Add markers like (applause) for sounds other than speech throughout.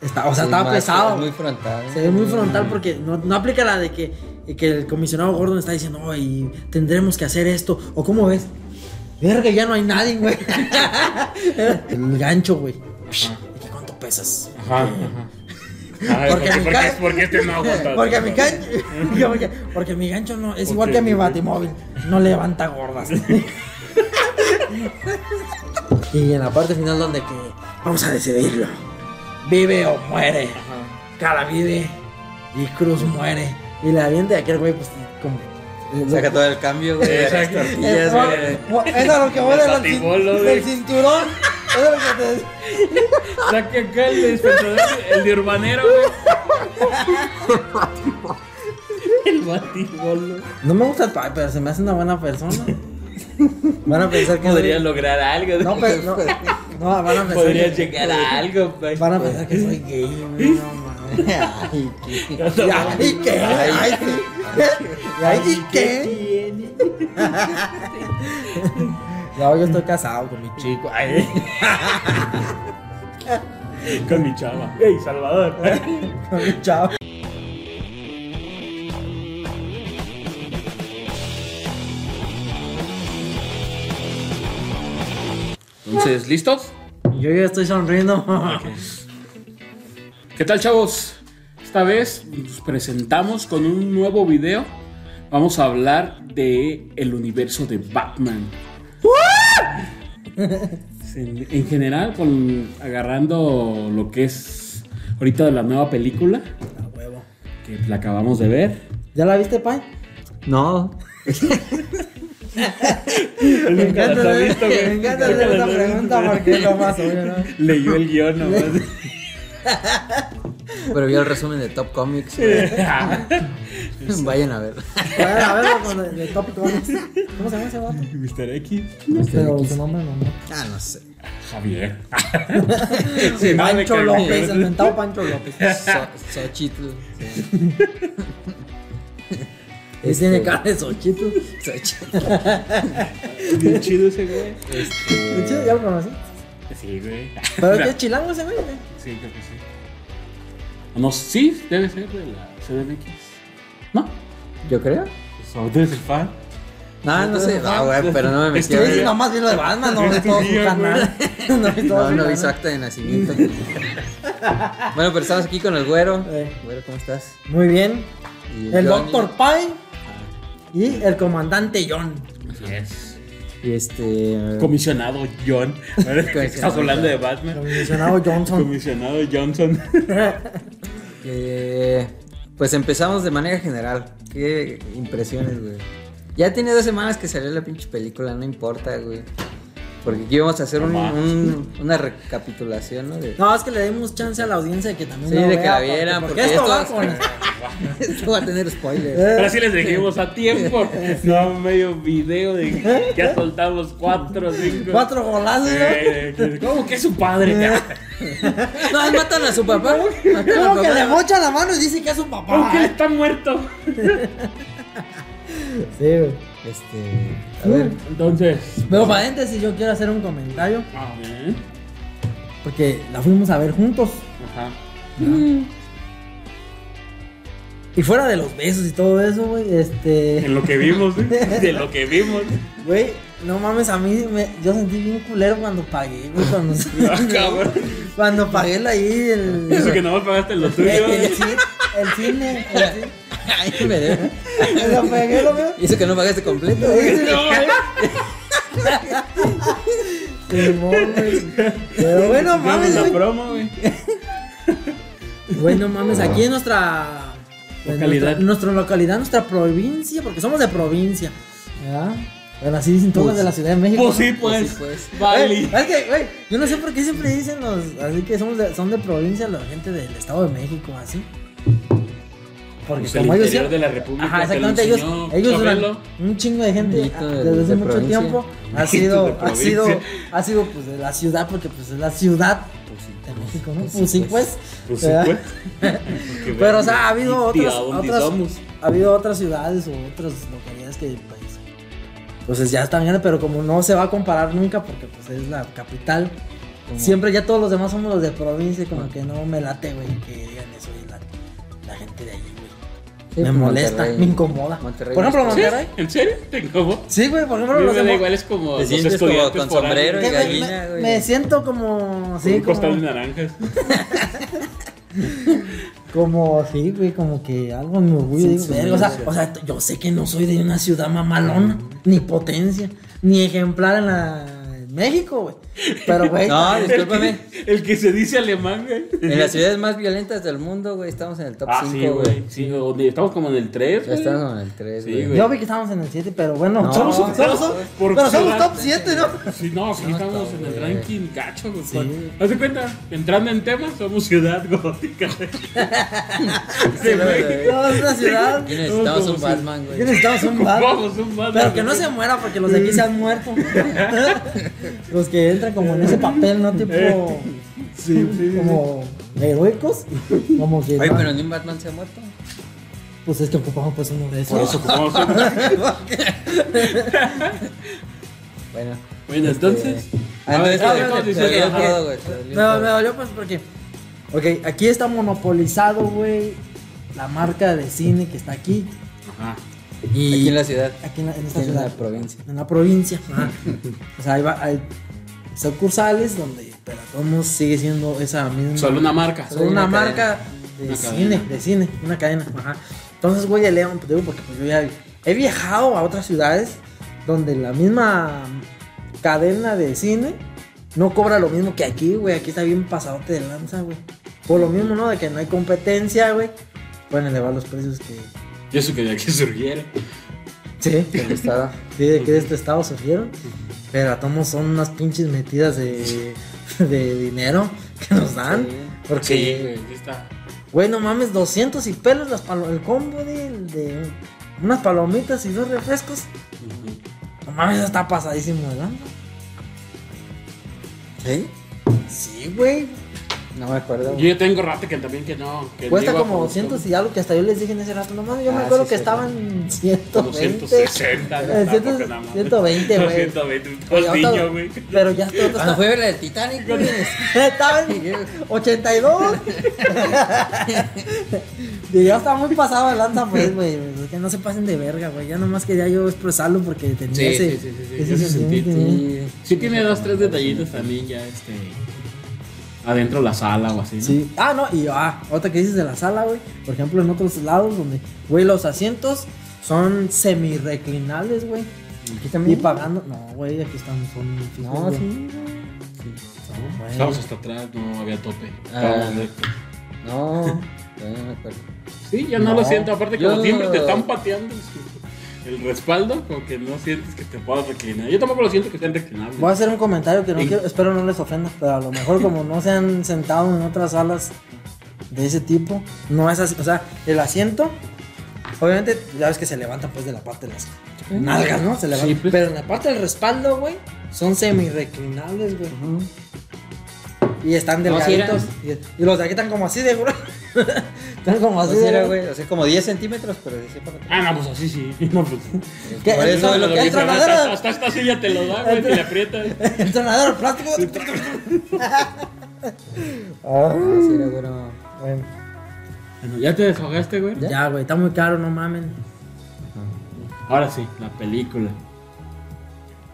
Está, o sea, Sí, estaba más, pesado. es muy frontal. Se ve muy frontal porque no, no aplica la de que, que el comisionado Gordon está diciendo, oye, tendremos que hacer esto. O cómo ves. Verga, ya no hay nadie, (laughs) güey. (laughs) el gancho, güey. ¿Y cuánto pesas? Ajá, ajá. Ah. Ay, Porque porque, a mi porque- ca- porque (laughs) este no aguanta. Porque mi gancho, (laughs) porque, porque mi gancho no es igual Porque- que mi batimóvil, no levanta (laughs) gordas. y en la parte final donde que vamos a decidirlo. Vive o muere. Cara vive y Cruz muere. Y la viente de aquel güey pues como Saca todo el cambio, güey. de las Exacto. Eh, tortillas, güey. mo- mo- Eso eh, es lo que voy El del (laughs) cin- batibolo, güey. del cinturón. Eso es lo que te Saque acá el despertador, el de urbanero, (laughs) güey. El batibolo. No me gusta el pai, pero se me hace una buena (laughs) persona. Van a pensar que soy- Podrías lograr algo. No, güey. (laughs) pero no, no, van a pensar. Podrías que, Ah, llegar a algo, pues. güey. Van a pensar que soy gay, güey. No (laughs) mames. Ay, qué- ¿Y ahí qué? ¿Ay sí? ¿Y ahí qué? tiene? No, yo estoy casado con mi (laughs) chico. Ay. Con mi chava. ¡Ey, Salvador! Chao. Entonces, ¿listos? Yo ya estoy (laughs) sonriendo. ¿Qué tal, chavos? Esta vez nos presentamos con un nuevo video. Vamos a hablar de el universo de Batman. En, en general, con, agarrando lo que es ahorita de la nueva película A huevo. que la acabamos de ver. ¿Ya la viste, pai? No. Me encanta, me encanta hacer esta pregunta porque es lo más obvio, ¿no? Leyó el (laughs) guión nomás. Pero vi el resumen de Top Comics. güey. (laughs) Vayan a ver. (laughs) Bueno, a verlo con el de Top Comics. ¿Cómo se llama ese vato? Mr. X. Pero su nombre no. no. Ah, no sé. Javier. Pancho López, el mentado Pancho López. So- Xochitl. sí. Ese tiene cara de sochito. Xochitl. Bien chido ese güey. De hecho, ya lo conocí. Sí, güey. Pero es que es chilango ese güey, güey. Sí, creo que sí. Ah, No, sí, debe ser de la CDMX. ¿No? ¿Yo creo? ¿Tú eres el fan? No, no sé. No, güey, pero no me metí a Estoy- ver. más bien lo de Batman, Es tu guía, (laughs) No vi todo No, su no vi canal. su acta (laughs) de nacimiento. bueno, pero estamos aquí con el güero. Eh. Güero, ¿cómo estás? Muy bien. Y El Johnny. Doctor Pai y el comandante John. Así es. Y este. Comisionado (laughs) John. Ahora que Estás hablando de El Batman. comisionado Johnson. Comisionado Johnson. eh, pues empezamos de manera general. Qué impresiones, güey. Ya tiene dos semanas que salió la pinche película, no importa, güey. Porque aquí vamos a hacer un- Mamá. un- una recapitulación, ¿no? De, No, es que le dimos chance a la audiencia de que también Sí, lo de que vea, la vieran, porque esto esto va es- con... (laughs) Eh. Esto va a tener spoilers. Ahora sí les dijimos a tiempo. No, medio video de ya soltamos cuatro, ¿Eh? cinco. Cuatro golazos, (laughs) ¿no? Eh, ¿Cómo que es su padre? No, matan a su papá. Matan a Como su que le papá. mocha la mano y dice que es su papá. ¿Cómo que él está muerto? Sí, güey. Mm. Este. A ver. (laughs) Entonces. Pero paréntesis, yo quiero hacer un comentario. A ver. Porque la fuimos a ver juntos. Ajá. Y fuera de los besos y todo eso, güey. Este. En lo que vimos, ¿eh? de lo que vimos. Güey, no mames, a mí me, yo sentí bien culero cuando pagué, güey, (laughs) cuando, Ah, cabrón. cuando pagué la- ahí el, Eso que no me pagaste lo el, tuyo. el ci- el cine, el cine. Ay, me debe. Lo pagué, lo veo. Y eso que no pagaste completo. No, eh. Simón, güey. (laughs) Pero bueno, Vamos mames, la güey. promo, güey. Bueno, mames, aquí en nuestra en Localidad. nuestra, nuestra localidad, nuestra provincia, porque somos de provincia, ¿verdad? Bueno, así dicen todos Pues- de la Ciudad de México. Pues ¿no? sí, Pues pues. sí, pues. Vale. Güey, es que, güey, yo no sé por qué siempre dicen los. Así que somos de- son de provincia la gente del Estado de México, así. Porque Pues el como ellos. interior siempre- de la República Ajá, te lo exactamente. Ellos, enseñó ellos Chabelo. duran- un chingo de gente Amiguito ah, de- desde hace de mucho provincia. tiempo ha Amiguito de sido, ha provincia. sido, ha sido pues de la ciudad, porque pues es la ciudad pues, de México, ¿no? Pues sí, pues. Pues sí, ¿verdad? pues. (laughs) Pero, o sea, ha habido Y otras, a dónde otras- somos. ha habido otras ciudades o otras localidades que pues, pues ya están grandes, pero como no se va a comparar nunca porque pues es la capital, como- Siempre ya todos los demás somos los de provincia y como que no me late, güey, que digan eso y la, la gente de allí, güey. Sí, me pues, molesta, Monterrey. me incomoda. Monterrey por ejemplo, no ¿Sí? Monterrey. ¿En serio? ¿Te incomoda? Sí, güey, por A ejemplo, mí los me da de igual, es como Te los sientes como estudiantes con foráneos. sombrero y Mon- me, gallina, me- güey. me siento como. Con Sí, un costal de como. naranjas. Como, sí, güey, como que algo me orgullo. Sí, digo, sí, "Verga", o, sea, sí. o sea, yo sé que no soy de una ciudad mamalona, ni potencia, ni ejemplar en la. en México, güey. (laughs) Pero, güey. No, también- discúlpame. (laughs) El que se dice alemán, güey. En las ciudades más violentas del mundo, güey, estamos en el top Ah, 5, sí, güey. güey. Sí, o- estamos como en el 3. Ya estamos en el 3, Sí, güey. güey. yo vi que estábamos en el 7, pero bueno. No, somos, no, somos- no, por pero somos ciudad. eh. top 7, ¿no? Sí, no, sí, No, estamos está en el bien. ranking gacho, güey. Sí. Haz de cuenta, entrando en tema, somos ciudad (laughs) gótica. De México. No, es una ciudad. Aquí necesitamos No, un como Batman, que güey. necesitamos un bar. Vamos, un Batman, Pero que no güey. se muera porque los de aquí se han muerto. (laughs) los que entran como en ese papel, ¿no? Tipo. Eh. Sí, sí, sí. Como heroicos. Como que. Oye, no, pero ni un Batman se ha muerto. Pues es que ocupamos pues uno de esos. Por eso ocupamos un- Bueno. Bueno, entonces. este, a ver, Ah, ah, no, bueno, este, sí, te dolió ajá. todo, güey. te Me, dolió todo. me dolió pues porque. Ok, aquí está monopolizado, güey. La marca de cine que está aquí. Ajá. Y Aquí en la ciudad. aquí en la- en esta en ciudad. la provincia. En la provincia. ajá. o sea, ahí va- hay sucursales donde. Pero todo sigue siendo esa misma. Solo una marca. Solo una, Una marca de Una cine, de cine, una cadena. Ajá. Entonces, güey, el León, pues, digo, porque pues, yo ya he viajado a otras ciudades donde la misma cadena de cine no cobra lo mismo que aquí, güey. Aquí está bien pasadote de lanza, güey. Por lo mismo, ¿no? De que no hay competencia, güey. Pueden elevar los precios que. Y eso que de aquí surgiera. Sí, Aquí estaba. sí, de que de este estado surgieron. Pero a todos son unas pinches metidas de, (laughs) de dinero que nos ¿Ah? dan. Sí. Porque. Sí, güey, sí está. Güey, no mames, 200 y pelos las palo- el combo de, de unas palomitas y dos refrescos. Ujú. No mames, eso está pasadísimo, ¿verdad? ¿Sí? Sí, güey. No me acuerdo. Yo ya tengo rato que también que no. Que Cuesta digo, ah, como pues, 200 y algo que hasta yo les dije en ese rato. No mames, yo me Ah, acuerdo sí, que sí, estaban 120. 260. Eh, ¿verdad? 100, Porque nada más. 120, güey. 120, un Oye, ahorita- niño, güey. (laughs) Pero ya estoy hasta- Cuando fue la del Titanic, güey. Estaba en 82. y ya estaba muy pasado de lanza, pues, güey. Que no se pasen de verga, güey. Ya nomás quería yo expresarlo porque tenía Sí, ese. sí, sí, sí, sí, ese yo sí sentí, sentimiento. Sí tiene dos, tres detallitos también ya, este... Adentro de la sala o así, ¿no? Sí. Ah, no, y ah, otra que dices de la sala, güey. Por ejemplo, en otros lados donde, güey, los asientos son semi-reclinables, güey. Aquí Y también. pagando. No, güey, aquí están, son fijos. No, güey. sí. güey. No, güey. Estábamos hasta atrás, no había tope. Ah. Estábamos rectos. (laughs) No, todavía no me acuerdo. Sí, yo no, No. lo siento. Aparte, como Yo- siempre te están pateando el- el respaldo, como que no sientes que te puedas reclinar. Yo tampoco lo siento que estén reclinables. Voy a hacer un comentario que no Sí. quiero, espero no les ofenda, pero a lo mejor como no se han sentado en otras salas de ese tipo, no es así, o sea, el asiento, obviamente ya ves que se levanta pues de la parte de las nalgas, ¿no? Se levanta, Sí, pues. pero en la parte del respaldo, güey, son semi-reclinables, güey, y están No, sí delgaditos, y, y los de aquí están como así de, güey, (laughs) están como así Así de, era, güey. O sea, como 10 centímetros, pero decía para atrás. Ah, no, pues así sí. (laughs) No, pues. ¿Qué? Por eso No, es lo no, que no, dice. no, no, ¿verdad? tronadero. hasta, hasta esta silla te lo da, güey, te le aprietas. (laughs) entrenador plástico. pues. Ah, sí era, güey. no. Bueno, Bueno, ya te deshogaste, güey. ya, güey, está muy caro, no mamen. Ahora sí, la película.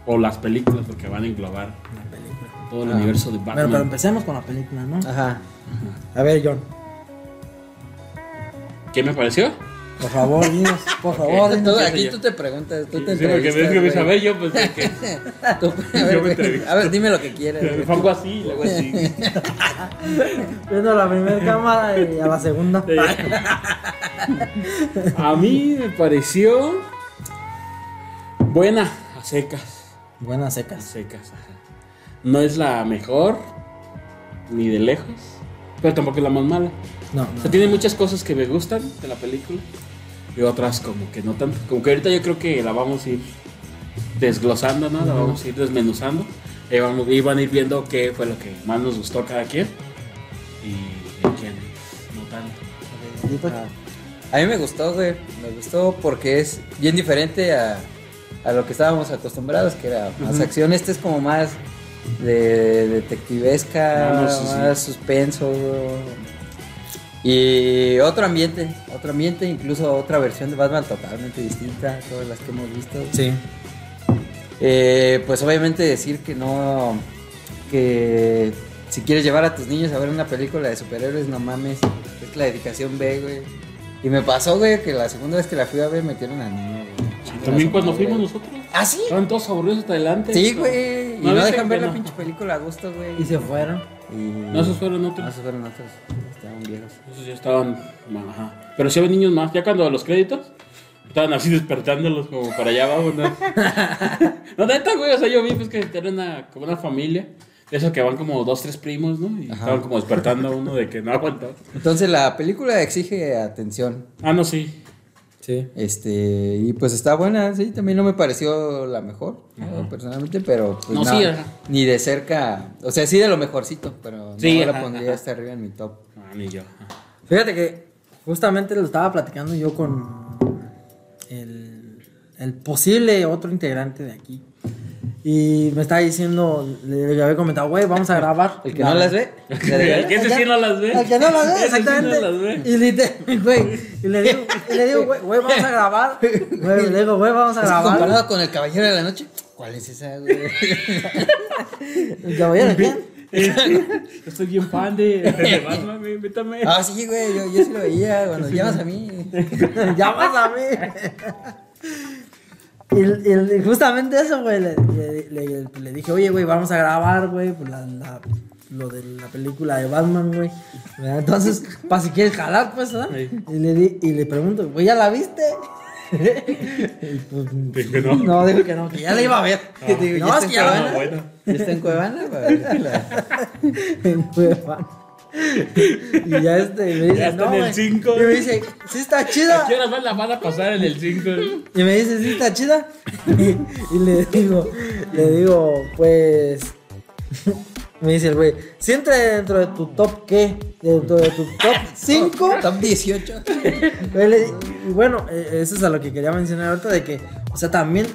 O las películas, porque van a englobar La película. todo el Ah. universo de Bueno, pero Batman. empecemos con la película, ¿no? Ajá. A ver, John, ¿Qué me pareció? por favor, dinos, por favor, Eh, Tú- dinos. aquí tú te preguntas, tú te Sí, porque ves que me entrevistas, dice, a güey. ver, yo pues. de (laughs) que- Tú- a, ver, Yo me güey, entrevisto. a ver, dime lo que (laughs) quieres. Me güey. pongo así, y luego así. (laughs) Viendo la primera cámara y a la segunda. Ah. A mí me pareció buena, a secas. Buenas A secas. secas, ajá. No es la mejor, ni de lejos, pero tampoco es la más mala. No, O no. sea, tiene muchas cosas que me gustan de la película y otras como que no tanto. Como que ahorita yo creo que la vamos a ir desglosando, ¿no? La vamos a ir desmenuzando. Y vamos- y van a ir viendo qué fue lo que más nos gustó a cada quien y a quién no tanto. Y pues, Ah. A mí me gustó, güey. Me gustó porque es bien diferente a, a lo que estábamos acostumbrados, que era más acción. Este es como más de detectivesca, Ah, No, no, sí, sí. más suspenso. Y otro ambiente, otro ambiente, incluso otra versión de Batman totalmente distinta a todas las que hemos visto. Sí. Eh, pues obviamente decir que no, que si quieres llevar a tus niños a ver una película de superhéroes, no mames, es la dedicación B, güey. Y me pasó, güey, que la segunda vez que la fui a ver metieron a niño, güey. También cuando Güey. fuimos nosotros. ¿Ah, sí? Estaban todos aburridos hasta adelante. Sí, güey. Y No no, dicen dejan que ver la no. pinche película a gusto, güey. Y se fueron. Y- No, esos fueron No, otros. esos fueron otros. Estaban viejos. Esos ya estaban. Ajá. Pero sí había niños más. Ya cuando los créditos. Estaban así despertándolos como para allá abajo. No, no neta, güey. O sea, yo vi pues que era una, como una familia. De eso que van como dos, tres primos, ¿no? Y estaban como despertando a uno de que no aguantaba. Entonces la película exige atención. Ah, no, sí. Sí. Este, y pues está buena, sí, también no me pareció la mejor, ¿no? personalmente, pero pues No, no, sí, ajá. ni de cerca, o sea, sí de lo mejorcito, pero Sí, no la ajá, pondría ajá. hasta arriba en mi top. Ah, ni yo. Fíjate que justamente lo estaba platicando yo con el, el posible otro integrante de aquí. Y me estaba diciendo, le, le había comentado, güey, vamos a grabar. El que no las ve, (laughs) la El de- que ese sí no las ve. El que no las (laughs) ve, Ese sí no exactamente. las ve. Y, lite- (laughs) güey, y le digo, y le digo, güey, güey, vamos a (laughs) grabar. Güey, le digo, güey, vamos a es que grabar. comparado con el Caballero de la Noche, ¿cuál es esa? güey? (laughs) El caballero, ¿quién? (laughs) Yo soy Eh, bien fan de, de Batman, güey. Métame. ah, sí, güey, yo, yo sí lo veía cuando (laughs) llamas a mí. (laughs) ya vas a mí. Y, y justamente eso, güey, le, le- le- pues, le dije, oye, güey, vamos a grabar, güey, pues, la- la- lo de la película de Batman, güey. ¿Verdad? Entonces, para si quieres jalar, pues, ¿verdad? Sí. Y le, di- y le pregunto, güey, ¿ya la viste? (laughs) Y, pues, Dijo que no. Ah, no, dijo que no, que ya la iba a ver. Que te digo, No, ya es está en que ya Cuevana, van. bueno. ya está en Cuevana, güey. (laughs) En Cuevana. Y ya este, y me dice, Ya está no, en el güey". cinco, Y me güey. dice, sí está chida. ¿Qué horas más la van a pasar en el 5? Y me dice, ¿sí está chida? (laughs) Y, le digo, le digo, pues. (laughs) Me dice el güey, si entra dentro de tu top qué? Dentro de tu top (laughs) 5. (laughs) Top 18. Y bueno, eh, eso es a lo que quería mencionar ahorita, de que, o sea, también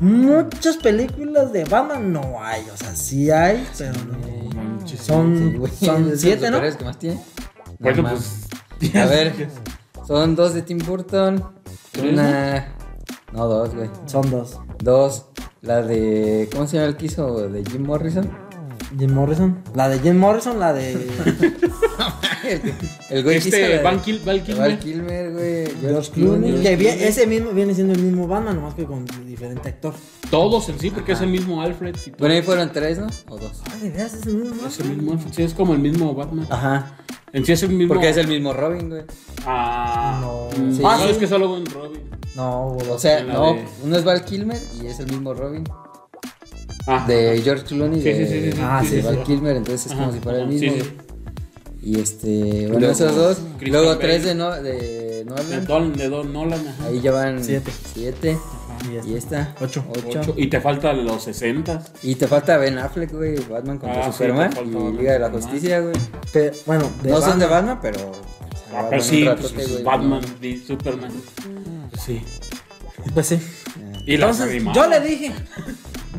muchas películas de Batman no hay. O sea, sí hay, pero no. (laughs) Sí, Este, Son, güey, es de son los siete, ¿no? superhéroes que más tiene. Bueno, No pues. (laughs) mames. A ver, son dos de Tim Burton. ¿Tres, Una. No, dos, güey. Son dos. Dos. La de. ¿Cómo se llama el que hizo? De Jim Morrison. (laughs) Jim Morrison. La de Jim Morrison, la (laughs) de. el, el güey que hizo. la Este, de- Van Kil- Val Kilmer. Val Kilmer, güey. George Clooney. George Que vi- Clooney. ese mismo viene siendo el mismo Batman, nomás que con diferente actor. Todos en sí, porque es el mismo Alfred. y todo. Bueno, ahí fueron tres, ¿no? O dos. Ah, de veras es el mismo Es el mismo Alfred. Sí, es como el mismo Batman. Ajá. En sí es el mismo. Ah. Porque es el mismo Robin, güey. Ah, No. mm, Sí. no, Ah, sí. es que solo un Robin. No, O boludo. sea, La no. de- Uno es Val Kilmer y es el mismo Robin. Ah, De George Clooney. Sí, de- sí, sí, sí, Ah, sí, de sí. Val Kilmer. Entonces es Ajá, como si fuera el sí, mismo. sí. güey. Y este, bueno, Luego, esos dos. Christian Luego Bale. tres de, no, de de Nolan. Don, de Don Nolan. ajá. Ahí ya van Siete. siete. Y Y este. esta. Ocho. Ocho. Ah, Ocho. Y te faltan los 60. Y te falta Ben Affleck, güey. Batman contra Ah, sí, Superman. te falta y Batman Liga de la contra Justicia, güey. Pe- bueno, de No Batman. son de Batman, pero. Ah, Batman pero sí, un pues, ratote, güey. Batman y Superman. Sí. Pues sí. Y las Entonces, animadas. yo le dije.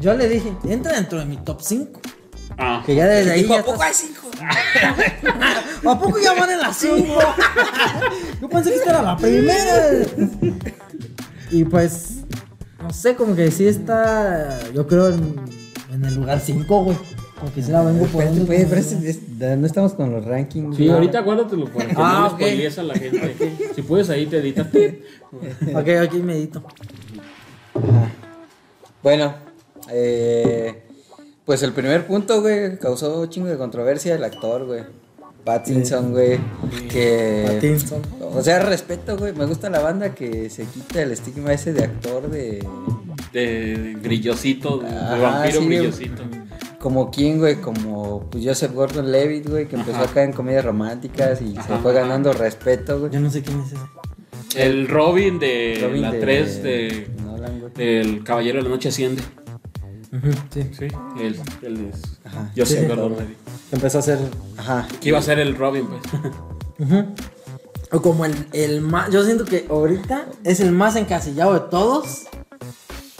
Yo le dije, entra dentro de mi top 5. Ah. Que ya desde ahí. Dijo, Ya ¿a poco estás- hay cinco? ¿A poco ya van en las 5? Yo pensé que esta era la primera. Y pues. No sé, como que sí está. Yo creo en, en el lugar 5, güey. Como que sí la vengo Espérate, poniendo. güey, como- pero este- este- no estamos con los rankings. Sí, güey. ahorita guárdatelo para que Ah, no ok. le spoilees a la gente. Si puedes ahí te editas. Ok, ok, medito. Ajá. Bueno, eh, pues el primer punto, güey, causó un chingo de controversia el actor, güey. Pattinson, güey. Que. Pattinson. O sea, respeto, güey. Me gusta la banda que se quita el estigma ese de actor de. De grillosito, de, de Ajá, vampiro Ah, sí, grillosito. Como quién, güey, como pues, Joseph Gordon Levitt, güey, que empezó acá en comedias románticas y se Ajá. fue ganando respeto, Yo güey. no sé quién es ese. El Robin de Robin la de- 3 de, Nolan, güey. del Caballero de la Noche Asciende. Sí. Sí. Él, él es. Ajá. Yo Sí, sé, sí. Gordon Levitt. Empezó a hacer. Ajá. Que iba a ser el (laughs) Robin, pues. O como el, el más. Yo siento que ahorita es el más encasillado de todos.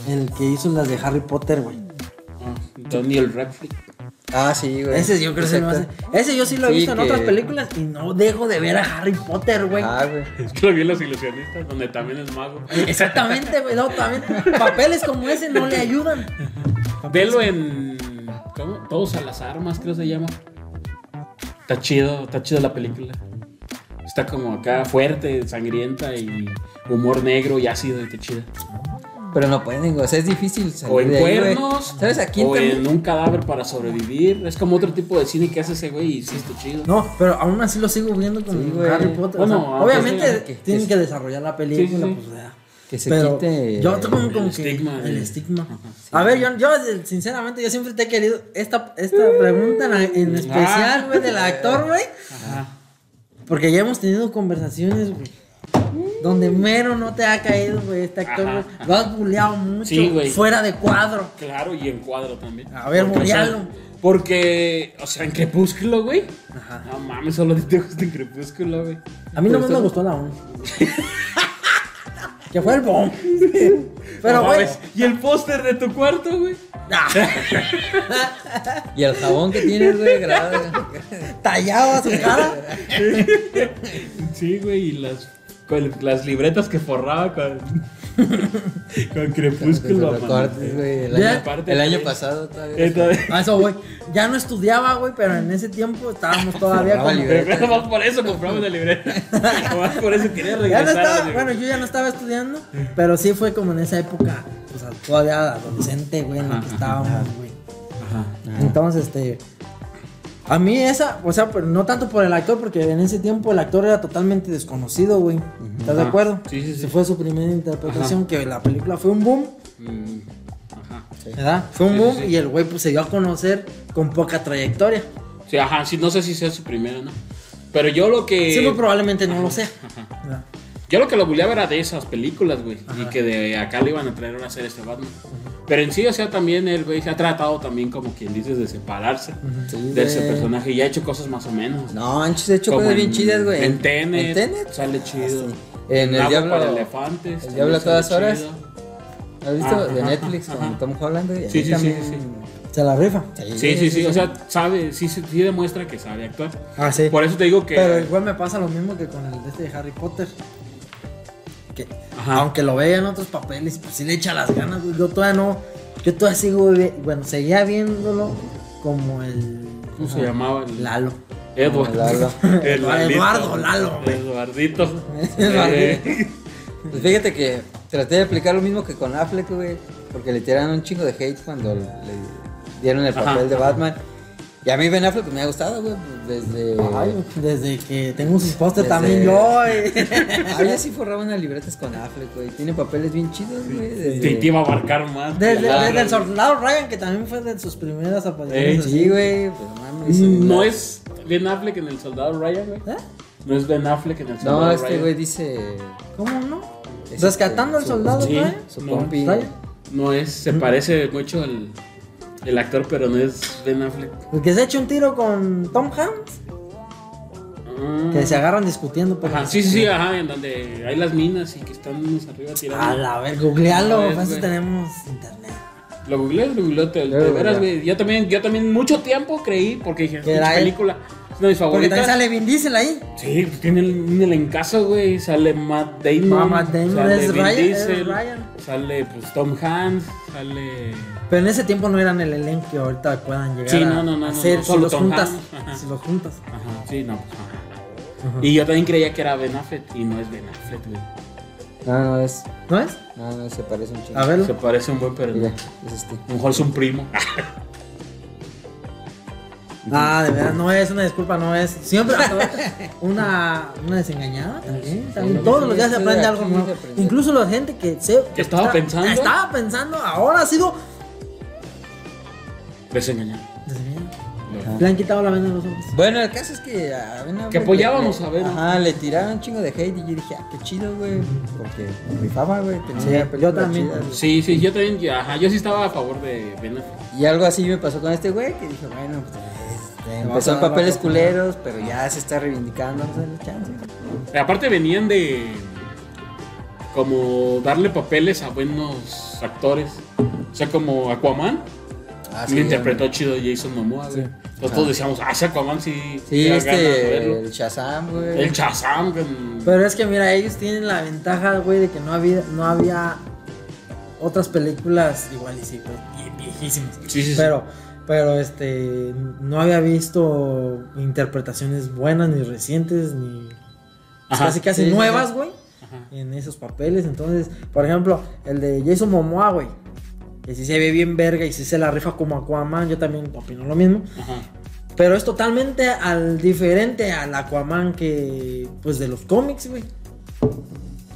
El que hizo las de Harry Potter, güey. Daniel Radcliffe. Ah, sí, güey. Ese yo creo que se me hace. Exacto. Ese yo sí lo he Sí, visto en que- otras películas y no dejo de ver a Harry Potter, güey. Ah, güey. Es que lo vi en Los Ilusionistas, donde también es mago. Exactamente, güey. No, también papeles como ese no le ayudan. Ah, Velo en. ¿Cómo? Todos a las armas, creo se llama. Está chido, está chido la película. Está como acá fuerte, sangrienta y humor negro y ácido y está chida. Pero no pueden, güey. O sea, es difícil salir O en de ahí, güey. cuernos. ¿Sabes a quién O también? en un cadáver para sobrevivir. Es como otro tipo de cine que hace ese güey y sí está chido. No, pero aún así lo sigo viendo con Sí, güey. Harry Potter. Bueno, o sea, aunque obviamente sea que- tienen que- que desarrollar la película, Sí, sí, sí. pues ya. Que se Pero quite. Yo tengo como el que estigma eh. el de- estigma. A ver, yo, yo, sinceramente yo siempre te he querido esta, esta pregunta en, Ah. en especial, güey, del actor, güey. Ajá. Porque ya hemos tenido conversaciones, güey. Donde mero no te ha caído, güey, este actor, Ajá, güey. Lo has bulleado mucho. Sí, güey. fuera de cuadro. Claro, y en cuadro también. A ver, Porque, o sea, borealo. Porque, o sea, en Crepúsculo, güey. Ajá. No mames, solo a ti te gusta en Crepúsculo, güey. A mí nomás Pero me está- gustó la 1. (laughs) que fue el (laughs) bomb. Pero, No güey. mames, Y el póster de tu cuarto, (laughs) güey. Ah. Y el jabón que tienes, güey, grabado. Tallado a su cara. Sí, güey, y las, con las libretas que forraba (laughs) con, con Crepúsculo. Los recortes, mano. güey. El Ya. año, el año pasado todavía. Entonces, (laughs) A eso, güey. Ya no estudiaba, güey, pero en ese tiempo estábamos todavía Forraba con. libre. pero más por eso compramos la libreta. Más por eso quería Ya regresar. no a estaba, la bueno, libreta. yo ya no estaba estudiando, pero sí fue como en esa época, o sea, todavía adolescente, güey, en la que Ajá, estábamos, güey. Ajá. Entonces, este. A mí esa, o sea, pero no tanto por el actor, porque en ese tiempo el actor era totalmente desconocido, güey. ¿Estás de Ajá. acuerdo? Sí, sí, sí. Se fue su primera interpretación, que la película fue un boom, Mm, Ajá. ¿verdad? Fue un Sí, sí, boom sí. y el güey pues se dio a conocer con poca trayectoria. Sí, ajá, sí, no sé si sea su primero, ¿no? Pero yo lo que. Sí, muy probablemente no lo sea. ¿verdad? Yo lo que lo buleaba era de esas películas, güey. Y que de acá le iban a traer una serie a este Batman. Pero en sí, o sea, también el güey se ha tratado también, como quien dices, de separarse Sí, de güey. ese personaje. Y ha hecho cosas más o menos. No, antes de hecho Como cosas bien en- chidas, güey. En Tenet. En Tenet. Sale chido. Ah, sí. En El Agua Diablo- para elefantes. El también Diablo a sale todas horas. chido. ¿Has visto? Ajá, de ajá, Netflix con ajá. Tom Holland, güey. Sí, Ahí sí, sí, también- sí. Se la rifa. Sí, sí, sí. O sea, sabe, sí, sí, sí demuestra que sabe actuar. Ah, sí. Por eso te digo que. Pero igual me pasa lo mismo que con el de este de Harry Potter. Que, Ajá. Aunque lo vea en otros papeles, pues sí le echa las ganas, güey. Yo todavía no. Yo todavía sigo. vi- Bueno, seguía viéndolo como el. ¿Cómo se llamaba? El- Lalo. Edward. Lalo. (laughs) El Lalito. Eduardo Lalo, güey. (laughs) Eduardito. Eduardito. Eh, Pues fíjate que traté de aplicar lo mismo que con Affleck, güey. Porque le tiraron un chingo de hate cuando le dieron el Ajá, papel de ajá. Batman. Y a mí Ben Affleck me ha gustado, güey. Desde. (laughs) Ay, desde que tengo sus póster Desde- también yo. güey. Ahí así forraban las libretas con Affleck, güey. Tiene papeles bien chidos, güey. Te, te Desde... iba a abarcar más. Desde, Claro. desde el soldado Ryan, que también fue de sus primeras apariciones. así. Sí, güey. Pues no mames. Eh, Mm, No la- es Ben Affleck en el soldado Ryan, güey. ¿Eh? No es Ben Affleck en el soldado No, Ryan. este güey dice. ¿Cómo no? Ese- Rescatando al su- soldado sí. Ryan. Su No. compi. Ryan. No es, se Mm. parece mucho al el actor, pero no es Ben Affleck. El que se echa un tiro con Tom Hanks. Ah. Que se agarran discutiendo. por Ajá, sí, sí, sí, ajá, en donde hay las minas y que están unos arriba A tirando. la ver, googlealo, A ver, para eso güey. tenemos internet. Lo googleé, lo googleé, te, Lo de googleé. veras, güey. Yo también, yo también mucho tiempo creí, porque dije, Que "Pinche era él". película, es una de Porque mis también favoritas. sale Vin Diesel ahí. Sí, pues tiene el, en el encaso, güey. Sale Matt Damon. Ma- Ah, Matt Damon, sale es Vin Ryan, es Diesel, Ryan. Sale, pues, Tom Hanks, sale... Pero en ese tiempo no eran el elenco que ahorita puedan llegar Sí, a no, no, no, no, hacer no, si solo los Tom juntas. Hanks, ajá. Si los juntas. Ajá, sí, no, pues, ajá. Y yo también creía que era Ben Affleck, y no es Ben Affleck, güey. No, no es. ¿No es? No, no, se parece un chingo. A verlo. Se parece un buen, pero no. Mira, A es este. lo mejor es un primo. Ah, de verdad, no es una disculpa, no es. Siempre (laughs) una, una desengañada también. también. sí, Todos sí, los días se esto de aprende aquí algo nuevo. se aprende. Incluso la gente que se. Que estaba está- pensando. Estaba pensando, ahora ha sido. Desengañado. Le han quitado la venda a los ojos. Bueno, el caso es que a Ben Affleck Que apoyábamos le- a Ben Ajá, le tiraron un chingo de hate y yo dije, ah, qué chido, güey. Porque rifaba, güey. Sí, Tenía yo películas también. chidas, güey. Sí, sí, yo también, yo- ajá, yo sí estaba a favor de Ben Affleck. Y algo así me pasó con este güey que dije, bueno, pues. este, vas a empezó en dar la papeles oportunidad. culeros, pero ya se está reivindicando. Vamos a darle chance. Aparte venían de... Como darle papeles a buenos actores. O sea, como Aquaman. Ah, Y sí, lo interpretó chido Jason Momoa, güey. Sí. Nosotros decíamos, ah, ese Aquaman sí. Sí, da ganas de este, verlo". el Shazam, güey. El Chazam, güey. eh, Pero es que mira, ellos tienen la ventaja, güey, de que no había, no había otras películas iguales y güey, vie- viejísimas. Sí, sí, sí. Pero, pero este, no había visto interpretaciones buenas ni recientes ni pues, Ajá. casi casi Sí, sí, nuevas, sí. güey, Ajá. en esos papeles. Entonces, por ejemplo, el de Jason Momoa, güey, que si se ve bien verga y si se la rifa como Aquaman, yo también opino lo mismo. Ajá. Pero es totalmente al diferente al Aquaman que pues de los cómics, güey.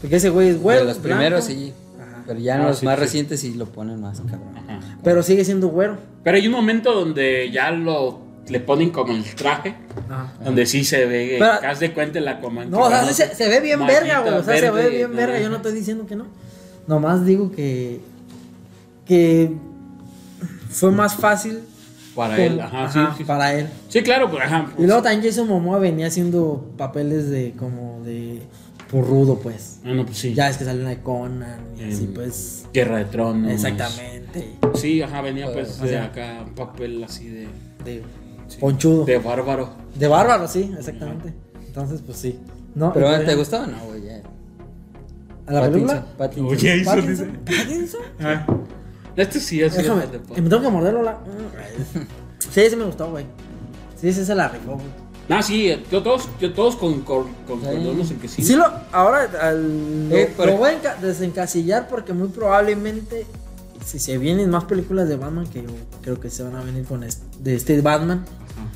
Porque ese güey es güero. de los primeros, blanco. sí. Ajá. Ah, Pero ya en Ah, los sí, más sí. recientes sí lo ponen más, cabrón. Ajá. Pero sigue siendo güero. Pero hay un momento donde ya lo le ponen como el traje, Ajá. donde sí se ve, eh, Pero- que haz de cuenta la Aquaman. No, o sea, se, se ve bien Maldita verga, güey. O sea, se ve verde, bien ¿no? verga. Yo no estoy diciendo que no. Nomás digo que. Que. Fue más fácil. Para con- él, ajá, sí, ajá, sí, sí. Para él. Sí, claro, pues, ajá. Y luego también Jason Momoa venía haciendo papeles de. Como de. Porrudo, pues. Ah, no, pues sí. Ya es que salió una de Conan y así, Em, pues. Guerra de Tronos. Exactamente. Sí, ajá, venía pues O de sea- acá un papel así de, De sí, ponchudo. de De, bárbaro. bárbaro, sí, exactamente. Entonces, pues sí. No, y Pero por ¿te ejemplo, gustó o no, güey? Ya. ¿A la película? Pattinson, Pattinson. Oye, eso dice. ¿Pattinson? ¿Pattinson? Ah, Este sí es Déjame, de eh, me tengo que morderlo la. Sí, sí me gustó, güey. Sí, sí se la rifó, güey. No, sí, eh, yo todos, yo todos con, con, concordamos en que sí. Sí, lo, ahora al- lo, Eh, por lo ej- voy a enca- desencasillar porque muy probablemente si se vienen más películas de Batman, que yo creo que se van a venir con este, de este Batman, Ajá.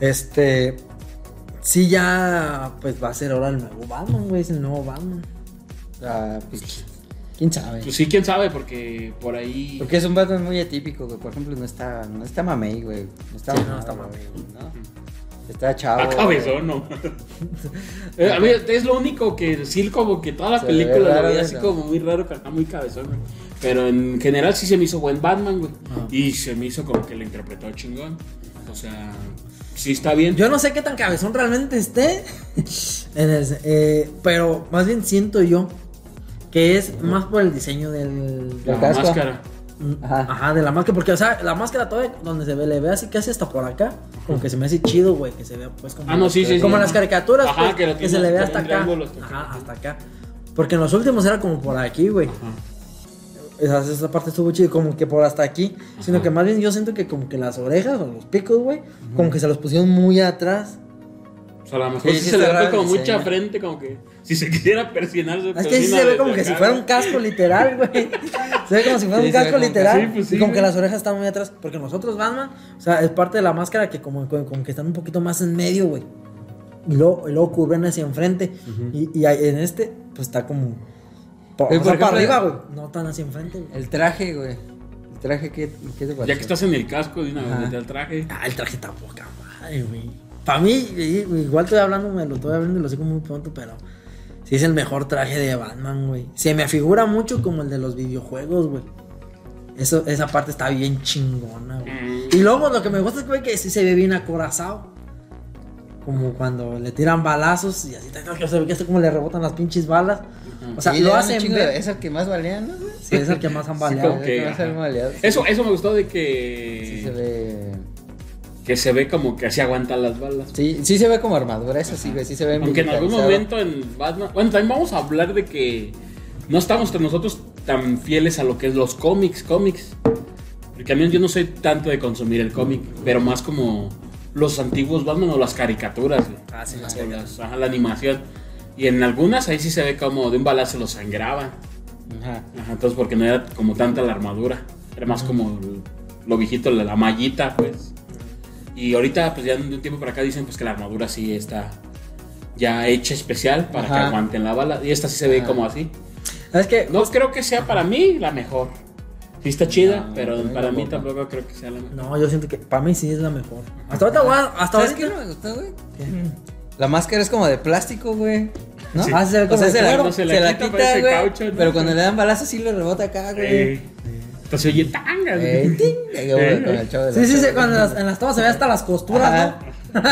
este, sí ya pues va a ser ahora el nuevo Batman, güey, es el nuevo Batman. Ah, pues, quién sabe. Pues sí, quién sabe, porque por ahí. Porque es un Batman muy atípico, güey. Por ejemplo, no está, no está mamey, güey. No está, Sí, no mamado, está mamey. güey, ¿no? Está chavo. Ah, cabezón, güey. no. (laughs) Eh, a mí es lo único que sí, como que todas las Se ve películas lo raro veía así eso. como muy raro, pero está muy cabezón, güey. Pero en general sí se me hizo buen Batman, güey. Ajá. Y se me hizo como que lo interpretó chingón. O sea, sí está bien. Yo no sé qué tan cabezón realmente esté. (laughs) en el- eh, pero más bien siento yo que es más por el diseño del. la el casco. máscara. Ajá. Ajá, de la máscara. Porque, o sea, la máscara todavía donde se ve, le ve así casi hasta por acá. Como que se me hace chido, güey. Que se vea, pues, como. Ah, no, sí, sí, Como sí. en las caricaturas, Ajá, pues, que lo que, tiene se le ve como hasta un acá. triángulo este, hasta acá. Ajá, hasta acá. Porque en los últimos era como por aquí, güey. Ajá. Esa, esa parte estuvo chida, como que por hasta aquí. Sino que más bien yo siento que como que las orejas o los picos, güey, como que se los pusieron muy atrás. O sea, a lo mejor Sí, sí, sí se le está ve raro como el mucha diseño. frente, como que si se (laughs) quisiera persinar. Es que sí se ve como que si fuera un casco literal, güey. Se ve como si fuera un Sí, se ve casco como- literal. sí, pues sí, y como que güey. las orejas están muy atrás. Porque nosotros, Batman, o sea, es parte de la máscara que como, como- como que están un poquito más en medio, güey. Y luego, y luego curven hacia enfrente. Y, y ahí en este, pues está como. po- Sí, o sea, por para ejemplo, arriba, güey. No tan hacia enfrente, güey. El traje, güey. El traje, ¿qué, qué te pareció? Ya que estás en el casco, de una Pues Ajá. vez mete al traje. Ah, el traje está poca madre, güey. Para mí, i- igual estoy hablando, me lo estoy hablando y lo sé como muy pronto, pero sí es el mejor traje de Batman, güey. Se me figura mucho como el de los videojuegos, güey. Eso, esa parte está bien chingona, güey. Y luego lo que me gusta es güey, que sí se ve bien acorazado. Como cuando le tiran balazos y así ta, ta, ta, se ve que hasta como le rebotan las pinches balas. O sea, Sí, le lo dan un hacen chingo ver. de- Es el que más balean, ¿no, güey? Sí, es el que más han baleado. como Es que, el que más Mm, ajá. han baleado. Eso, eso me gustó de Sí se que. ve... Que se ve como que así aguanta las balas. Sí, sí se ve como armadura, eso sí, güey. Sí se ve Aunque en algún militarizado. momento en Batman. Bueno, también vamos a hablar de que no estamos tan- nosotros tan fieles a lo que es los cómics, cómics. Porque a mí yo no soy tanto de consumir el cómic, pero más como los antiguos Batman o las caricaturas. güey. Ah, sí, las O las- ajá, la animación. Y en algunas ahí sí se ve como de un balazo lo sangraba. Ajá. Ajá, entonces porque no era como tanta la armadura. Era más como lo viejito, la, la mallita, pues. Y ahorita, pues ya de un tiempo para acá dicen pues que la armadura sí está ya hecha especial para que Ajá. aguanten la bala. Y esta sí se ve Ajá. como así. Es que No creo que sea para mí la mejor. Sí está chida, No, pero para mí para mí tampoco. tampoco creo que sea la mejor. No, yo siento que para mí sí es la mejor. Hasta ahorita voy a, hasta ¿Sabes ahorita. qué no me gustó, güey? ¿Qué? La máscara es como de plástico, güey. ¿No? Sí. Ah, se ve como o sea, de se la, cuero. se la quita, parece güey. caucho, ¿no? Pero cuando le dan balazos sí le rebota acá, güey. Eh, Entonces oye tanga. (laughs) Eh, ting, llegó, güey, Eh. con el chavo de la Sí, sí, tele. sí, cuando las- en las tomas se ve hasta las costuras, Ajá. ¿no?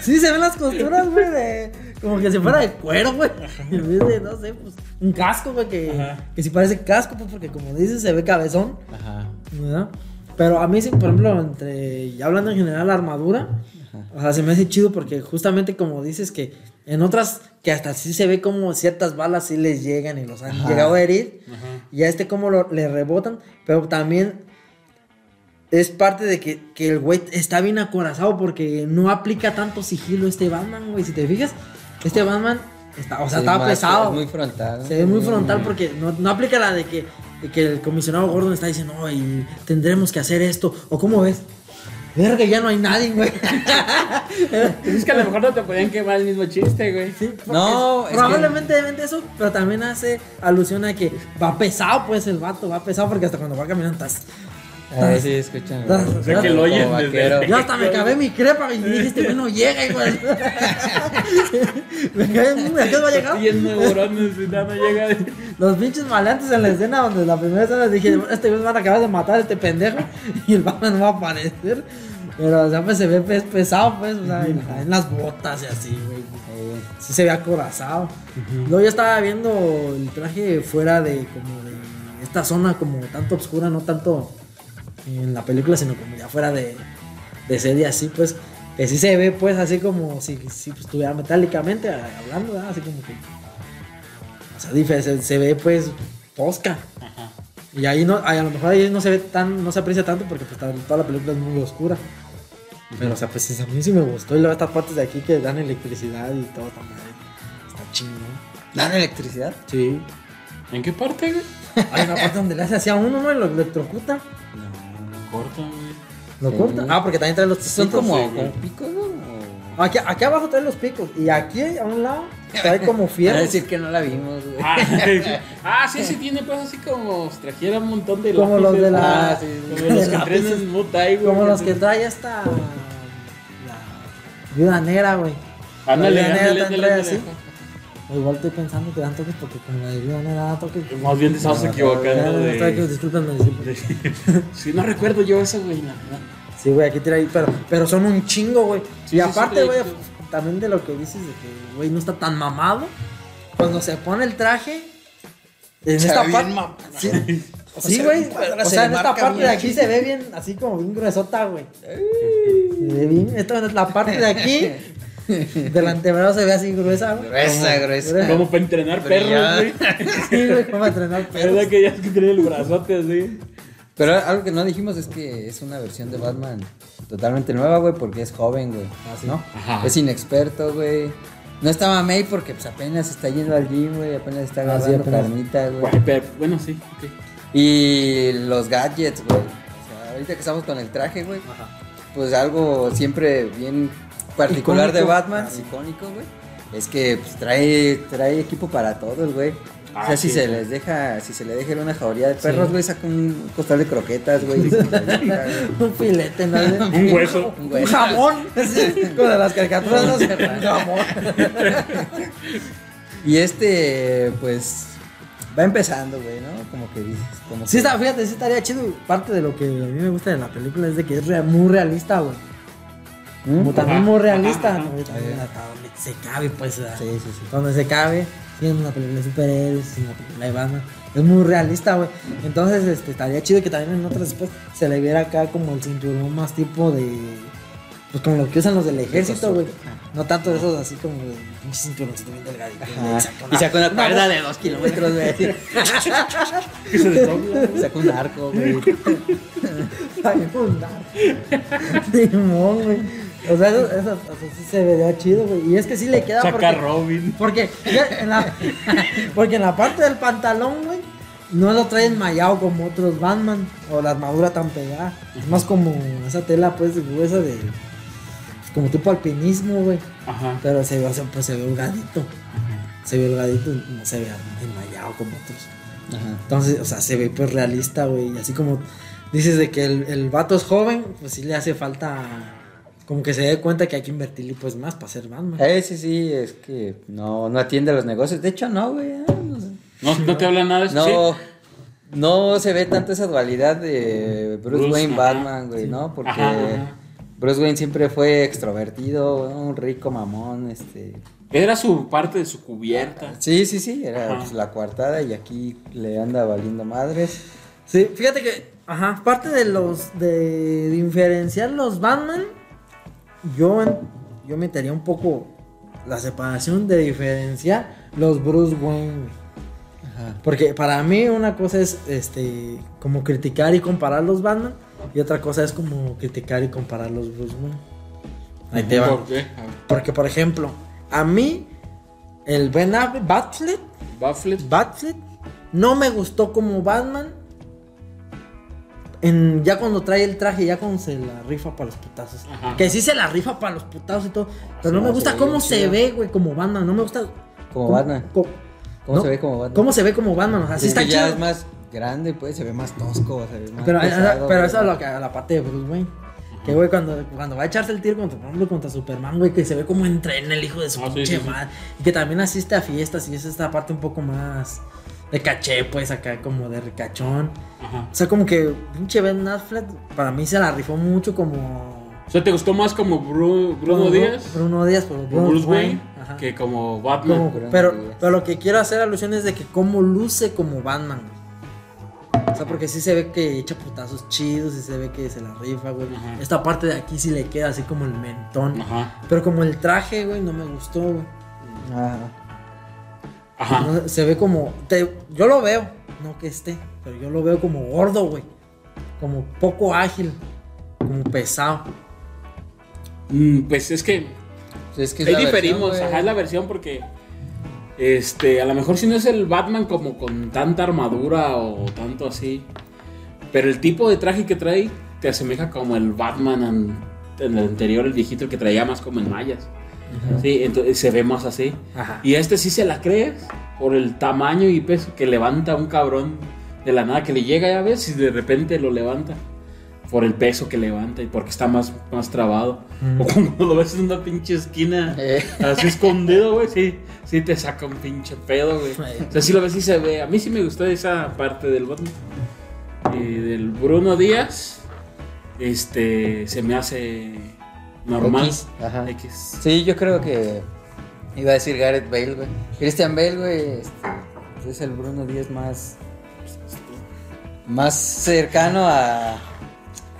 (laughs) sí, se ven las costuras, güey, de- como que si fuera de cuero, güey. En vez de, no sé, pues, un casco, güey, que, Ajá. que sí parece casco, pues, porque como dices, se ve cabezón, Ajá. ¿verdad? Pero a mí, sí, por ejemplo, entre, ya hablando en general, la armadura, o sea, se me hace chido porque justamente como dices que en otras, que hasta sí se ve como ciertas balas sí les llegan y los han Ajá. llegado a herir, Ajá. y a este como lo- le rebotan, pero también es parte de que, que el güey está bien acorazado porque no aplica tanto sigilo este Batman, güey, si te fijas, este Batman, está, o sea, Sí, estaba más, pesado. Es muy frontal. Se ve muy frontal porque no, no aplica la de que, de que el comisionado Gordon está diciendo, no, y tendremos que hacer esto. ¿O cómo ves? Verga, ya no hay nadie, güey. Pues Es que a lo mejor no te podían quemar el mismo chiste, güey. Sí, No, porque es probablemente deben eso, pero también hace alusión a que va pesado, pues el vato va pesado porque hasta cuando va caminando estás. A ver si escuchan. Estás- güey. O sea, que lo oyen Como desde- vaquero. Yo hasta me cabé mi crepa y dije, este güey no llega, güey. me cabé, ¿me acá va a llegar? Y en neurones y nada llega. Los pinches maleantes en la escena donde la primera escena dije, este güey van a acabar de matar a este pendejo (laughs) y el Batman no va a aparecer. Pero o sea, pues se ve pues, pesado, pues, o sea, en, en las botas y así, güey. Eh, Sí se ve acorazado. Luego yo estaba viendo el traje fuera de como de esta zona como tanto oscura, no tanto en la película, sino como ya fuera de, de serie así, pues. Que sí se ve, pues, así como si, si pues, estuviera metálicamente a- hablando, ¿verdad? Así como que... O sea, dife- se, se ve, pues, tosca. Y ahí no, ahí a lo mejor ahí no se ve tan, no se aprecia tanto porque pues, ta- toda la película es muy oscura. Pero, o sea, pues a mí sí me gustó. Y luego estas partes de aquí que dan electricidad y todo está madre. Está chingón. ¿Dan electricidad? Sí. ¿En qué parte, güey? Hay una parte donde le hace así a uno, ¿no? Y lo electrocuta. No. Corta, güey. Lo Sí. corta. Ah, porque también trae los Son picos. como, sí, como güey. picos, ¿no? O- Aquí, aquí abajo trae los picos. Y aquí a un lado trae como Van (laughs) a fierro. decir que no la vimos, güey. Ah, (laughs) ah, sí, sí, tiene pues así como si trajera un montón de Como (laughs) los lápices, de la- ah, sí, Como los de que lápices. entrenan en Muay, güey. Como los que trae esta. La viuda negra, güey. Ándale, La viuda negra ándale, también ándale, trae ándale. así. O igual estoy pensando que dan toques porque con la de viuda negra da toques. Más bien te estabas equivocando Ya, estoy aquí, de... Discúlpenme, discúlpenme. Sí, no recuerdo yo eso, güey, la verdad. Sí, güey, aquí tira ahí, pero, pero son un chingo, güey. Sí, y sí, sí, aparte, de güey, hecho. también de lo que dices de que, güey, no está tan mamado. Cuando se pone el traje, en Se esta ve parte. bien mamado. Sí, (laughs) O sí, sea, güey. cuadra, o se sea, le en esta marca parte de bien aquí se ve bien, así como bien gruesota, güey. Se ve bien. Esta es la parte (laughs) de aquí. Del antebrazo se ve así gruesa, güey. Gruesa, Como- gruesa. Como para entrenar perros, (laughs) Brillante. güey. Sí, güey, como a entrenar Es verdad perros. que ya es que tiene el brazote así. Pero algo que no dijimos es que es una versión de Batman totalmente nueva, güey, porque es joven, güey. Ah, ¿No? Ajá. Es inexperto, güey. No estaba May porque pues apenas está yendo al gym, güey, apenas está Ah, sí, agarrando apenas. carnita, güey. Güey, pero bueno, sí, ok. Y los gadgets, güey. O sea, ahorita que estamos con el traje, güey. Pues algo siempre bien particular de Icónico. Ah. Batman, icónico, güey. Es que pues, trae, trae equipo para todos, güey. o Ah, sea, si sí, se sí. les deja, si se le deja ir una jauría de perros, güey, saca un costal de croquetas, güey. (laughs) Un filete, ¿no? (laughs) Un hueso. Un Un (laughs) hueso. jamón. Con las caricaturas, no sé, un jamón. Y este, pues, va empezando, güey, ¿no? Como que dices, como Sí, que- está, fíjate, sí estaría chido. Parte de lo que a mí me gusta de la película es de que es re- muy realista, güey. ¿Mm? Como también Ajá, muy ajá, realista. ajá. güey, también hasta donde se cabe, pues. ¿verdad? Sí, sí, sí. Donde se cabe. Siendo una película de superhéroes, siendo una película de Batman. Es muy realista, güey. Entonces, este, estaría chido que también en otras después se le viera acá como el cinturón más tipo de. Pues como lo que usan los del ejército, güey. No tanto de esos así como de un cinturoncito bien delgadito. Ajá. güey, saca Y sacó una cuerda voz- de dos kilómetros, (laughs) güey. Que se desdobla. sacó un arco, güey. Ay, puta. (laughs) Simón, güey. O sea, eso, eso- o sea, sí se vería chido, güey. Y es que sí le queda Saca porque, Robin. porque ya en la (laughs) porque en la parte del pantalón, güey, no lo trae enmayado como otros Batman o la armadura tan pegada. Es más como esa tela pues gruesa de como tipo alpinismo, güey. Ajá. Pero se ve, o sea, pues se ve holgadito. Se ve holgadito, no se ve enmayado como otros. Ajá. Entonces, o sea, se ve pues realista, güey. Y así como dices de que el, el vato es joven, pues sí le hace falta como que se dé cuenta que hay que invertirle pues más para ser Batman. Eh, sí, sí, es que no, no atiende a los negocios. De hecho, no, güey. ah, No, sé. No, no te habla Pues nada de eso. no, no se ve tanto esa dualidad de Bruce, Bruce, Wayne ajá. Batman, güey, ¿no? Porque Ajá, ajá. Bruce Wayne siempre fue extrovertido, un rico mamón, este. sí. Era su parte de su cubierta. Sí, sí, sí, era Ajá. pues, la coartada y aquí le anda valiendo madres. Sí, fíjate que Ajá, parte de los. de diferenciar los Batman, yo, en- yo metería un poco la separación de diferenciar los Bruce Wayne. güey. Ajá. Porque para mí una cosa es este como criticar y comparar los Batman y otra cosa es como criticar y comparar los Bruce Wayne. Ahí te va. ¿Por qué? A ver. Porque por ejemplo, a mí el Ben Affleck, Batfleck, Bufflet. Batfleck, no me gustó como Batman. En, ya cuando trae el traje, ya cuando se la rifa para los putazos. Ajá. Que sí se la rifa para los putazos y todo. Pero no me No, se gusta ve cómo bien se chido. ve, güey, como Batman. No me gusta. Como cómo- Batman. co- ¿Cómo no, se ve como Batman? ¿Cómo se ve como Batman? O sea, sí Es está que ya chido. es más grande, pues, se ve más tosco, se ve más Pero, eh, pero pesado, güey. eso es lo que, a la parte de Bruce Wayne. Que, güey, cuando, cuando va a echarse el tiro contra, por ejemplo, contra Superman, güey, que se ve como entrena el hijo de su Ah, sí, pinche sí, sí. madre. Y que también asiste a fiestas y es esta parte un poco más de caché, pues, acá como de ricachón. Ajá. O sea, como que pinche Ben Affleck para mí se la rifó mucho como... O sea, ¿te gustó más como Bru- Bruno como Díaz? Bruno Díaz, por Como Bruce Wayne. Ajá. Que como Como- Batman. Bruno pero, Díaz. pero lo que quiero hacer alusión es de que cómo luce como Batman, güey. O sea, porque sí se ve que echa putazos chidos y se ve que se la rifa, güey. Ajá. Esta parte de aquí sí le queda así como el mentón. Ajá. Pero como el traje, güey, no me gustó, güey. Ajá. Ajá. No, se ve como. te- yo lo veo, no que esté, pero yo lo veo como gordo, güey. Como poco ágil, como pesado. Mm, pues es que Pues Es que es ahí la versión, diferimos. güey. Ajá, es la versión porque. Este, a lo mejor si no es el Batman como con tanta armadura o tanto así. Pero el tipo de traje que trae te asemeja como el Batman an- en, el anterior, el viejito, el que traía más como en mallas. Sí, entonces se ve más así. Ajá. Y a este sí se la crees por el tamaño y peso que levanta un cabrón de la nada que le llega, ya ves, y de repente lo levanta. Por el peso que levanta y porque está más, más trabado. (laughs) Mm. O cuando lo ves en una pinche esquina, Eh. así escondido, güey, sí, sí te saca un pinche pedo, güey. Ay. O sea, sí lo ves y se ve. A mí sí me gustó esa parte del Batman. Y del Bruno Díaz, este, se me hace normal. X, ajá. X. Sí, yo creo que iba a decir Gareth Bale, güey. Christian Bale, güey, este, es el Bruno Díaz más más cercano a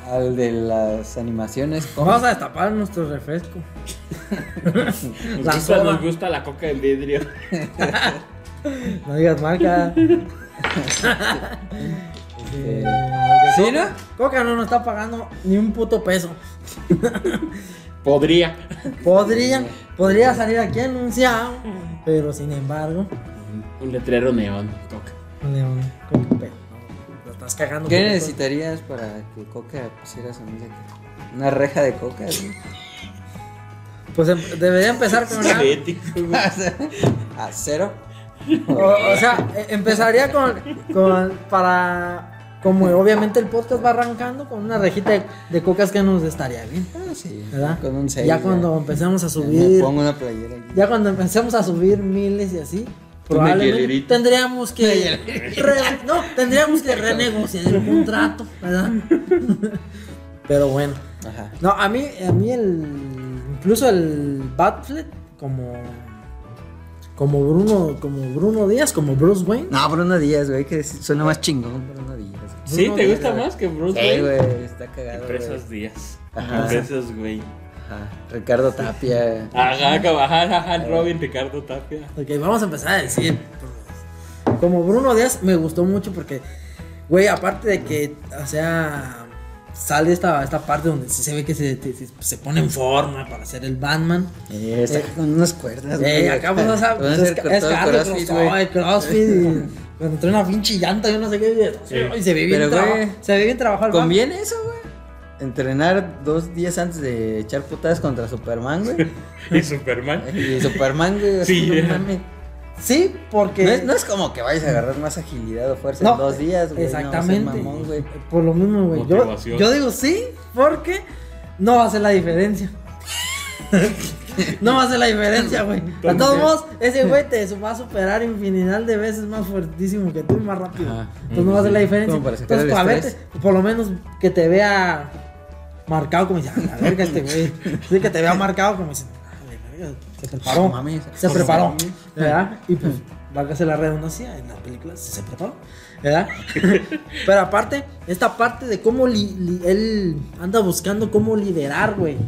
al de las animaciones. ¿Cómo? Vamos a destapar nuestro refresco. Nos La gusta, soda. nos gusta la coca del vidrio. No digas marca. Este, ¿Sí, ¿Sí, no? no? Eh, Coca no nos está pagando ni un puto peso. Podría. Podría, podría salir aquí anunciado, pero sin embargo, Un letrero neón, coca. León, con tu pedo. Lo estás cagando. ¿Qué por eso. necesitarías para que Coca pusieras un una reja de Coca? (laughs) güey? Pues em- debería empezar con una. Diabético, güey. Ah, a cero. O, o sea, e- empezaría con, con- Para. Como obviamente el podcast va arrancando con una rejita de, de cocas que nos estaría bien, Ah, sí, ¿verdad? Con un seis. ya güey. cuando empezamos a Me subir. pongo una playera. aquí. Ya cuando empecemos a subir miles y así, probablemente hielerita. tendríamos que re- no, tendríamos que renegociar el contrato, ¿verdad? Pero bueno, Ajá. no, a mí a mí el incluso el Batfleck como como Bruno, como Bruno Díaz, como Bruce Wayne. No, Bruno Díaz, güey, que suena más chingón Bruno Díaz. güey. Sí, Bruno ¿te Díaz, gusta güey. más que Bruce Sí, Wayne? güey, está cagado. Empresas güey. Díaz. Ajá. Empresas, güey. Ajá. Ricardo Tapia. Ajá, ajá, ajá, el Robin Ricardo Tapia. Ok, vamos a empezar a decir. Como Bruno Díaz me gustó mucho porque, güey, aparte de que, o sea, sale esta, esta parte donde sí se ve que se, se- se pone en forma para ser el Batman. Eh, está con unas cuerdas, Güey, acá pues, o sea, Van a pues, hacer es, con es todo Carlos CrossFit, Cross- güey. ay, CrossFit. y cuando trae una pinche llanta, yo no sé qué. y- Y se ve bien, Pero, traba- güey, se ve bien trabajado el Batman. ¿Conviene eso, güey? Entrenar dos días antes de echar putadas contra (laughs) Superman, güey. (laughs) Y Superman. y Superman, güey. Sí, no ya. mames. Sí, porque. No es, no es como que vayas a agarrar más agilidad o fuerza No, en dos días, güey. no, Exactamente. seas mamón, güey. Por lo mismo, güey. Yo, Motivación. yo digo sí, porque no va a hacer la diferencia. no va a hacer la diferencia, güey. De todos modos, ese güey te su- va a superar infinidad de veces más fuertísimo que tú y más rápido. Ajá. Entonces no va a hacer la diferencia. Como para sacar Entonces, pues, el a estrés. verte, por lo menos que te vea marcado como dice, "A la verga este güey. Sí, que te vea marcado como dice, "A la verga, se No preparó. mames. Se preparó, ¿verdad? Y pues válgase la redundancia, en la película sí se preparó, ¿verdad? (laughs) Pero aparte, esta parte de cómo li- li- él anda buscando cómo liberar, güey,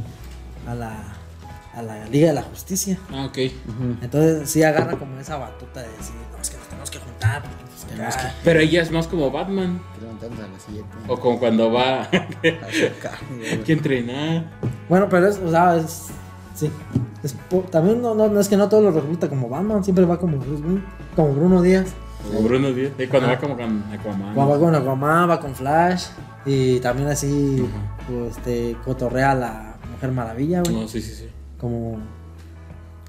a la, a la Liga de la Justicia. Ah, ok. Entonces sí agarra como esa batuta de decir, no, es que nos tenemos que juntar, porque pues, tenemos que... Pero ella es más como Batman. Levantamos a las 7. O como cuando va (laughs) Acá, (laughs) güey. que entrenar. Bueno, pero es, o sea, es, sí. Es po- también no, no, no es que no todo lo recluta como Batman, siempre va como Bruce Wayne, como Bruno Díaz. Como Bruno Díaz. Eh, cuando va como con Aquaman. Va, va con Aquaman, va con Flash y también así Ajá. pues, este, cotorrea a la Mujer Maravilla, güey. No, sí, sí, sí. Como,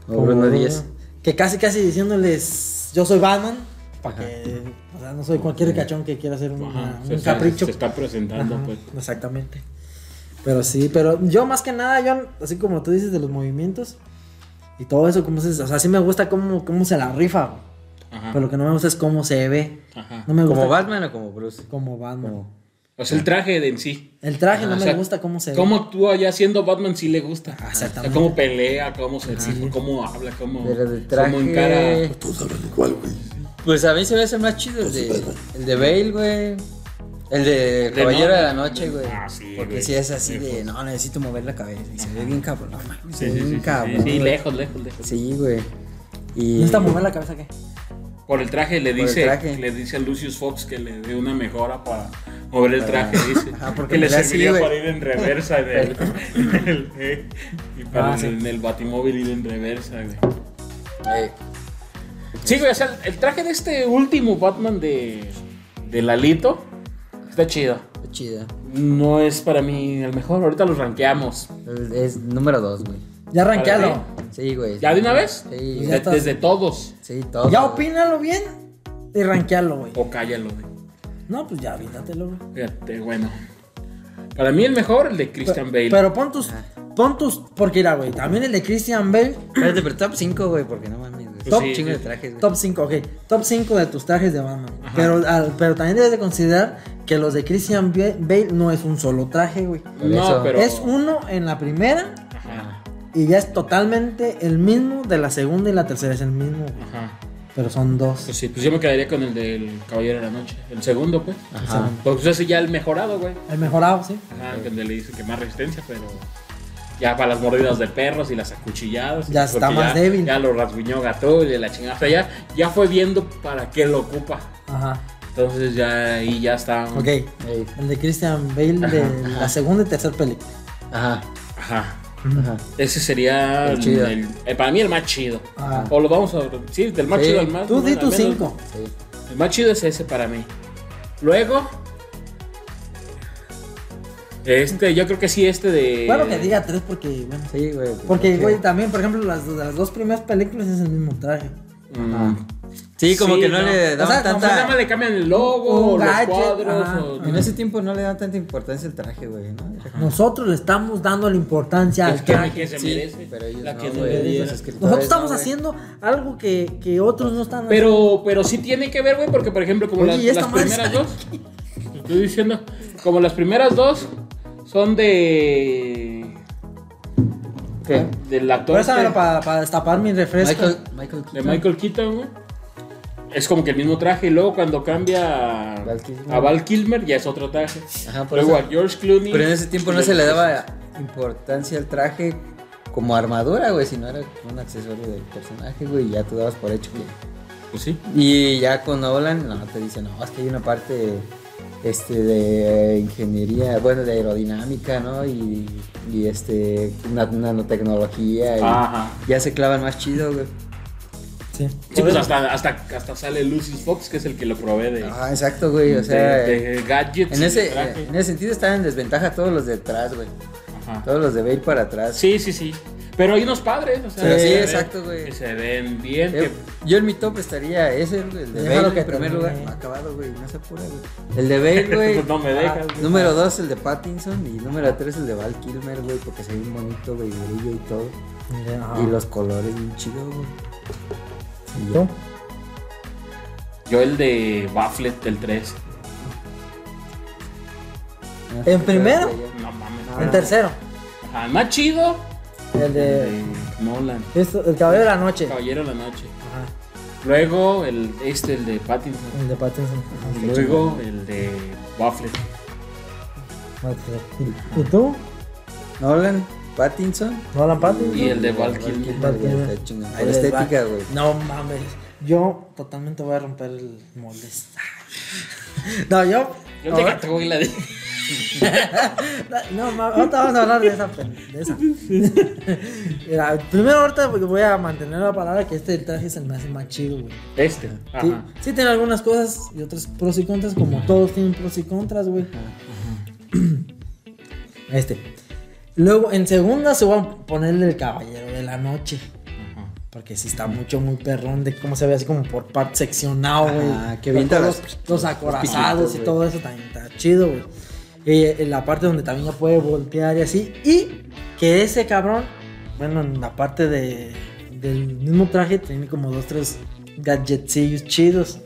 O como Bruno Díaz. Que casi casi diciéndoles yo soy Batman, para Ajá. que o sea, no soy cualquier cachón que quiera hacer una- Ajá. se un está- capricho. Se está presentando, Ajá, pues. Exactamente. Pero sí, pero yo más que nada, yo, así como tú dices de los movimientos y todo eso, como se, o sea, sí me gusta cómo, cómo se la rifa, güey. Ajá. pero lo que no me gusta es cómo se ve. Ajá. No me gusta ¿Como Batman o como Bruce? como Batman. O sea, el traje de en sí. El traje Ajá, no o me sea, gusta cómo se ve. Cómo actúa ya siendo Batman sí le gusta. Ah, O sea, exactamente. cómo pelea, cómo se rifa, cómo habla, cómo, Pero de cómo encara. traje. Pues a mí se me hace más chido el de, el de Bale, güey. El de Caballero de la Noche, güey. Ah, sí, Porque güey. si es así de, no, necesito mover la cabeza. Y se ve bien cabrón. No, mames, se Sí, ve sí, sí, bien sí, cabrón. sí, sí, güey. lejos, lejos, lejos. Sí, güey. Y... ¿No está mover la cabeza qué? Por el traje le Por el dice, traje. le dice a Lucius Fox que le dé una mejora para mover el Para- traje, (laughs) dice. Ajá, porque que le le da así, serviría güey. para ir en reversa (laughs) en el, en el- eh, y para Ah, sí. en, el batimóvil ir en reversa, güey. Ey, Sí, güey, o sea, el traje de este último Batman de, de Lalito está chido. está chida. No es para mí el mejor, ahorita los rankeamos. El- Es número dos, güey. Ya Para rankealo. ti. Sí, güey. ¿Ya de una vez? Sí, Pues güey. ya De- estás. desde todos. Sí, todo. Ya güey. opínalo bien y rankealo, güey. O Oh, cállalo, güey. No, pues ya avíntatelo, güey. Fíjate, bueno. Para mí el mejor, el de Christian Bale. Pero pon tus, pon tus, porque mira, güey, también el de Christian Bale Espérate, pero top 5, güey, porque no mames, güey. Top- Top chingo sí, de trajes, güey. Top 5, ok. Top 5 de tus trajes de Batman. Pero, al- pero también debes de considerar que los de Christian Ba- Bale no es un solo traje, güey. Por no, eso. pero. Es uno en la primera Ajá, y ya es totalmente el mismo de la segunda y la tercera es el mismo, güey. ajá. Pero son dos. Pues sí, pues yo me quedaría con el del Caballero de la Noche. El segundo, pues. Ajá. Porque pues ese ya el mejorado, güey. El mejorado, sí. Ajá, donde le dice que más resistencia, pero. Ya para las mordidas de perros y las acuchilladas. Ya porque está más débil. Ya lo rasguñó Gato y de la chingada. O sea, ya, ya fue viendo para qué lo ocupa. Ajá. Entonces ya ahí ya está. Ok. Ey, El de Christian Bale de Ajá, la segunda y tercera película. Ajá, Ajá. ajá. Ese sería El el, chido. el- para mí el más chido. Ajá. O lo vamos a. Sí, del más Sí. chido al más. Ah. Tú di al tus menos. 5. Sí. El más chido es ese para mí. Luego. Este, yo creo que sí, este de. Bueno, que diga tres porque, bueno. Sí, güey. Porque, sí. güey, también, por ejemplo, las, de las dos primeras películas es el mismo traje. Mm. Ajá. Sí, como Sí, que no, no. le O sea, daban como Pues nada tanta. más le cambian el logo, Ah, Un los gadget, cuadros. ajá. o- En ese tiempo no le daban tanta importancia al traje, güey, ¿no? Nosotros le estamos dando la importancia Es al que, traje. que se Sí, merece. pero ellos la no, que no güey, le ellos dieron. es que- Nosotros estamos No, güey. haciendo algo que, que otros no están haciendo. Pero, pero sí tiene que ver, güey, porque por ejemplo, como Oye, las, ¿y esta las madre primeras dos, te estoy diciendo, como las primeras dos son de. ¿Qué? Del actor. Pero esa este, era para, para destapar mi refresco. Michael, Michael de Keaton. Michael Keaton, güey. Es como que el mismo traje. Y luego cuando cambia a- Val Kilmer. a Val Kilmer, ya es otro traje. Ajá, por Luego eso. a George Clooney. Pero en ese tiempo no se le daba importancia al traje como armadura, güey, sino era un accesorio del personaje, güey, y ya tú dabas por hecho, güey. Pues sí. Y ya con Nolan, no, te dicen, no, es que hay una parte este, de ingeniería, bueno, de aerodinámica, ¿no? Y, y este, na- nanotecnología, y Ajá. ya se clavan más chido, güey. Sí. Sí, pues hasta, hasta, hasta sale Lucius Fox, que es el que lo provee de, Ah, exacto, güey, o de- sea, eh, de gadgets. y en, de ese, trajes. en ese sentido están en desventaja todos los de atrás, güey, Ajá. todos los de Bale para atrás. Sí, sí, sí. Pero hay unos padres, o sea, Sí, que sí, se ven- exacto, güey. Que se ven bien. Yo, que- yo en mi top estaría ese, güey, el de Déjalo Bale en que primer termine. lugar. No, acabado, güey, no se apura, güey. El de Bale, güey. Pues (laughs) no me dejas, güey. Número dos, el de Pattinson. Y número tres, el de Val Kilmer, güey, porque se ve bien bonito, güey, brillo y todo. Ajá. ah. Y los colores bien chidos, güey. Y ya. Ah. Ah, ¿Tú? Yo el de Bafflet del 3. Ah, ¿En sí, primero? güey, ya. No mames. Ah. El tercero. Ajá, el más chido. El de. Eh. de Nolan. esto, el cabello de la noche. Caballero de la Noche. Ajá. Luego el, este, el de Pattinson. El de Pattinson. Y luego el de Waffle. pues, ¿Y y tú? Nolan, Pattinson. ¿Nolan Pattinson? Y el de Val Kilmer. Val Kilmer. Está chingón. Ahí La les va. estética, güey. No mames. Yo totalmente voy a romper el molde. (laughs) No, yo. Yo te gato, güey, la de. No, ma- ahorita vamos a hablar de esa. pen- De esa. Mira, primero, ahorita voy a mantener la palabra que este traje se me hace más chido, güey. Este. Sí, Ajá. sí tiene algunas cosas y otras pros y contras, como todos tienen pros y contras, güey. (clears throat) Este. Luego, en segunda se va a ponerle el caballero de la noche. Porque sí está mucho, muy perrón de cómo se ve así como por parte seccionado, güey. Ah, que avienta Con los- los, los los acorazados piquitos, y güey. todo eso también está chido, güey. Y eh, la parte donde también ya puede voltear y así. Y que ese cabrón, bueno, en la parte de, del mismo traje tiene como dos, tres gadgetcillos chidos.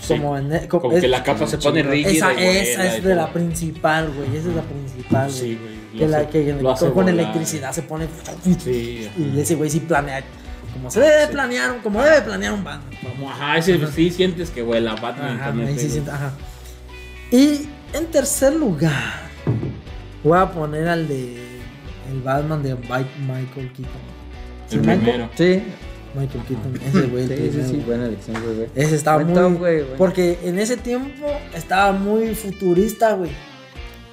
Sí. Como en... e- co- Como es- que la capa se pone esa, rígida. y vuela esa y es de la todo. principal, güey. Esa es la principal, güey. Sí, güey. Ah, Que lo la hace- que lo hace con, volar. electricidad se pone. Sí. ajá. Y ese güey sí planea. Como se debe planear, como debe planear un bando. Como, ajá, ese sí sientes que huele a Batman Ajá, también. ahí sí güey. siento- ajá. Y en tercer lugar, voy a poner al de. El Batman de Mike- Michael Keaton. ¿Sí, El Michael? primero. Sí. Michael Keaton, ese güey. el Sí, sí, primero, sí. güey. Buena elección, güey, güey. Ese estaba Buen muy. top, güey, güey. Porque en ese tiempo estaba muy futurista, güey.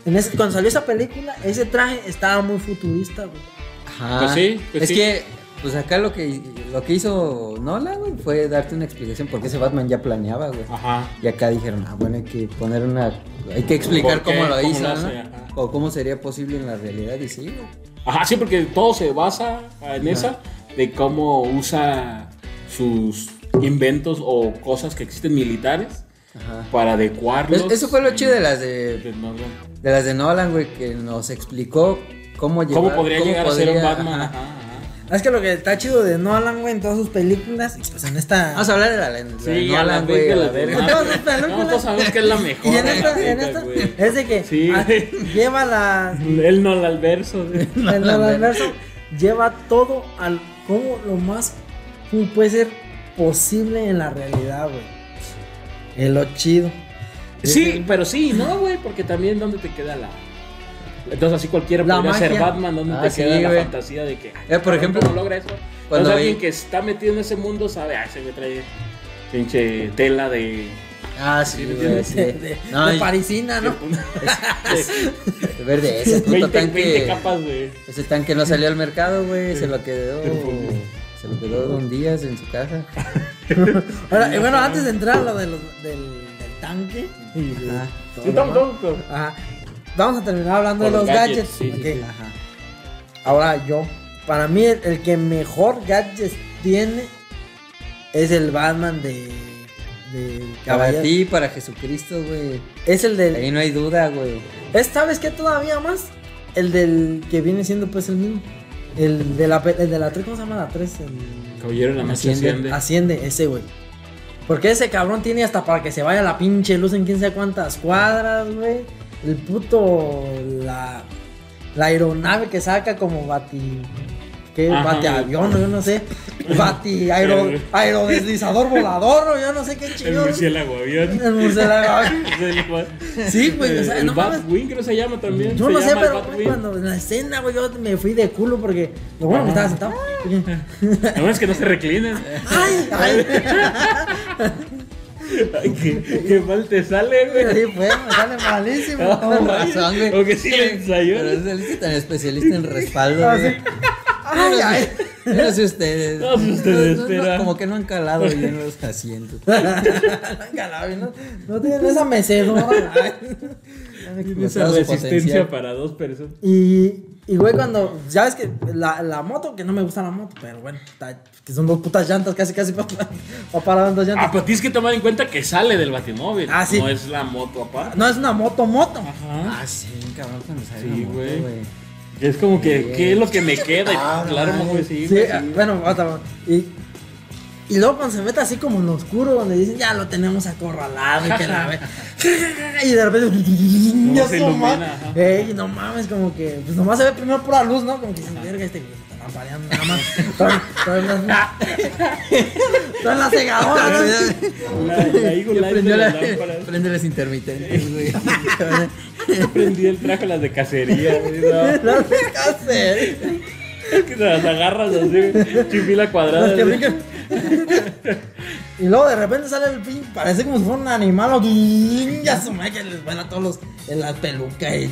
En ese, cuando salió esa película, ese traje estaba muy futurista, güey. Ajá. Pues sí, pues es sí. que, pues acá lo que, lo que hizo Nolan, güey, fue darte una explicación porque ese Batman ya planeaba, güey. Ajá. Y acá dijeron, ah, bueno, hay que poner una. Hay que explicar ¿Por qué? cómo lo ¿Cómo hizo, lo ¿no? hace? Ajá. O cómo sería posible en la realidad, y sí, güey. Ajá, sí, porque todo se basa en esa de cómo usa sus inventos o cosas que existen militares Ajá. para adecuarlos. Es- Pues eso fue lo chido de las de, De Nolan. de las de Nolan, güey, que nos explicó cómo llegar. ¿Cómo podría llegar a ser un podría- Batman? ajá. Ajá, ajá. Es que lo que está chido de Nolan, güey, en todas sus películas, y pues en esta. Vamos a hablar de la, de Sí, a la Nolan, güey. verga, a la la verga. (laughs) verga. Todas las películas. No, todos sabemos que es la mejor. y en esta, la en neta, esta güey. es de que Sí. ah, lleva la. (laughs) El Nolan verso. güey. el Nolan verso lleva todo al. como lo más pu- puede ser posible en la realidad, güey. Es lo chido. Eh, Sí, pero sí, ¿no, güey? Porque también, ¿dónde te queda la...? Entonces, así cualquiera La podría ser magia. Batman. ¿Dónde Ah, te sí, queda la güey. fantasía de que... Eh, por ejemplo, ¿Cómo logra eso? cuando Cuando vi- alguien que está metido en ese mundo sabe, ah, se me trae pinche tela de... Ah, sí, Sí, güey. De, sí. de- No, de y- parisina, Ah, ¿no? (laughs) de verde, ese puto 20, tanque. 20 capas de... Ese tanque no salió al mercado, güey. Se lo quedó. Se lo quedó Don Díaz en su casa. Ahora, eh, bueno, antes de entrar a lo de los- del, del tanque. y de Ajá. todo lo Sí, estamos- demás, estamos- pero- ajá, Vamos a terminar hablando Por de los los gadgets. gadgets, sí, sí, ok. sí. Ajá. Ahora yo, para mí el, el que mejor gadgets tiene es el Batman de, de Para Caballero. ti, para Jesucristo, güey. Es el del... Ahí no hay duda, güey. Es, ¿Sabes qué todavía más? El del que viene siendo pues el mismo. El de la, pe- el de la 3, ¿cómo se llama la 3? El... Caballero de la noche Asciende, asciende. Asciende, ese güey. Porque ese cabrón tiene hasta para que se vaya la pinche luz en quién sabe cuántas cuadras, güey. El puto... La, la aeronave que saca como bati... ¿Qué? Ajá. Bateavión, yo no (laughs) sé. Bati... Aero, El- aerodeslizador volador, o yo no sé qué El chingón. murciélago avión. El murciélago. Sí, güey, o sea, pues, El no mames. Batwing creo que se llama también. Yo se no sé, llama el pero güey, Batwing. cuando en la escena, güey, yo me fui de culo porque lo bueno que estaba sentado. (laughs) Lo bueno es que no se reclinen. ¡Ay! ¡Ay! Ay, qué, qué mal te sale, güey. Sí, pues, me sale malísimo. No, Con No, razón, güey. O que sí le ensayó. Pero es el que tan especialista en respaldo, güey. Ah, ¡Ay, ay! Yo No sé ustedes. No sé ustedes, espera. como que no han calado (laughs) bien los asientos. (laughs) Calabi, ¿no? No tienen esa mecedora. (laughs) güey. Tiene pues, esa Explotado su resistencia potencial. para dos personas. Y, y, güey, cuando, ya ves que la, la moto, que no me gusta la moto, pero bueno, está- que son dos putas llantas, casi, casi, para parar dos Ah, llantas. pues tienes que tomar en cuenta que sale del batimóvil. Ah, sí. No es la moto aparte. No es una moto, moto. Ah, sí, bien cabrón cuando sale Sí, la moto, güey. Es como que, ¿qué es lo que me queda? Y claro, güey, sí. Ah, Sí, güey, ah, sí. bueno, otra, y, y luego cuando se mete así como en lo oscuro, donde dicen, ya lo tenemos acorralado y que (laughs) la ve. (laughs) y de repente, ya se su ma- ilumina, ajá. Ey, no mames, como que, pues nomás se ve primero pura luz, ¿no? Como que se verga este güey. está tambaleando nada (laughs) más. Traen, traen las, (laughs) traen las cegadoras. ¿no? La, la Eagle Light de Prendió las la- lámparas. prende los intermitentes, güey. (laughs) Prendí el traje las de cacería, güey, no. (laughs) Las de hacer. Es que te las agarras así, güey, chifila cuadrada. Las que así. brincan. Y luego de repente sale el pin, parece como si fuera un animal. o- Ya su madre que les vuela a todos los en la peluca y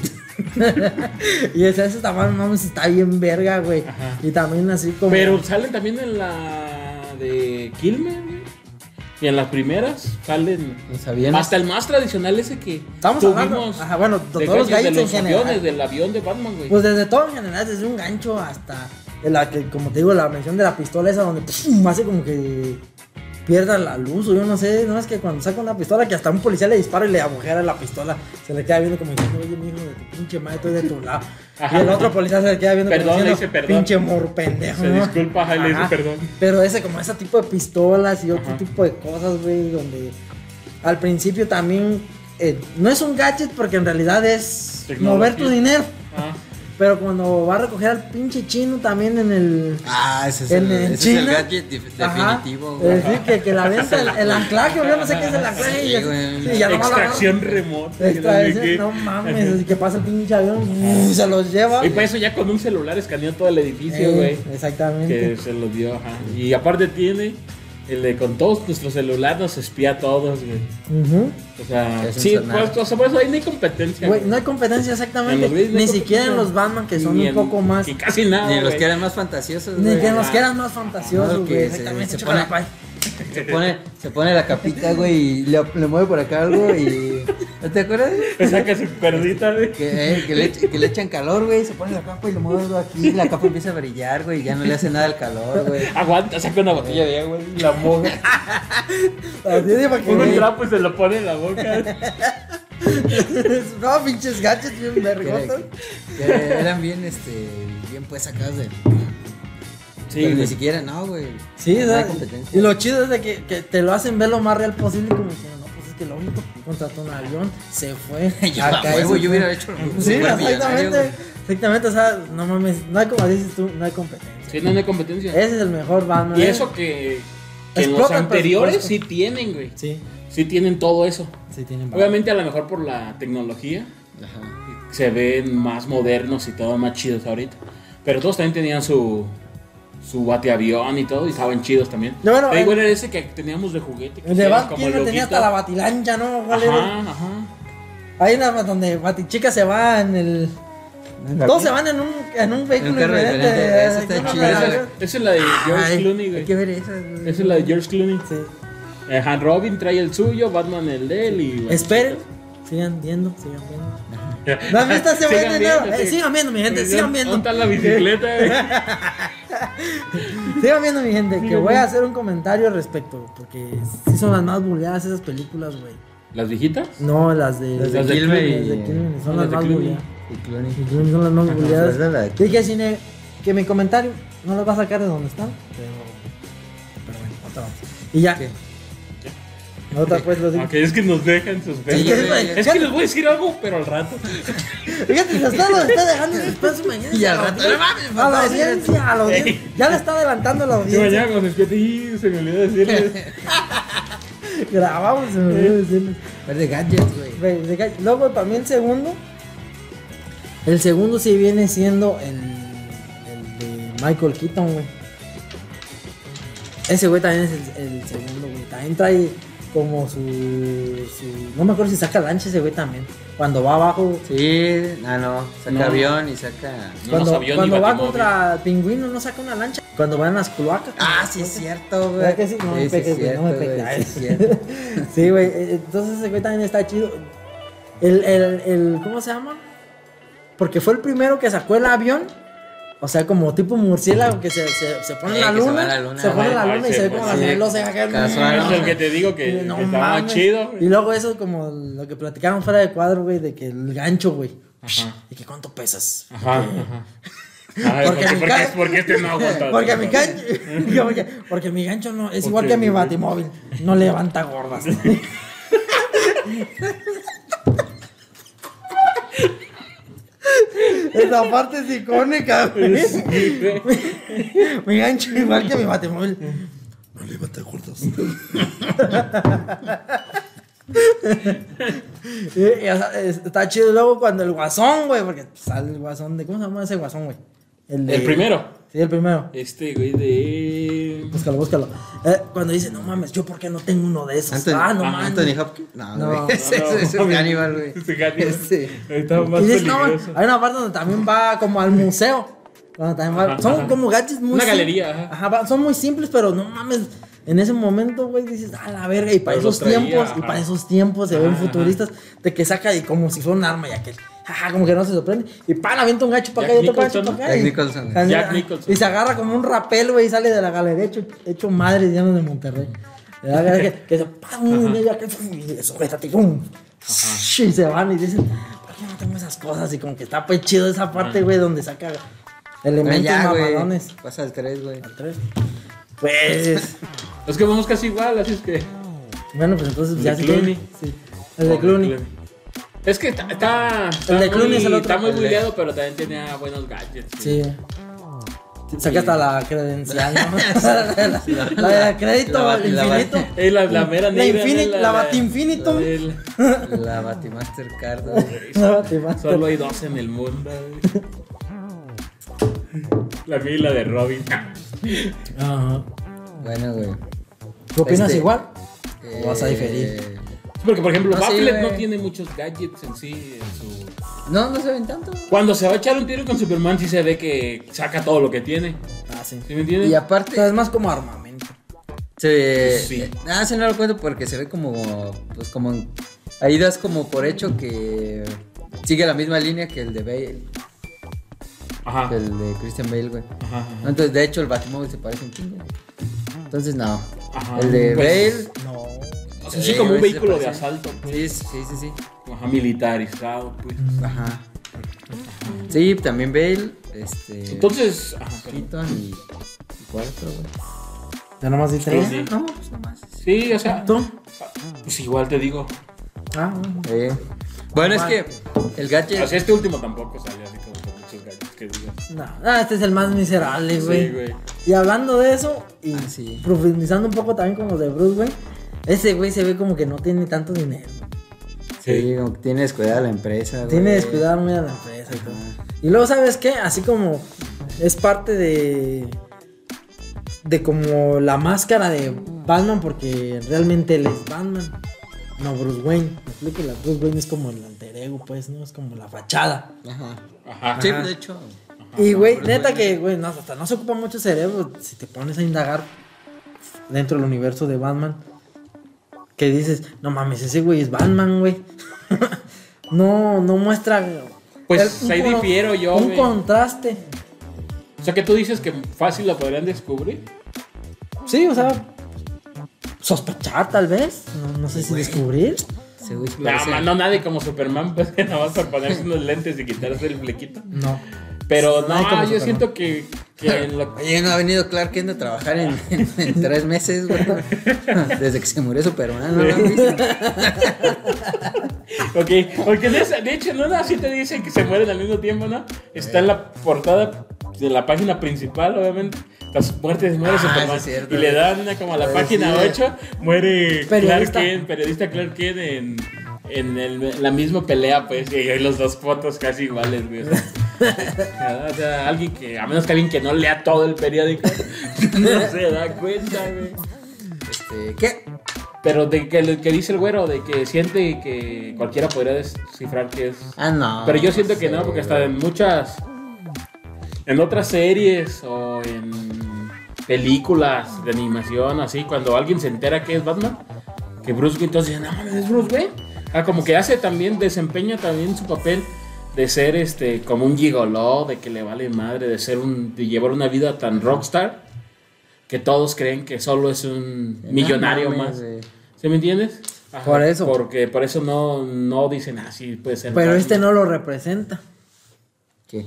(laughs) Y ese, ese tamaño, mames, está bien verga, güey. Ajá. Y también así como. Pero salen también en la de Kilmer, güey. Y en las primeras salen. No sabían. Hasta el más tradicional ese que Estamos hablando. Ajá, bueno, de de todos los ganchos de gallos en los general. aviones, del avión de Batman, güey. Pues desde todo en general, desde un gancho hasta de la que, como te digo, la mención de la pistola esa donde ¡pum! hace como que pierda la luz o yo no sé, no es que cuando saca una pistola que hasta un policía le dispara y le agujera la pistola, se le queda viendo como diciendo, oye mi hijo de tu pinche madre, estoy de tu lado. Ajá. Y el otro policía se le queda viendo Perdón, como le diciendo, dice perdón. pinche mor pendejo. Se ¿no?". disculpa, ajá, y le dice Ajá. perdón. Pero ese como ese tipo de pistolas y otro Ajá. tipo de cosas, güey, donde al principio también eh, no es un gadget porque en realidad es mover tu Tecnología. dinero. Ah, Pero cuando va a recoger al pinche chino también en el. Ah, ese es En- el, en ese es el China. gadget dif- definitivo, Ajá. güey. Es decir, que, que la venta, el, (laughs) el anclaje, yo no sé qué es el anclaje. Sí, y- güey. y ya nomás lo agarra. extracción remota. Extracción, no mames, y que pasa el pinche avión, y se los lleva. (laughs) Y para eso ya con un celular escaneó todo el edificio, Eh, pues, güey. que exactamente. se los dio, ajá. Y aparte tiene el de con todos nuestros celulares nos espía a todos, güey. Ujú. O sea, Es un sí, sonar. pues, o sea, por eso ahí no hay competencia. Güey, no hay competencia En exactamente. los Disney Ni no hay siquiera en competencia. los Batman, que son Ni un en- poco más. Y casi nada. Ni los güey. que eran más fantasiosos, Ni güey. que nos ah, quedan más fantasiosos, no, que güey. se- Exactamente. se chocolate pone- pie. Se pone, se pone la capita, güey, y le, le mueve por acá algo y... ¿No te acuerdas? Te (laughs) saca su cuerdita, güey. Que, eh, que le, eche- que le echan calor, güey, se pone la capa y lo mueve algo aquí, y la capa empieza a brillar, güey, y ya no le hace nada al calor, güey. Aguanta, saca una botella de agua y la moja. Así de para que- Pone un trapo y se lo pone en la boca. (laughs) No, pinches gadgets bien (laughs) Que- vergosos. que eran bien, este, bien pues sacadas de... Sí, pero ni güey. siquiera, no, güey. Sí, no hay ¿sabes? competencia. Y lo chido es de que, que te lo hacen ver lo más real posible, como diciendo, no, pues es que lo único, contrató un avión, se (laughs) fue. (laughs) Yo, a acá, huevo, ese- yo hubiera hecho lo mismo, Sí, fuera millonario, güey. exactamente. Exactamente, o sea, no mames, no hay como dices tú, no hay competencia. Sí, no, no hay competencia. Ese es el mejor Batman. Y ¿eh? eso que, que en los Explotan anteriores sí presupuesto. tienen, güey. Sí, Sí tienen todo eso. sí tienen Batman. Obviamente a lo mejor por la tecnología Ajá. se ven más modernos y todo más chidos ahorita. Pero todos también tenían su su bateavión y todo y estaban chidos también. No, bueno, Pero igual el- era ese que teníamos de juguete. que El de era Batman el tenía loguito. hasta la batilancha, ¿no? ¿Cuál era? Ajá, ajá. Hay una donde Batichica se va en el. Todos se van en un, en un vehículo carro diferente. diferente, eso está eh, Ah, chido. pero con la- Esa esa es la de George Ay, Clooney, güey. Hay que ver esas, güey. Esa es la de George Clooney. Sí. Ajá, Robin trae el suyo, Batman el de él y... Esperen, sigan viendo, sigan viendo. ¿No ¿No han visto ese güey de enero? Eh, sigan viendo, mi gente, sigan viendo. ¿Dónde está la bicicleta, güey? Sigan viendo, mi gente, que voy a hacer un comentario al respecto. Porque sí son las más bulleadas esas películas, güey. ¿Las viejitas? No, las de. Las de las de Kilmer y- Kilmer, las de Kilmer, Son las las de más Clooney. bulleadas. Y Clooney. Las de Clooney Son las más Ajá, bulleadas. las de la de Y que cine, que mi comentario no los va a sacar de donde están. Pero, pero bueno, otra vez. Y ya. ¿Qué? Otra pues lo digo. Ok, es que nos dejan Es suspenso. que, güey, (laughs) Es que les voy a decir algo, pero al rato. Fíjate, se está, lo está dejando en suspenso mañana. Y al rato, A no mames, la faltaba decir audiencia, a la audiencia. Ya le está adelantando la Y audiencia. mañana cuando se despierte, ¡y! se me (laughs) olvidó decirles. Grabamos. se me olvidó decirles. Ver de gadgets, güey. Güey, de ca- Luego, para mí, el segundo. El segundo sí viene siendo el, el de Michael Keaton, güey. Ese güey también es el, el segundo, güey. También trae como su, su- No me acuerdo si saca lancha ese güey también. Cuando va abajo. Sí, ah, no. Saca No. avión y saca. No cuando nos avión ni cuando va batimóvil. contra pingüino, no saca una lancha. Cuando va en las cloacas. Ah, sí es cierto, güey. ¿Verdad que sí? No me Sí, sí es peques, güey, no me cierto, peques. güey, sí es (laughs) cierto. (laughs) Sí, güey. eh, Entonces ese güey también está chido. El, el, el, ¿cómo se llama? Porque fue el primero que sacó el avión. O sea, como tipo murciélago que se, se, se pone Eh, en la que se va luna. a la luna, Se pone en la güey. luna Ay, y se sí, ve como pues, las sí. velas se acá. Casual, Es el que te digo que, No que estaba mames. chido. Y güey. luego eso como lo que platicaron fuera de cuadro, güey, de que el gancho, güey. Ajá. Y que cuánto pesas. Ajá, ajá. Porque Ay, porque, mi porque, ca- porque este no aguanta. Porque mi gancho, (laughs) porque, porque mi gancho no, es igual Porque- que mi batimóvil. No levanta gordas. (laughs) Esa parte es icónica, (laughs) güey. Me gancho igual que mi batemóvil. No le bate gordas. (laughs) Eh, o sea, es- Está chido luego cuando el guasón, güey, porque sale el guasón de. ¿Cómo se llama ese guasón, güey? de- El primero. Sí, el primero. Este güey de. pues, Búscalo, búscalo. Eh, cuando dice, no mames, ¿yo por qué no tengo uno de esos? ah, no ah, mames. Anthony Hopkins. No, No, güey. no, (laughs) ese, ese- ese es Hannibal, güey. (laughs) Ese Hannibal. (laughs) Este. Estaba Y dice, no, hay una parte donde también va como al museo. Cuando también va- Ajá, son ajá. como gadgets muy Una sim- galería, ajá. va- son muy simples, pero no mames. En ese momento, güey, dices, a la verga, y para Pero los esos traía, tiempos, y ajá. para esos tiempos se ven Ajá, ajá. futuristas, de que saca y como si fuera un arma y aquel, jaja, como que no se sorprende, y pan, avienta un gacho para acá Jack y otro gacho Nicholson. para acá. y- Jack Nicholson. Ajá, Jack Nicholson. Y se agarra como un rapel, güey, y sale de la galería hecho, hecho madre, lleno de Monterrey. La verdad que, que se, pam, y ya que, y sujétate, pum. Y se van y dicen, ¿por qué no tengo esas cosas? Y como que está pues chido esa parte, güey, donde saca Ah, elementos ya, güey. mamalones. Pasa al 3, (laughs) güey. Tres. Pues, Es que vamos casi igual, así es que. bueno, pues entonces El ya de se Clooney. Oh, Sí. El de Clooney. Es que está. está El de está Clooney muy- es el otro. Está muy El de- buleado, pero también tenía buenos gadgets. Sí. Saca hasta la credencial, ¿no? (laughs) la, la, de crédito (laughs) La- la- infinito. Es la, la mera La negra. infini- ¿no? la Batiinfinito. la del- (laughs) La Batimaster Card, güey. No, te vas. Solo hay dos en (laughs) el mundo. güey. La mía y la de Robin. Ajá. Bueno, güey. ¿Tú opinas Este, igual? ¿O vas a Eh, diferir? Porque, por ejemplo, Ah, No, sí, Bafflet güey. no tiene muchos gadgets en sí. en su- No, no se ven tanto. Cuando se va a echar un tiro con Superman, sí se ve que saca todo lo que tiene. Ah, sí. ¿Sí me entiendes? Y O aparte, sea, es más como armamento. Se, Pues Sí. eh, Ah, se no lo cuento porque se ve como. Pues como. en- Ahí das como por hecho que. Sigue la misma línea que el de Bale. Ajá. Que el de Christian Bale, güey. Ajá, ajá. No, Entonces, de hecho, el Batimóvil se parece un chingo. Entonces, no. Ajá. El de Pues- Bale. No. O sea, sí, como eh, un güey, vehículo se de parece. asalto. pues. Sí, sí, sí, sí. Ajá, militarizado, pues. Ajá. Sí, también Bale. Este. Entonces. Ajá, perdón. Keaton y. y Cuarto, güey. Ya nomás diste Sí, tres. sí. No, pues nomás. Sí, o sea. ¿Tú? Pues igual te digo. Ah, bueno. Sí. Bueno, es que el gadget. O sea, este último tampoco salió así como con muchos gadgets que digas. No, ah, este es el más miserable, güey. Sí, güey. Y hablando de eso, y Ah, sí. profundizando un poco también con los de Bruce, güey, ese güey se ve como que no tiene tanto dinero. Sí, como que tiene descuidada la empresa, güey. Tiene descuidado muy a la empresa y todo. Y luego, ¿sabes qué? Así como es parte de. de como la máscara de Batman, porque realmente él es Batman. No, Bruce Wayne. Me explico, la Bruce Wayne es como el alter ego, pues, ¿no? Es como la fachada. Ajá. Ajá. Sí, de hecho. Y, güey, Bruce neta Wayne. que, güey, no, hasta no se ocupa mucho cerebro si te pones a indagar dentro del universo de Batman. Que dices, no mames, ese güey es Batman, güey. (laughs) no, no muestra. Pues, ahí cono- difiero yo, Un güey. contraste. O sea, que tú dices que fácil lo podrían descubrir. Sí, o sea, sospechar tal vez. No, no sé si Güey. descubrir. Se güey, No, parece- man, no, nadie como Superman, (laughs) pues nada más por ponerse unos lentes y quitarse el flequito. No. Pero Nadie como no, Ah, yo Superman. siento que, que en lo- Oye, no ha venido Clark Kent a trabajar en, en- en tres meses, (laughs) güey. Desde que se murió Superman, ¿no lo han visto? Ok, porque de, esa- de hecho, no, no, sí te dicen que se mueren al mismo tiempo, ¿no? Está en la portada de la página principal, obviamente. Las muertes muere Ah, sí Superman. es cierto. Eh, y le dan a como a la Sí. página 8, muere Periodista. Clark Kent, periodista Clark Kent en, en el- la misma pelea, pues. Y hay los dos fotos casi iguales, güey. O (laughs) sea, o sea, alguien que, a menos que alguien que no lea todo el periódico, (laughs) no se da cuenta, güey. Este, ¿Qué? Pero de que, lo que dice el güero, de que siente que cualquiera podría descifrar que es Ah, no. pero yo siento que no, sé, porque hasta en muchas. En otras series o en películas de animación, así, cuando alguien se entera que es Batman, que Bruce Wayne, entonces dicen, no mames, es Bruce Wayne. Ah, como que hace también, desempeña también su papel de ser este, como un gigoló, de que le vale madre, de ser un. de llevar una vida tan rockstar que todos creen que solo es un güey. millonario No mames, más. güey. ¿Sí me entiendes? Ajá, Por eso. Porque por eso no, no dicen así, puede ser. Pero este no Batman". lo representa. ¿Qué?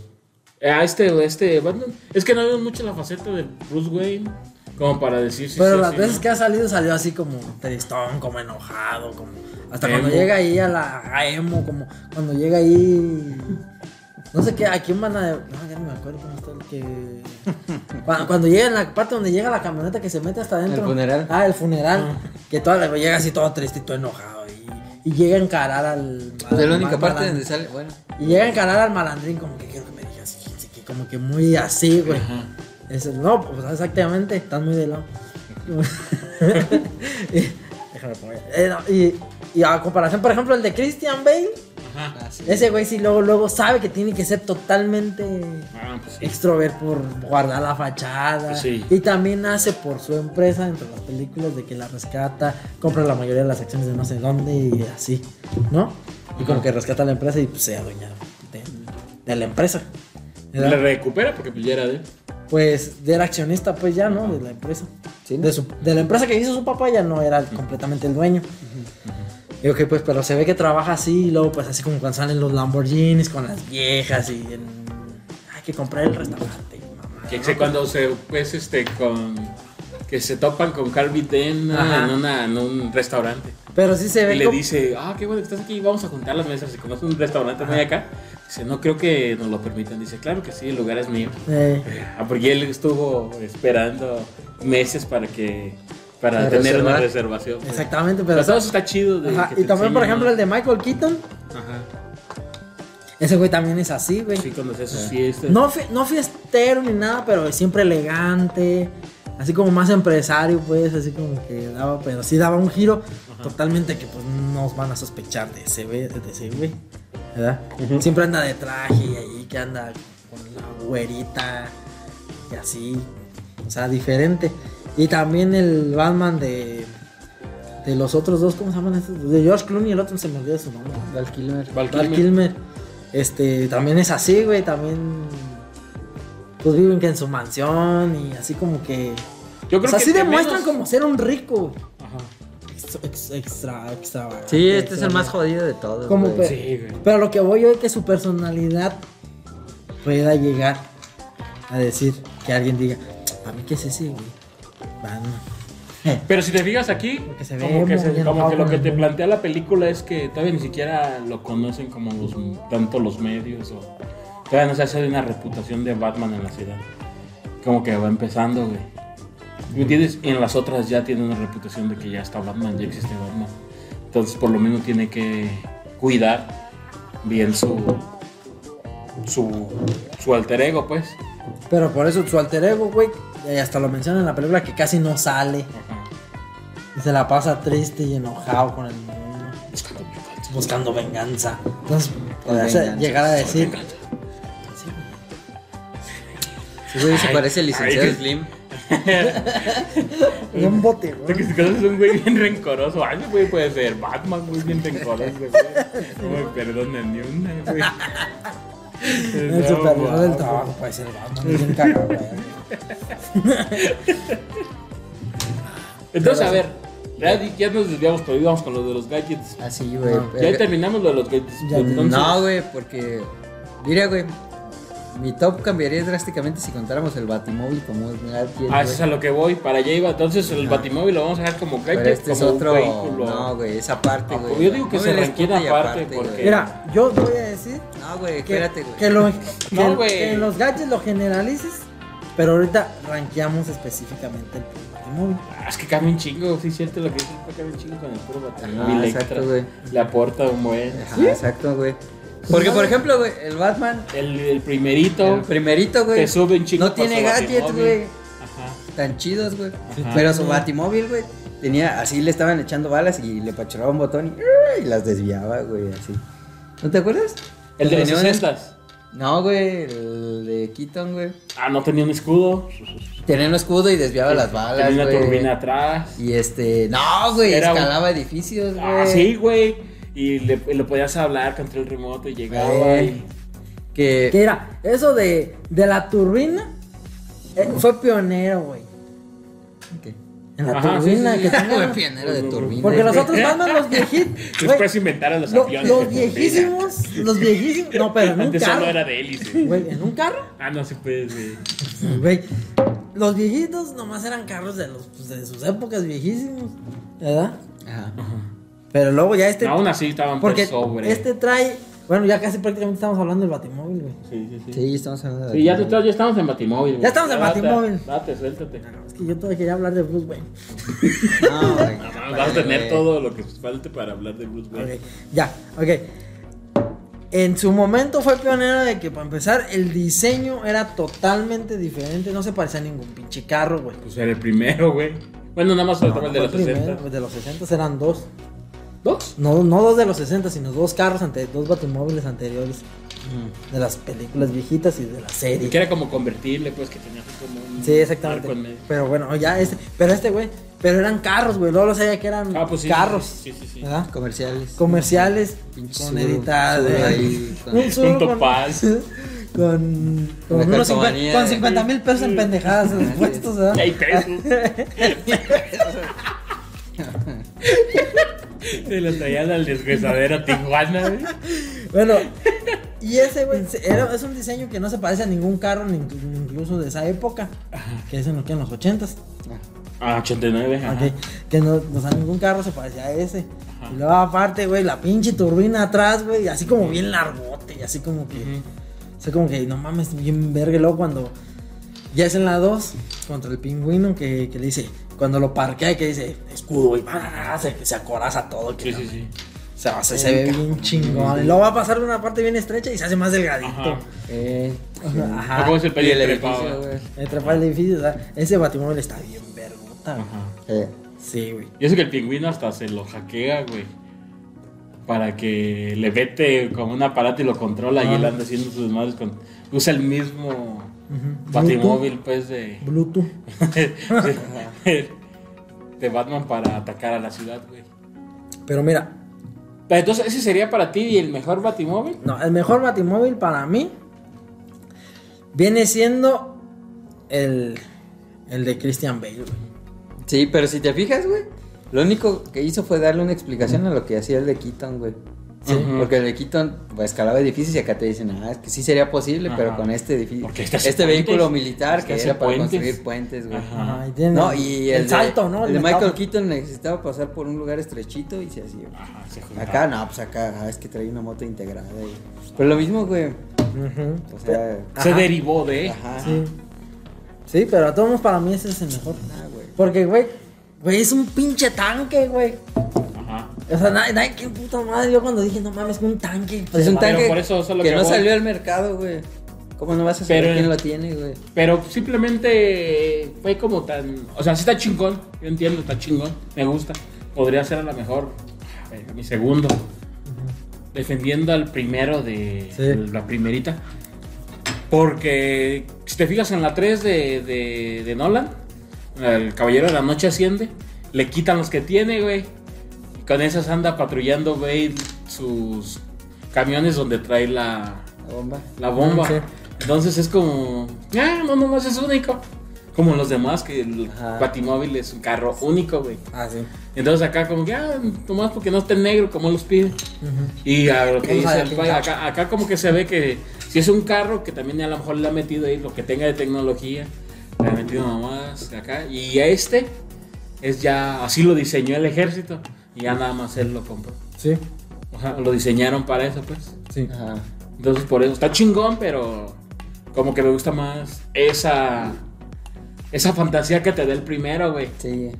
Ah, este, este Batman. Es que no veo mucho la faceta de Bruce Wayne. Como para decir si Pero sí, las si veces no. que ha salido salió así como tristón, como enojado, como hasta Emo. cuando llega ahí a la a emo, como cuando llega ahí No sé qué, a quién van a. No, ya no me acuerdo cómo está el que. Cuando, cuando llega en la parte donde llega la camioneta que se mete hasta adentro. El funeral. Ah, el funeral. Que toda la- llega así todo triste y todo enojado. Y, y llega a encarar al. Pues es al la única mal- parte malan- donde sale. Bueno, Y llega a encarar al malandrín, como que quiero que me digas. quién sé qué, Como que muy así, güey. Ajá. Eso, no, pues exactamente, están muy de (laughs) lado. (laughs) y, déjame poner. eh, no, y, y a comparación, por ejemplo, el de Christian Bale, Ajá. así. ese güey sí luego, luego sabe que tiene que ser totalmente Ah, pues sí. extrovert por guardar la fachada. Sí. Y también hace por su empresa entre las películas de que la rescata, compra la mayoría de las acciones de no sé dónde y así, ¿no? Y como que rescata la empresa y pues, se adueña de, de la empresa. ¿verdad? Le recupera porque pues ya era de él. pues era accionista pues ya, ¿no? De la empresa. Sí, ¿no? de, su- de la empresa que hizo su papá ya no era completamente el dueño. Y ok, pues, pero se ve que trabaja así y luego pues así como cuando salen los Lamborghinis con las viejas y en... hay que comprar el restaurante. y mamá, Que ¿no? sé cuando se pues este con que se topan con Harvey Dent Ajá. en, una- en un restaurante. Pero sí se ve Y le como- dice, ah, qué bueno que estás aquí, vamos a juntar las mesas. Y conoce un restaurante muy acá. Dice, no creo que nos lo permitan. Dice, claro que sí, el lugar es mío. Eh, Ah, porque él estuvo esperando meses para que para Para tener una reservar. reservación. pues. exactamente, pero... Pero todo eso está chido. de Ajá, que y te también, por enseñen, ejemplo, ¿no? el de Michael Keaton. Ajá. Ese güey también es así, güey. Sí, cuando hace sus fiestas. No, fie- no fiestero ni nada, pero siempre elegante. Así como más empresario, pues, así como que daba, pero sí daba un giro totalmente que pues nos van a sospechar de ese, güey- de ese güey, ¿verdad? Siempre anda de traje y ahí que anda con la güerita y así, o sea, diferente. Y también el Batman de, de los otros dos, ¿cómo se llaman estos? De George Clooney, el otro se me olvida su nombre. Val Kilmer. Val Val Kilmer. Kilmer, este, también es así, güey, también, pues viven que en su mansión y así como que, Yo o sea, sí entre demuestran menos- como ser un rico, Ajá. ex- ex- extra, extravagante, Sí, este es el más extravagante. jodido de todos. Como pe- güey. Sí, güey. Pero lo que voy yo es que su personalidad pueda llegar a decir que alguien diga, a mí qué es ese, güey, Batman". Pero si te fijas aquí, que se ve como, que, muy se- enojado como que lo con que el te mundo. plantea la película es que todavía ni siquiera lo conocen como los, tanto los medios o todavía no se hace una reputación de Batman en la ciudad. Como que va empezando, güey. ¿Me entiendes? Y en las otras ya tiene una reputación de que ya está Batman, ya existe Batman. Entonces por lo menos tiene que cuidar bien su su, su alter ego, pues. pero por eso su alter ego, güey, y hasta lo menciona en la película que casi no sale Ajá. y se la pasa triste y enojado con el mundo. buscando Buscando venganza. venganza. Entonces, Con o sea, venganza, llegar a por decir, venganza. Sí, güey, se Ay, parece al ay, licenciado qué- Slim. un bote, Porque güey. si conoces un güey bien rencoroso, ay, ese güey puede ser Batman, güey, bien rencoroso, güey. No me perdonen ni una, güey. El No, supervisor del guau. trabajo pues, puede ser Batman, es bien cagado, güey. Entonces, a ver, ya, di- ya nos desviamos, pero íbamos con lo de los gadgets. Así, Ah, güey. No, pero- Ya terminamos lo de los gadgets. Ya, entonces, No, güey, porque. Mira, güey. Mi top cambiaría drásticamente si contáramos el Batimóvil como un gadget, Ah, güey. eso es a lo que voy, para allá iba. Entonces, el batimóvil lo vamos a dejar como Pero gadget, este es como otro. un vehículo. No, güey, esa parte, Ah, güey. yo digo que No se me les requiere puta y aparte, güey. porque- Mira, yo voy a decir No, güey, que, espérate, güey. que, lo- que- güey. que los gadgets lo generalices, pero ahorita rankeamos específicamente el Batimóvil. Ah, es que cambia un chingo, sí, es cierto lo que dices, cambia un chingo con el puro batimóvil. Ajá, extra. Ah, exacto, güey. Le aporta un buen. Ajá, exacto, güey. Porque, por ejemplo, güey, el Batman, El, el primerito. el primerito, güey. Te sube un chingo No por tiene su gadgets, batimóvil. güey. Ajá. Tan chidos, güey. Ajá. Pero su Batimóvil, güey. Tenía, así le estaban echando balas y le pachuraba un botón y, y las desviaba, güey, así. ¿No te acuerdas? El de los Tenía un- 60 No, güey, el de Keaton, güey. Ah, no tenía un escudo. Tenía un escudo y desviaba las balas, tenía una güey. turbina atrás. Y este, no, güey, Era un- escalaba edificios, güey. Ah, sí, güey. Y le, y le podías hablar contra el remoto y llegaba. Güey. Y... Que, Que era, eso de, de la turbina eh, fue pionero, güey. que- En la Ajá, sí, turbina sí, que sí. tenía- Güey, (laughs) pionero de turbina. Porque los güey. (laughs) otros Batman, los viejitos. güey, Después inventaron los lo- aviones. los de viejísimos, los viejísimos. No, pero turbina. en un Antes solo carro. era de hélice. Güey, en un carro. Ah, no se puede. güey. Güey, los viejitos nomás eran carros de, los, pues, de sus épocas viejísimos, ¿verdad? Ajá. Pero luego ya este. No, aún así estaban por porque sobre. este trae Bueno, ya casi prácticamente estamos hablando del Batimóvil, güey. Sí, sí, sí. Sí, Sí, estamos hablando de. ya, te- ya estamos en Batimóvil. güey. Ya estamos en Date, Batimóvil. Date, suéltate. Es que yo todavía quería hablar de Bruce Wayne. No, (laughs) güey. Ah, Vas a tener todo lo que falte para hablar de Bruce Wayne. Ok, ya, ok. En su momento fue pionero de que, para empezar, el diseño era totalmente diferente. No se parecía a ningún pinche carro, güey. Pues era el primero, güey. Bueno, nada más No, faltaba el de fue los primero, 60. pues, de los 60 eran dos. ¿Dos? No, no dos de los 60, sino dos carros, ante, dos batimóviles anteriores. De las películas viejitas y de la serie. Y que era como convertible, pues, que tenía así como un Sí, exactamente. arco en medio. Pero bueno, ya este. Pero este, güey. Pero eran carros, güey. Luego lo sabía que eran Ah, pues sí. carros. Ah. Sí, sí, sí. ¿verdad? Comerciales. Comerciales. Pinche Con Subaru, editadas. Subaru güey. ahí, con- Un Subaru Un con- Topaz. (laughs) Con, con Una unos calcomanía 50, con de- 50 mil pesos en (laughs) pendejadas en los puestos, ¿verdad? Ey, pesos. Te lo traían al desgresadero a Tijuana, güey. (laughs) Bueno, y ese, güey, se- era- es un diseño que no se parece a ningún carro, ni inclu- ni incluso de esa época, que es en, lo que en los 80s. Ah, 89, ajá. ok, Que no, o sea, ningún carro se parecía a ese. Y luego, aparte, güey, la pinche turbina atrás, güey, así como bien largote, y así como que. O sea, como que no mames, bien verga. Y luego cuando ya es en la 2 contra el pingüino que, que le dice, cuando lo parquea y que dice, escudo, y ¡ah! se, se acoraza todo. Que Sí, no- sí, sí. O sea, se, se ve bien chingón. Y luego va a pasar una parte bien estrecha y se hace más delgadito. Ajá. Eh. Ajá. ¿Cómo es el Y el pelo edificio, trepado? güey. Entre para el edificio, o sea, ese batimóvil está bien vergota, güey. Ajá. Eh. Sí, güey. Y eso que el pingüino hasta se lo hackea, güey. Para que le vete con un aparato y lo controla y Ah. él anda haciendo sus madres con. Usa el mismo Ujú. batimóvil, pues, de. Bluetooth. de- de Batman para atacar a la ciudad, güey. Pero mira, Pero entonces, ¿ese sería para ti el mejor batimóvil? No, el mejor batimóvil para mí viene siendo el, el de Christian Bale. güey. Sí, pero si te fijas, güey, lo único que hizo fue darle una explicación a lo que hacía el de Keaton, güey. Sí, Ujú. porque el de Keaton pues, escalaba edificios y acá te dicen, ah, es que sí sería posible, pero Ajá. con este edificio, Porque este hace este puentes. vehículo militar Este que hace era para puentes. construir puentes, güey. Ajá. Ajá, y tiene No, y el, el de- salto, ¿no? El de Michael metado. Keaton necesitaba pasar por un lugar estrechito y se hacía. Ajá, se juntaba. Acá, no, pues acá, ah, es que traía una moto integrada. güey. Pero lo mismo, güey. Ujú. O sea, Se Ajá. derivó de. ajá. Sí. Sí, pero a todos modos para mí ese es el mejor. Ah, güey. Porque, güey, güey, es un pinche tanque, güey. Ajá. O sea, nadie, nadie- qué puta madre. Yo cuando dije, no mames, un tanque. Pues Es un Pero tanque por eso, eso es lo que, que no voy. salió al mercado, güey. ¿Cómo no vas a saber Pero- quién lo tiene, güey? Pero simplemente fue como tan. O sea, sí está chingón. Yo entiendo, está chingón. Me gusta. Podría ser a lo mejor eh, mi segundo. Defendiendo al primero de Sí. la primerita. Porque si te fijas en la 3 de, de, de Nolan, el Caballero de la Noche asciende. Le quitan los que tiene, güey. Y con esas anda patrullando, güey, sus camiones donde trae la, La bomba. la bomba. Sí. Entonces es como, ah, no, no, no, es único. Como los demás, que el Ajá. Batimóvil es un carro único, güey. Ah, sí. Entonces acá como que, ah, nomás porque no esté negro, como los pide. Y a lo Vamos que a dice ver el quién pai, gana. acá, acá como que se ve que si es un carro que también a lo mejor le ha metido ahí lo que tenga de tecnología, le ha metido nomás acá. Y a este es ya, así lo diseñó el ejército y ya nada más él lo compró. Sí, O sea, lo diseñaron para eso, pues. sí. Ajá. Entonces por eso está chingón, pero como que me gusta más esa esa fantasía que te da el primero, güey. Sí.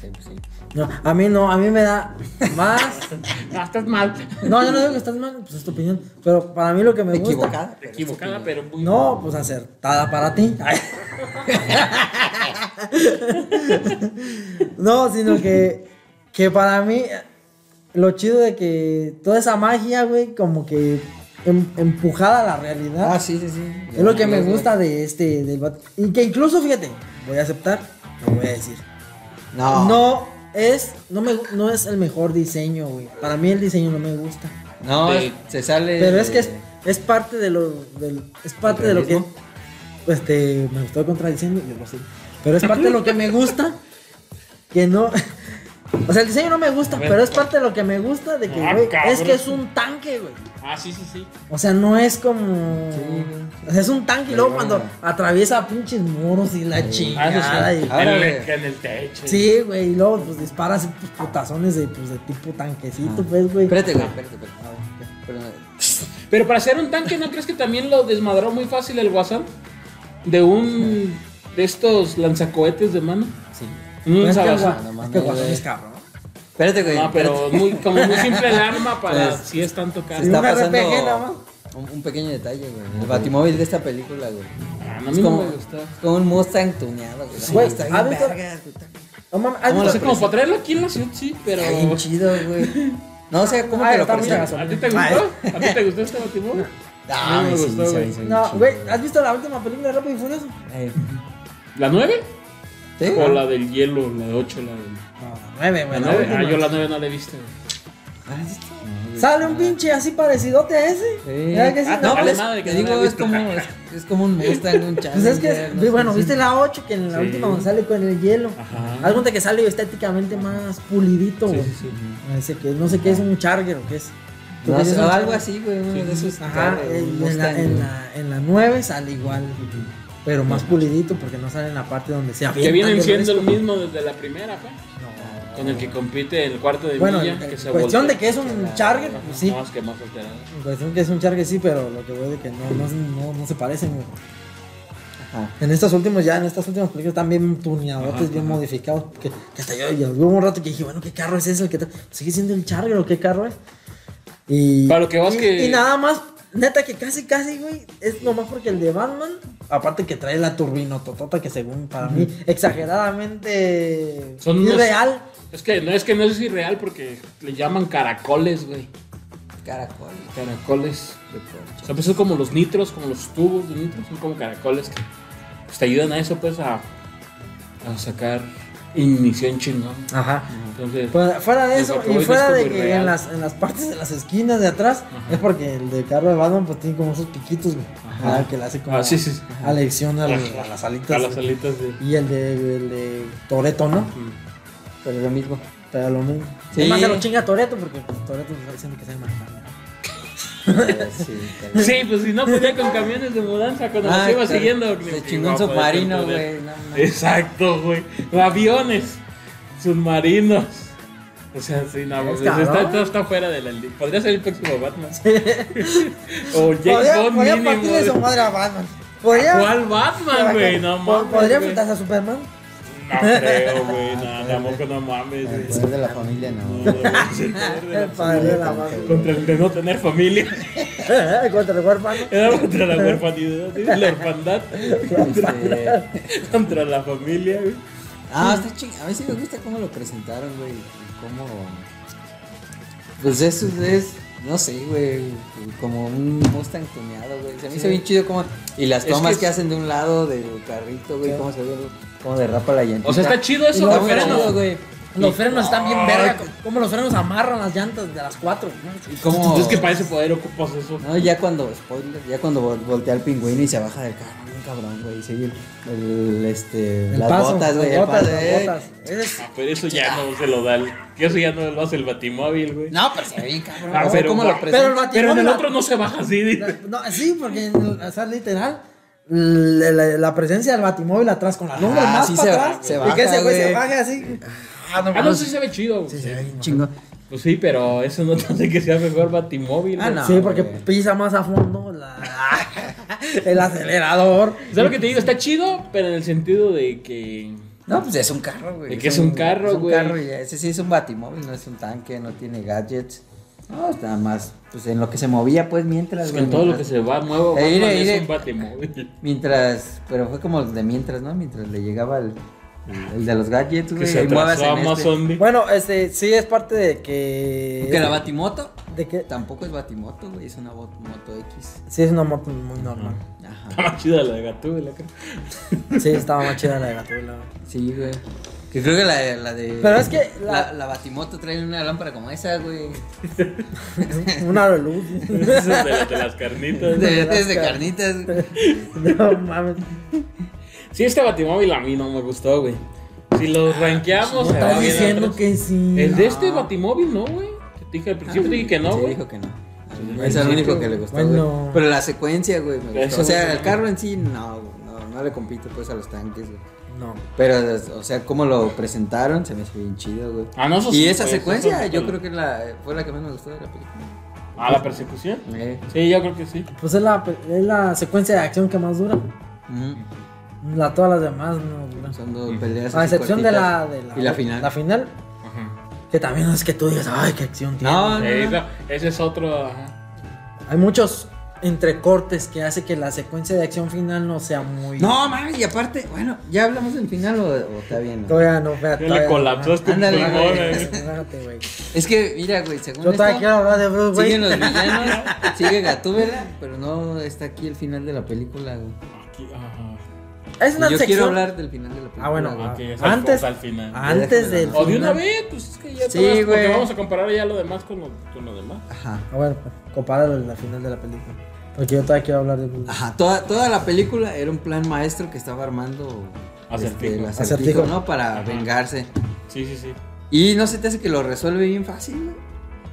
Sí, pues sí. No, a mí no, a mí me da más. (laughs) No, estás mal. No, yo no digo que estás mal, pues es tu opinión. Pero para mí lo que me gusta. Equivocada. pero Equivocada, pero muy No, pues acertada para ti. (laughs) Ay. no, sino que, que para mí lo chido de que toda esa magia, güey, como que em- empujada a la realidad. Ah, sí, sí, sí. es lo que me gusta de este, del bat- Y que incluso, fíjate, voy a aceptar, lo voy a decir. No. No, No es, no, me, gu- no es el mejor diseño, güey. Para mí el diseño no me gusta. es- se sale. Pero es de- que es, es parte de lo del- es parte de lo que realismo? este me estoy contradiciendo, yo lo sé. Pero es parte de lo que me gusta que no (laughs) o sea, el diseño no me gusta, ver. pero es parte de lo que me gusta de que Ah, güey, es cabrón. que es un tanque, güey. Ah, sí, sí, sí. O sea, no es como o sea, es un tanque y luego Pero cuando bueno. atraviesa pinches muros y la Ah, eso chingada sí. y- Ah, en, Ahora, el, güey. en el techo. Sí, güey, y luego pues disparas pues, putazones de pues de tipo tanquecito, Ah. pues güey. Espérate, güey, espérate, espérate. Perdón. Pero para hacer un tanque, ¿no crees que también lo desmadró muy fácil el Guasón? De un. de estos lanzacohetes de mano. Sí. Un Pero es que el sabazón. gua- no es mames, que el guasón güey. es cabrón. Espérate, güey. No, pero muy, como muy simple el arma para Pues, si es tanto espérate. Se caro. está un RPG pasando nada más. un, un pequeño detalle, güey. El batimóvil de esta película, güey. Ah, no, a Es mí no como, me gustó. es como un Mustang tuneado, güey. Güey, está ¿ha bien visto- vergas, güey. No mames, ¿has ¿Cómo O visto- sea, como para traerlo aquí en la ciudad, sí, pero. Está bien chido, güey. No, o sea, ¿cómo Ah, que lo está muy presentan? chido. ¿A ti te gustó? ¿A ti te gustó este batimóvil? Ah, No me sí, gustó, sí, güey. sí, No, sí, güey, ¿has visto la última película de Rápido y Furioso? Eh, ¿La 9? ¿Sí? Ah, O la del hielo, la de 8, la del. No, la nueve, La güey. la 9. Ah, última. yo la 9 no la he visto. güey. Ah, sí está. Sale un pinche así parecidote a ese. Sí. ¿Verdad que sí? Ah, no, No, pues, madre que te no la digo, he es como, es, es como un Mustang, un Challenger. Pues es que, no sé, bueno, sí. viste la 8 que en la Sí. última donde sale con el hielo. Ajá. Algo de que sale estéticamente más pulidito, Sí, güey. sí, sí. Ese que no sé qué es un charger o qué es. No, Porque o es sea, un algo charger. así, güey, uno de esos. Ajá, carros, un en, en la, Mustang, en, güey. la, en la 9 sale igual, pero más pulidito porque no sale en la parte donde se avienta. Que vienen todo siendo esto. el mismo desde la primera, pues. ah, No. Con el que compite el cuarto de Bueno, milla. en- que en se cuestión de voltea. que es un charger, Ajá, pues sí. No, es que más alterado. En cuestión que es un charger, sí, pero lo que veo de que no, no, no, no se parecen, güey. Ajá. En estas últimas, ya en estas últimas películas están bien tuneadotes, Ajá, bien modificados. Que, que hasta yo, yo hubo un rato que dije, bueno, ¿qué carro es ese? El que tra- ¿Sigue siendo el Charger o qué carro es? Y, Para lo que vas y- que- y nada más, neta que casi, casi, güey, es nomás porque el de Batman, aparte que trae la turbino totota que según para mí, exageradamente Son unos- irreal. Es que no es que no es irreal porque le llaman caracoles, güey. Caracol. Caracoles. de poncho. O sea, pues son como los nitros, como los tubos de nitro, son como caracoles que pues, te ayudan a eso, pues, a, a sacar ignición chingón. Ajá. Entonces, Fuera, Pues, fuera de El eso, y Batimóvil fuera es de como que irreal. en las, en las partes de las esquinas de atrás, es porque el de carro de Batman pues tiene como esos piquitos, güey. Ajá. Ah, Que le hace como Ah, sí, sí, sí. alección a, Ajá. a las alitas. a las güey. alitas de... Y el de, el de Toreto, ¿no? Pero lo mismo. Pero lo mismo. Sí. Además se lo chinga Toreto porque pues, Toreto está diciendo que sabe manejar. Eh, sí, tal vez. Sí, pues si no podía con camiones de mudanza cuando Ah, los iba claro. siguiendo. pues, Se chingó un submarino, güey. no mames. Exacto, güey. Aviones, submarinos. O sea, sí, no, Es pues, está, cabrón. está, está fuera de la li- Podría ser el próximo Batman. o James Podría, Bond podría mínimo. partirle su güey. madre a Batman. Podría, ¿Cuál Batman, güey? No po- mames. Podría güey. enfrentarse a Superman. No creo, güey. No, tampoco no mames. El güey. poder de la familia, No, no. no, güey, sí, pobre de El la- padre de la (laughs) madre. Contra el de no tener familia. Contra el huérfano. Era contra la huerfanidad, ¿sí? la hermandad. Este, Contra la familia, güey. Ah, está ching. A mí sí me gusta cómo lo presentaron, güey. y Cómo. Pues eso es. No sé, güey. Como un Mustang tuneado, güey. Se me hizo bien chido como. Y las Es tomas que- que, hacen de un lado del carrito, güey. Sí. Cómo se ve. Cómo derrapa la llanta. O sea, está chido eso, Está los muy frenos. chido, güey. Los frenos están bien verga. Ay, Como los frenos amarran las llantas de las cuatro. ¿no? Y cómo. Es que para ese poder ocupas eso. No, ya cuando, spoiler, ya cuando vol- voltea el pingüino y se baja del carro, un cabrón, güey. Y sigue el, el, este, El las paso, botas, güey. las el botas, paso, las eh. botas. Es- Ah, pero eso ya no se lo da. el- que Eso ya no lo hace el batimóvil, güey. No, pero se ve bien, cabrón. Ah, o sea, pero- ¿cómo lo pero Pero el presenta? Pero en el batimóvil- otro no se baja así. dice. No, sí, porque, o sea, literal, la, la- la presencia del batimóvil atrás con la lumbre Ah, más sí para se va- atrás. se y que ese baja, güey se güey. baje así. Ah, no, Ah, no, mames. sí se ve chido. güey. Sí, se ve Chingo. Pues sí, pero eso no te hace que sea mejor batimóvil. Ah, güey. no, Sí, porque güey. pisa más a fondo la- (laughs) el acelerador. O sea, lo que te digo? Está chido, pero en el sentido de que. No, pues es un carro, güey. Es que es un carro, es güey. Un carro, y ese sí es un batimóvil, no es un tanque, no tiene gadgets. No, es nada más, pues en lo que se movía, pues mientras, es que en todo lo que se va nuevo Eh, Batman ire, ire. es un batimóvil. Mientras, pero fue como de mientras, ¿no? Mientras le llegaba el, el de los gadgets, güey. Que se ahí muevas atrasó en este. Amazon. güey. Bueno, este, sí es parte de que. Que la batimoto de que tampoco es batimoto, güey, es una bot- moto X. Sí, es una moto muy normal. Ajá. Está más chida la de Gatúbela, creo. Sí, estaba más chida la de Gatula. Sí, güey. Que creo que la, la de. Pero es que La, la- la batimoto trae una lámpara como esa, güey. (laughs) Un aro de luz. Esas de, de las (laughs) carnitas. De, las de car- carnitas. güey. No mames. Sí, este batimóvil a mí no me gustó, güey. Si lo rankeamos, se va Estás bien diciendo atrás. que sí. El de este batimóvil no, güey. Te dije al principio, te dije Pues que Ah, no, Sí, güey. dijo que no. Sí, Eso es sí, lo único sí. que le gustó, Bueno. güey. Pero la secuencia, güey, me gustó. Eso, O sea, güey. el carro en sí, no, güey, no, no le compite, pues, a los tanques, güey. No. Pero, o sea, cómo lo presentaron, se me hizo bien chido, güey. Ah, no, eso y sí, esa pues, secuencia, eso- yo creo que la, fue la que más me gustó de la película. ¿A la persecución? Eh, Sí, yo creo que sí. Pues es la, es la secuencia de acción que más dura. ujú. La, todas las demás no duran. Son dos peleas. A así excepción de la, de cortitas. Y la final. La final, Ajá. que también no es que tú digas, ay, qué acción tiene. No, no, Eh, Ah, no. no, ese es otro. ajá. Hay muchos entrecortes que hace que la secuencia de acción final no sea muy. No, mames, y aparte, bueno, ¿ya hablamos del final o, o está bien? no? Todavía no, espérate. Ya todavía le no. colapsaste un Ándale, pulmón, güey. eh. Espérate, güey. Es que, mira, güey, según Yo todavía esto, quiero hablar de Bruce, siguen güey. los villanos, (laughs) sigue Gatúbela, pero no está aquí el final de la película, güey. Aquí, ajá. Es una Yo sección. quiero hablar del final de la película. Ah, bueno, güey. ah, Ok, es al- antes, ah, al final. antes del. Déjamela, O de una final. vez, pues es que ya Sí, te vas- porque güey. vamos a comparar ya lo demás con lo, con lo demás. Ajá. Ah, bueno, compáralo en la final de la película. Porque yo todavía quiero hablar de Bruce. Ajá, toda, toda la película era un plan maestro que estaba armando este, Acertijo. el acertijo, Acertijo. ¿no? Para vengarse. Sí, sí, sí. Y no se te hace que lo resuelve bien fácil, güey.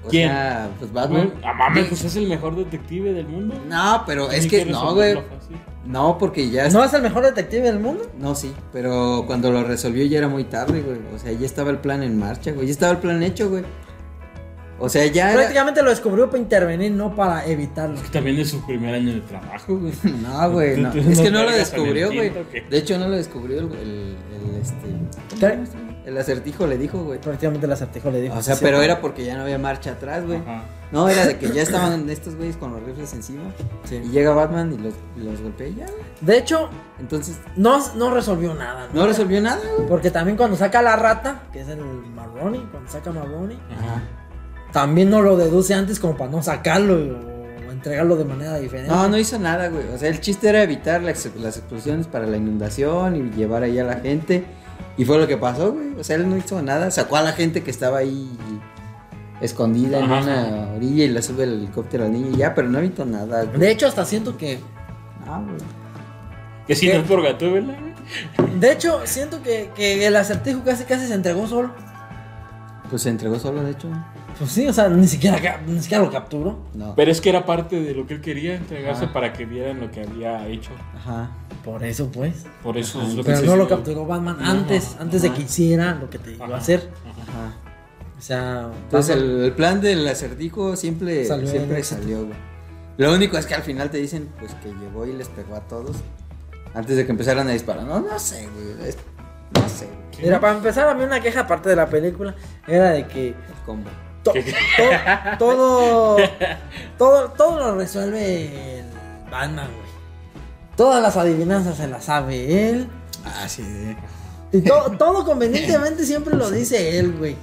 O ¿Quién? sea, pues Güey, Batman. ah, mames, pues es el mejor detective del mundo. No, pero es Ni que quieres no, güey. resolverlo fácil. No, porque ya. ¿No es el mejor detective del mundo? No, sí, pero cuando lo resolvió ya era muy tarde, güey. O sea, ya estaba el plan en marcha, güey. Ya estaba el plan hecho, güey. O sea, ya. Era... Prácticamente lo descubrió para intervenir, no para evitarlo. Es que también es su primer año de trabajo, güey. No, güey. (laughs) no. Tú- tú Es que no no lo caigas en el descubrió, güey. quinto, ¿qué? De hecho, no lo descubrió el, el, el, este. ¿Qué? El acertijo le dijo, güey. Prácticamente el acertijo le dijo. O sea, Ah, sí, pero sí. era porque ya no había marcha atrás, güey. Ajá. No, era de que ya estaban estos güeyes con los rifles encima. Y llega Batman y los, los golpea y ya, güey. De hecho, Entonces, no, no resolvió nada. ¿no? no resolvió nada, güey. Porque también cuando saca a la rata, que es el Marroni, cuando saca a Marroni, Ajá. también no lo deduce antes como para no sacarlo y- o entregarlo de manera diferente. No, no hizo nada, güey. O sea, el chiste era evitar la ex- las explosiones para la inundación y llevar ahí a la gente. Y fue lo que pasó, güey. O sea, él no hizo nada. Sacó a la gente que estaba ahí escondida en Ajá. una orilla y la sube el helicóptero al niño y ya, pero no evitó nada, güey. De hecho, hasta siento que. No, güey. Que si ¿Qué? no es por gato, ¿verdad? güey? De hecho, siento que, que el acertijo casi casi se entregó solo. Pues se entregó solo, de hecho. Pues sí, o sea, ni siquiera, ca- ni siquiera lo capturó. No. Pero es que era parte de lo que él quería entregarse Ah. para que vieran lo que había hecho. Ajá. Por eso, pues. Por eso Ajá, es lo que Pero se no lo hizo. capturó Batman antes, antes de que hiciera lo que te iba a Ajá. hacer. Ajá. O sea, Entonces Batman- el, el plan del acertijo siempre Salió salió, en siempre éxito. salió güey. Lo único es que al final te dicen pues que llegó y les pegó a todos antes de que empezaran a disparar. No, no sé, güey. es- no sé, güey. Mira, para empezar, a mí una queja aparte de la película era de que El combo. to- to- todo, todo, todo lo resuelve el Batman, güey. Todas las adivinanzas se las sabe él. Ah, sí. Y to- todo convenientemente siempre lo dice él, güey.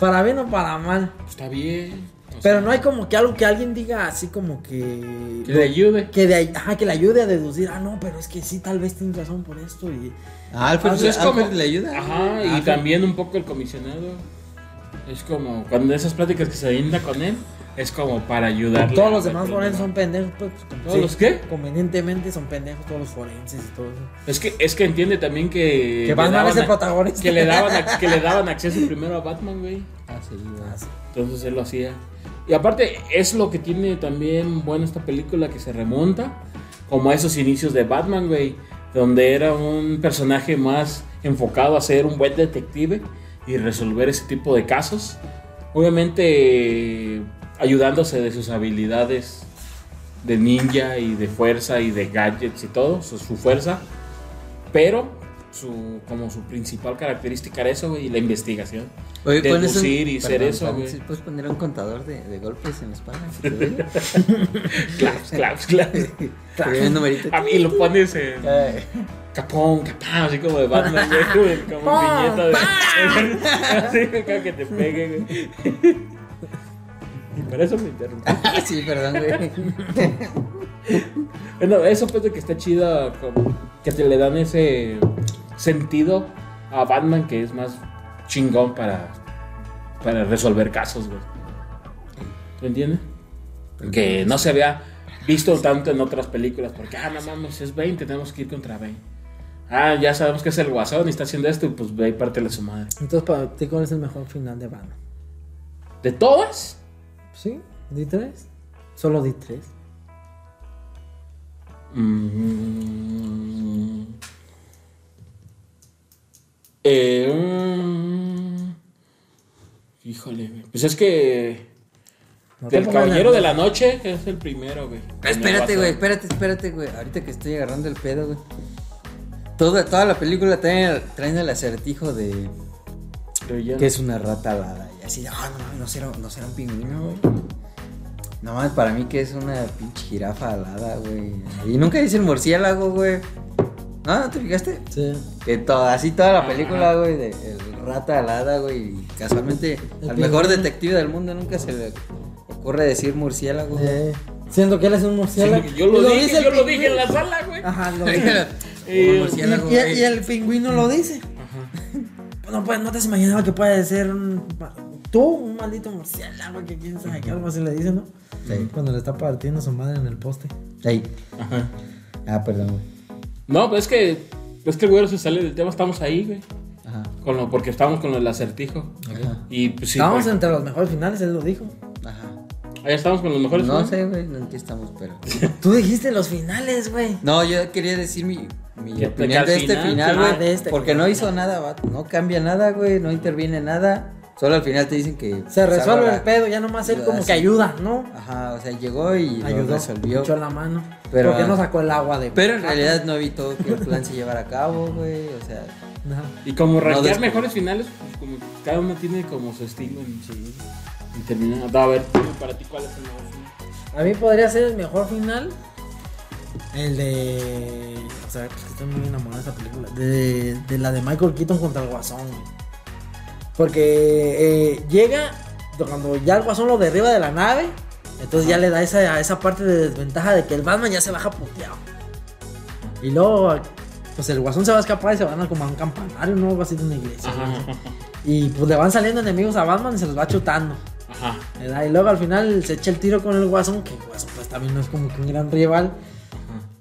Para bien o para mal. Está bien. o sea, Pero no hay como que algo que alguien diga así como que... Que le ayude. Que, de ahí- ajá, que le ayude a deducir, ah, no, pero es que sí, tal vez tienes razón por esto. Y Ah, Alfred, Pues es Alfred como- le ayuda. Ajá, Ah, y Alfred. también un poco el comisionado. Es como cuando esas pláticas que se brinda con él, es como para ayudarle. todos los a demás resolver. forenses son pendejos. pues, como- ¿Todos los qué? Convenientemente son pendejos todos los forenses y todo eso. Es que, es que entiende también que. Que le Batman daban es el a- protagonista. Que le, daban, (laughs) ac- que le daban acceso primero a Batman, güey. Ah, sí, güey. Entonces él lo hacía. Y aparte, es lo que tiene también bueno esta película que se remonta como a esos inicios de Batman, güey. Donde era un personaje más enfocado a ser un buen detective y resolver ese tipo de casos. Obviamente, ayudándose de sus habilidades de ninja y de fuerza y de gadgets y todo, su, su fuerza. Pero su, como su principal característica era eso, güey, y la investigación. Oye, De pones un- lucir y ser eso, pones- güey. Puedes poner un contador de, de golpes en la (laughs) espalda. si te duele? Claps, claps, claps. Hay un numerito. A mí lo pones en capón, capán, así como de Batman, güey, como ¡Pam! viñeta de. (laughs) así güey, como que te pegue, güey. (laughs) Y para eso me interrumpí. Ah, (laughs) sí, perdón, güey. Bueno, eso pues de que está chida, como que te le dan ese sentido a Batman que es más chingón para, para resolver casos, güey. ¿Me entiendes? Que no se había visto tanto en otras películas, porque, ah, no mames, es Bane, tenemos que ir contra Bane. Ah, ya sabemos que es el guasón y está haciendo esto, y pues ve y pártele a su madre. Entonces, para ti, ¿cuál es el mejor final de Batman? ¿De todas? ¿Sí? ¿Di tres? Solo di tres. Mm. Eh, mm. Híjole, güey. pues es que No te Del pongas Caballero de nervioso. la Noche, que es el primero, güey. Ah, Espérate, güey, Con el espérate, espérate, güey. Ahorita que estoy agarrando el pedo, güey. Toda, toda la película traen, traen el acertijo de WhatsApp. Pero ya- que es una rata alada. Y así de, ah, no, mames, no será, no será un pingüino, güey. No mames, para mí que es una pinche jirafa alada, güey. Y nunca dicen murciélago, güey. ¿No? ¿No te fijaste? Sí. Que toda, así toda la Ajá. película, güey, de el rata alada, güey. Y casualmente, El al mejor pingüino. detective del mundo nunca se le ocurre decir murciélago. (laughs) güey. Eh, siendo que él es un murciélago. Sí, yo lo, Y dije, dice el yo lo pingüino. dije en la sala, güey. Ah. Ajá, (laughs) lo dice. Como murciélago, Y, y- güey. y el pingüino lo dice. Ajá. No, pues no te has imaginado que puede ser un, tú, un maldito murciélago, que quién sabe qué algo así le dice, ¿no? Sí. Cuando le está partiendo su madre en el poste. Ahí. Ajá. Ah, perdón, güey. No, pero es que, es que el güero se sale del tema, estamos ahí, güey. Ajá. Con lo, porque estábamos con el acertijo. Ajá. Y pues sí, Estábamos güey. entre los mejores finales, él lo dijo. Ajá. ahí estamos con los mejores. No sé, güey, no, en qué estamos, (laughs) pero. Tú dijiste los finales, güey. No, yo quería decir mi, mi Que- que opinión al de este final- final, Ah, güey. de este, porque no hizo nada, vato, no cambia nada, güey. No interviene nada. Solo al final te dicen que. Se resuelve salva el pedo, ya nomás él Ayuda, como sí. que ayuda, ¿no? Ajá, o sea, llegó y lo Ayudó, resolvió. echó la mano. Pero- porque no sacó el agua de. Pero en realidad no evitó que el plan se llevara a cabo, güey. O sea, No. Y como rankear descubrí. mejores finales, pues como que cada uno tiene como su estilo en sí. Y termina. da, A ver, tú, para ti, ¿cuál es el mejor final? A mí podría ser el mejor final. El de. O sea, pues que estoy muy enamorado de esa película. De, de la de Michael Keaton contra el Guasón, güey. Porque eh, llega cuando ya el Guasón lo derriba de la nave. Entonces ya le da esa, esa parte de desventaja de que el Batman ya se baja puteado. Y luego, pues el Guasón se va a escapar y se van a como a un campanario, ¿no? Algo así de una iglesia. Ajá. Y pues le van saliendo enemigos a Batman y se los va chutando. Ajá. ¿verdad? Y luego al final se echa el tiro con el Guasón, que el Guasón pues también no es como que un gran rival.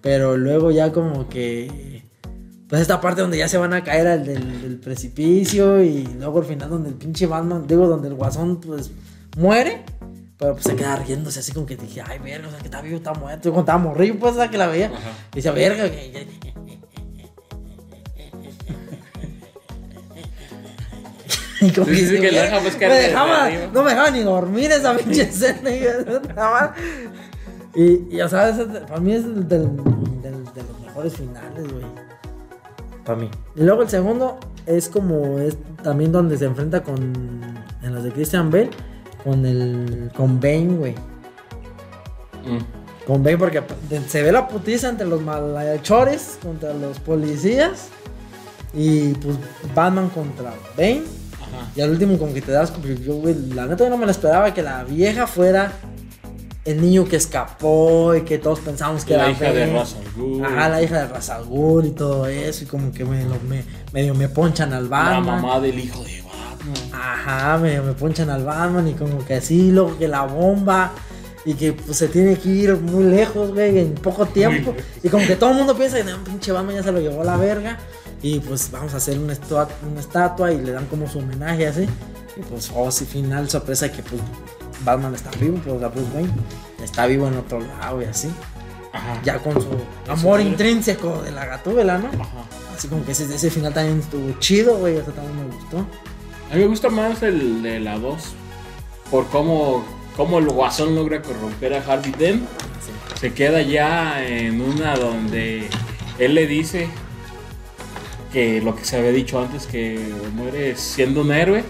Pero luego ya como que... Pues esta parte donde ya se van a caer al del, del precipicio y luego al final donde el pinche Batman, digo, donde el Guasón pues muere. Pero pues se queda riéndose así como que dije, ay, verga, o sea, que está vivo, está muerto. Y cuando estaba morrido, pues, la que la veía. Ajá. Y decía, verga, que- que- (laughs) Y como Sí, sí, dice, que lo "Güey, deja, pues, me caer de- de dejaba- arriba". No me dejaba ni dormir esa pinche escena. y yo, nada más. Y, y, ya sabes, es de- para mí es del- del- del- de los mejores finales, güey. Para mí. Y luego el segundo es como es también donde se enfrenta con. En las de Christian Bale. Con el. Con Bane, güey. Mm. Con Bane, porque de- se ve la putiza entre los malhechores, contra los policías. Y pues Batman contra Bane. Ajá. Y al último, como que te das. como que Yo, güey, la neta, yo no me la esperaba que la vieja fuera el niño que escapó y que todos pensamos que La era hija de Bane. Raza. Ajá, la hija de Razagul y todo eso. Y como que me, lo- me- medio me ponchan al La Batman. mamá del hijo de Batman. Ajá, medio me ponchan al Batman. Y como que así, luego que la bomba. Y que pues, se tiene que ir muy lejos, güey, en poco tiempo. lejos. Y como que todo el mundo piensa que no, pinche Batman ya se lo llevó a la verga. Y pues vamos a hacer una, estua- una estatua y le dan como su homenaje así. Y pues, oh, sí, final sorpresa que pues Batman está vivo, pues la Bruce Wayne está vivo en otro lado y así Ajá. ya con su amor intrínseco de la gatúbela, ¿no? Ajá. Así como que ese, ese final también estuvo chido, güey, eso también me gustó. A mí me gusta más el de la 2 por cómo, cómo el guasón logra corromper a Harvey Dent. Se queda ya en una donde él le dice que lo que se había dicho antes, que mueres siendo un héroe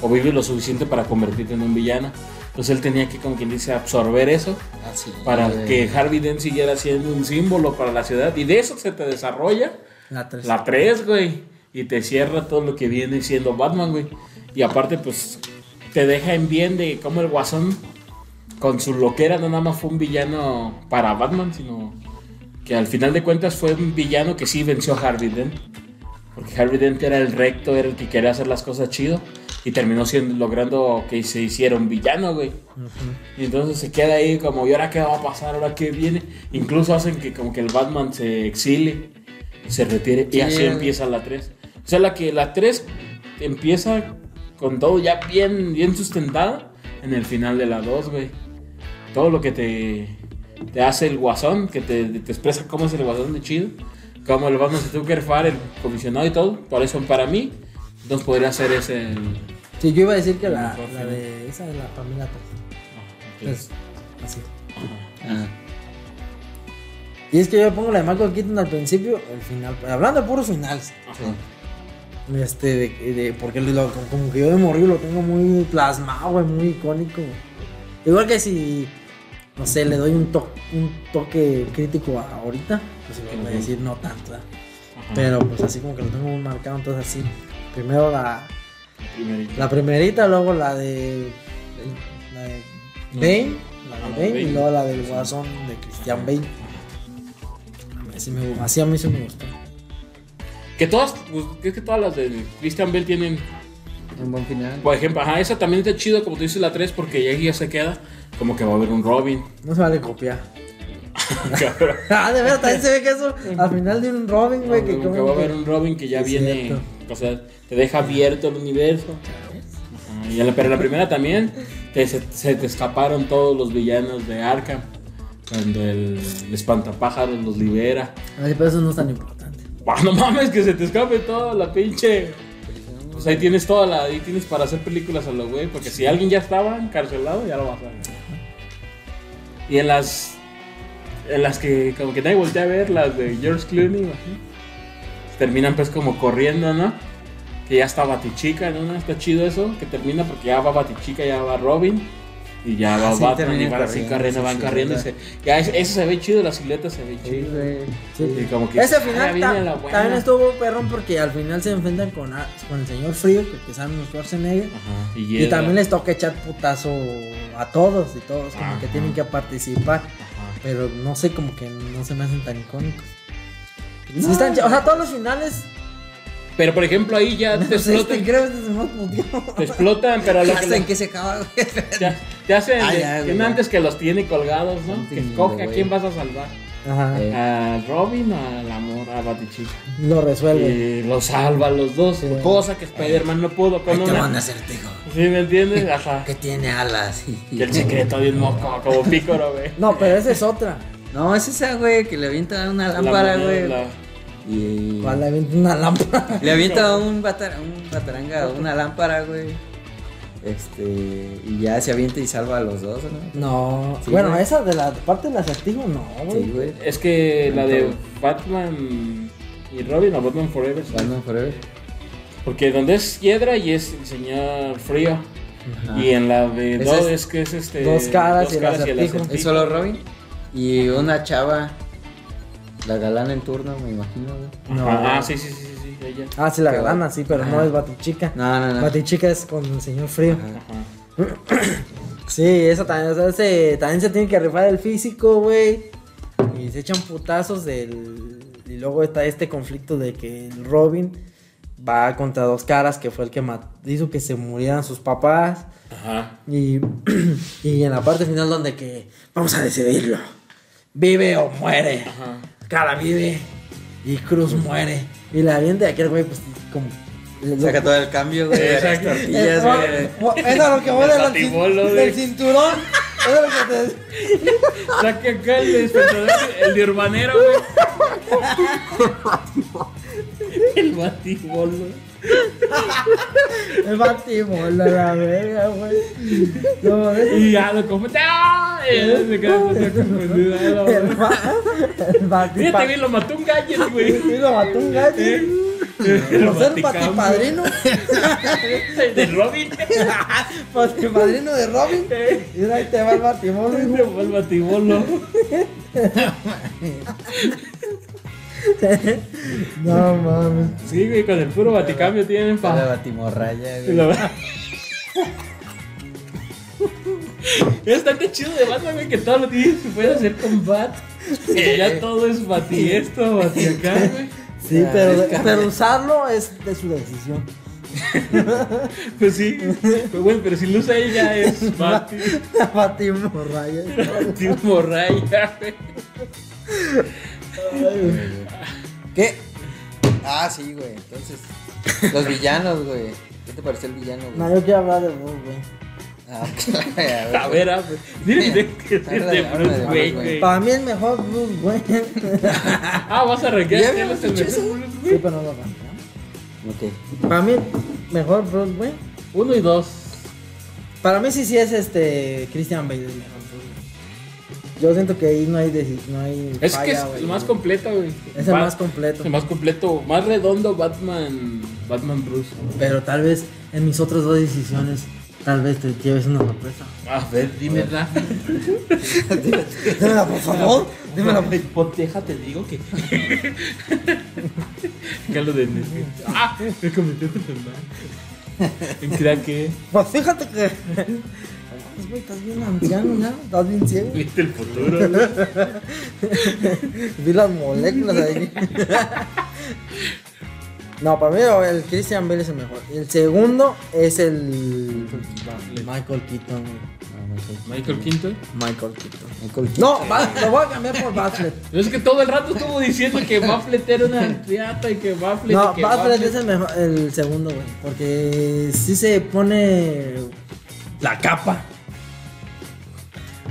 o vives lo suficiente para convertirte en un villano. Entonces él tenía que, como quien dice, absorber eso así. para güey. que Harvey Dent siguiera siendo un símbolo para la ciudad. Y de eso se te desarrolla La 3. la 3, güey. Y te cierra todo lo que viene siendo Batman, güey. Y aparte, pues, te deja en bien de cómo el guasón, con su loquera, no nada más fue un villano para Batman, sino que al final de cuentas fue un villano que sí venció a Harvey Dent. Porque Harvey Dent era el recto, era el que quería hacer las cosas chido. Y terminó siendo, logrando que se hiciera un villano, güey. Y entonces se queda ahí como, ¿y ahora qué va a pasar? ¿Ahora qué viene? Incluso hacen que como que el Batman se exile, se retire y Sí, así güey. empieza la 3. O sea, la que la 3 empieza con todo ya bien, bien sustentada en el final de la 2, güey. Todo lo que te, te hace el guasón, que te, te expresa cómo es el guasón de chido, cómo el Batman se tuvo que rifar, el comisionado y todo. Por eso, para mí, entonces podría ser ese... el- Sí, yo iba a decir que la, Mejor la final. de esa de la familia Todd. Pues, así. Ajá. Y es que yo pongo la de Michael Keaton al principio, al final. Hablando de puros finales. Ajá. Este, de, de- porque lo- como, como que yo de morir lo tengo muy plasmado, güey, muy icónico. güey. Igual que si, no sé, le doy un, to- un toque crítico a- ahorita, pues me voy a decir no tanto. ¿verdad? Ajá. Pero pues así como que lo tengo muy marcado, entonces así. Primero la, Primerito. la primerita, luego la de. La de Bane, la de Ah, Bane, y Bane. luego la del Guasón de Christian Bane. Así, me- así a mí se me gustó. Que todas, pues, es que todas las de Christian Bell tienen Un buen final. Por ejemplo, ajá, esa también está chido, como tú dices, la 3, porque ya ya se queda como que va a haber un Robin. (laughs) No se vale copiar. (laughs) cabrón. Ah, de verdad, también se ve que eso al final de un Robin, güey, que como que va a haber un Robin que ya Sí, viene, cierto. o sea, te deja abierto el universo. Ajá, y en la- pero en la primera también te- se, se te escaparon todos los villanos de Arkham. Cuando el, el espantapájaros los libera. Ay, pero eso no es tan importante. (laughs) Bah, Ah, No mames, que se te escape toda la pinche. Pues ahí tienes toda la. Ahí tienes para hacer películas a lo güey. Porque si alguien ya estaba encarcelado, ya lo vas a ver. Y en las. En las que como que nadie voltea a ver, las de George Clooney, imagínate. Terminan pues como corriendo, ¿no? Que ya está Batichica, ¿no? Está chido eso. Que termina porque ya va Batichica, ya va Robin. Y ya va Ah, sí, Batman. termina Y van así corriendo, corriendo, sí, van sí, corriendo. y verdad. se- ya es- eso se ve chido, la silueta se ve Sí, chido. güey. Y Sí. como que Ese ah, ya final viene ta- la buena. también estuvo perrón porque al final se enfrentan con, a- con el señor Frío, que que es Arnold Schwarzenegger. Ajá, Y, hiedra. también les toca echar putazo a todos y todos como que Ajá. tienen que participar. Ajá. Pero no sé, como que no se me hacen tan icónicos. Sí No. están ch- o sea, todos los (laughs) finales. Pero por ejemplo ahí ya (laughs) te No sé, este explotan, creo que se me ha (laughs) te explotan, pero (laughs) a lo que Hasta en que se acaba, güey. te, te hacen Ah, de- ya, tienen güey. antes que los tiene colgados, ¿no? Que Something escoge in a the quién way. vas a salvar. Ajá. Eh, A Robin o al amor a Batichica. Lo eh, resuelve. Y lo salva a los dos, Sí. cosa que Spider-Man no pudo con Ahí te una. van a hacer, hijo. ¿Sí me entiendes? Ajá. (laughs) Que tiene alas. Y el secreto de un moco como pícoro, güey. No, eh, pero esa es otra. No, es esa, güey, que le avienta una lámpara, La- güey. la- Y... Cuando le avienta una lámpara. (laughs) Le avienta un, batar- un bataranga, una lámpara, güey. Este, y ya se avienta y salva a los dos, ¿no? No. Sí, bueno, güey. esa de la parte del acertijo, no, güey. Sí, güey. Es que la de Batman y Robin o Batman Forever. Batman Forever. Porque donde es hiedra y es el señor frío. Ajá. Y en la de Ese dos es- es, que es este. Dos caras y el acertijo. Es solo Robin. Y una chava. La galana en turno, me imagino, güey. No. Ah, sí, sí, sí, sí, sí, ella. Ah, sí, la Qué galana, bueno. sí, pero no Ajá. es Batichica. No, no, no. Batichica es con el señor frío. Ajá. Ajá. Sí, esa también, o sea, se, también se tiene que rifar el físico, güey. Y se echan putazos del... Y luego está este conflicto de que el Robin va contra dos caras, que fue el que ma- hizo que se murieran sus papás. Ajá. Y, (clears throat) y en la parte final donde que vamos a decidirlo. Vive o muere. Ajá. Cara vive y Cruz muere. Y la avienta de aquel güey, pues como... Saca todo el cambio, güey. de las Exacto. tortillas, Eso- güey. Eso es lo (laughs) que voy El del cin- latibolo, del güey. cinturón. Eso es lo que te... Saque acá el despertador, el de urbanero, güey. (laughs) el batibol, güey. El batimol a la verga, güey. No mames. Y ya lo como. ¡Ah! Y ya se queda todo confundido, a la (laughs) El madre. ba- El bati- Fíjate bien, lo mató un (laughs) gadget, güey. Sí, lo mató un gato. Lo Por ser vaticamos. patipadrino. De (laughs) Robin. Patipadrino de Robin. Y ahí te va el batimol, hijo. El batibolo. No mames. Sí, güey, con el puro baticambio tienen La (laughs) pa. batimorraya, güey. La verdad. Es bastante chido de Batman, güey, que todo lo tienes que puedes hacer con Bat. Que ya todo es bati esto, bati acá, güey. Sí, pero, pero usarlo es de su decisión. Pues sí, pues bueno, pero si lo usa ella es bati, Batimorraya. bati (laughs) morraya, güey. ¿Qué? Ah, sí, güey. Entonces, los villanos, güey. ¿Qué te pareció el villano, No, güey? yo quiero hablar de vos, güey. Ah, (laughs) ok, a ver. A ver, a ver. Dile que es de Bruce Wayne, güey. Para mí el mejor Bruce Wayne. Ah, vas a arrancar. Ya ya habíamos los el dicho mejor eso. Bruce Sí, Wayne. pero no lo ganó. Ok. Para mí, mejor Bruce Wayne. Uno y dos. Para mí sí, sí es este. Christian Bale el mejor. güey. Yo siento que ahí no hay. desi- no hay Es falla, que es güey. el más completo, güey. Es el Va- más completo. El más completo, más redondo Batman, Batman Bruce. Pero tal vez en mis otras dos decisiones, tal vez te lleves una (laughs) sorpresa. A ver, dime, Rafa. Dímela, por favor. Dímela. Hipoteja, te digo (laughs) que. ¿Qué lo de ¡Ah! (laughs) Me cometió tu ¿En crack que? Pues fíjate que. Pues, güey, Estás bien anciano ya, estás bien (laughs) ciego. Viste el futuro. güey. Vi las moléculas ahí. (laughs) No, para mí el Christian Bale es el mejor. El segundo es el Michael Keaton. güey. Michael Quinto. Michael Keaton. Michael Keaton. No, va- lo voy a cambiar por Batfleck. No es que todo el rato estuvo diciendo que Bafflet era una triata y que Bafflet. No, y que Batfleck Bafflet- es el, mejor, el segundo, güey. Porque sí se pone la capa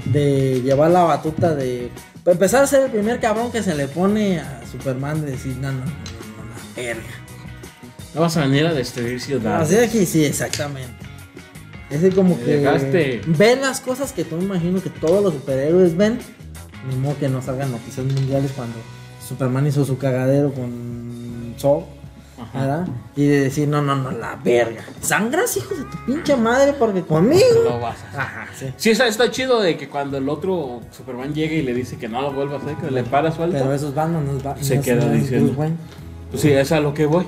de llevar la batuta de. para Empezar a ser el primer cabrón que se le pone a Superman de decir, no, no, no, no, la verga. No vas a venir a destruir ciudades. Así de aquí, sí, exactamente. Ese como Me que dejaste. ven las cosas que tú me imagino que todos los superhéroes ven. Ni modo que no salgan noticias mundiales cuando Superman hizo su cagadero con Sol. Ajá. ¿verdad? Y de decir, no, no, no, la verga. ¿Sangras, hijo de tu pinche madre? Porque conmigo. Lo vas a hacer. Ajá, sí. Sí, está, está chido de que cuando el otro Superman llega y le dice que no lo vuelva a hacer, que le para su alta. Pero esos Batman no es Batman. Se no es- queda no es diciendo. Bruce Wayne. Pues sí, es a lo que voy.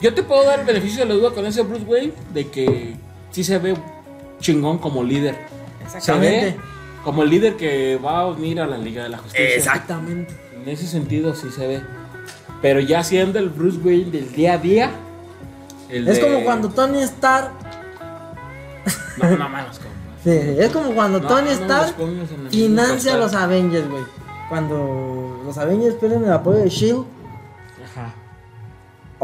Yo te puedo dar el beneficio de la duda con ese Bruce Wayne de que sí se ve chingón como líder. Se ve Exactamente. como el líder que va a unir a la Liga de la Justicia. Exactamente. En ese sentido sí se ve. Pero ya siendo el Bruce Wayne del día a día. el Es de- como cuando Tony Stark. No, (laughs) no manos, compa. sí, es como cuando No, Tony no Stark. los pongas en la Financia a misma los costada. Avengers, güey. Cuando los Avengers pierden el apoyo de Shield, Ajá. E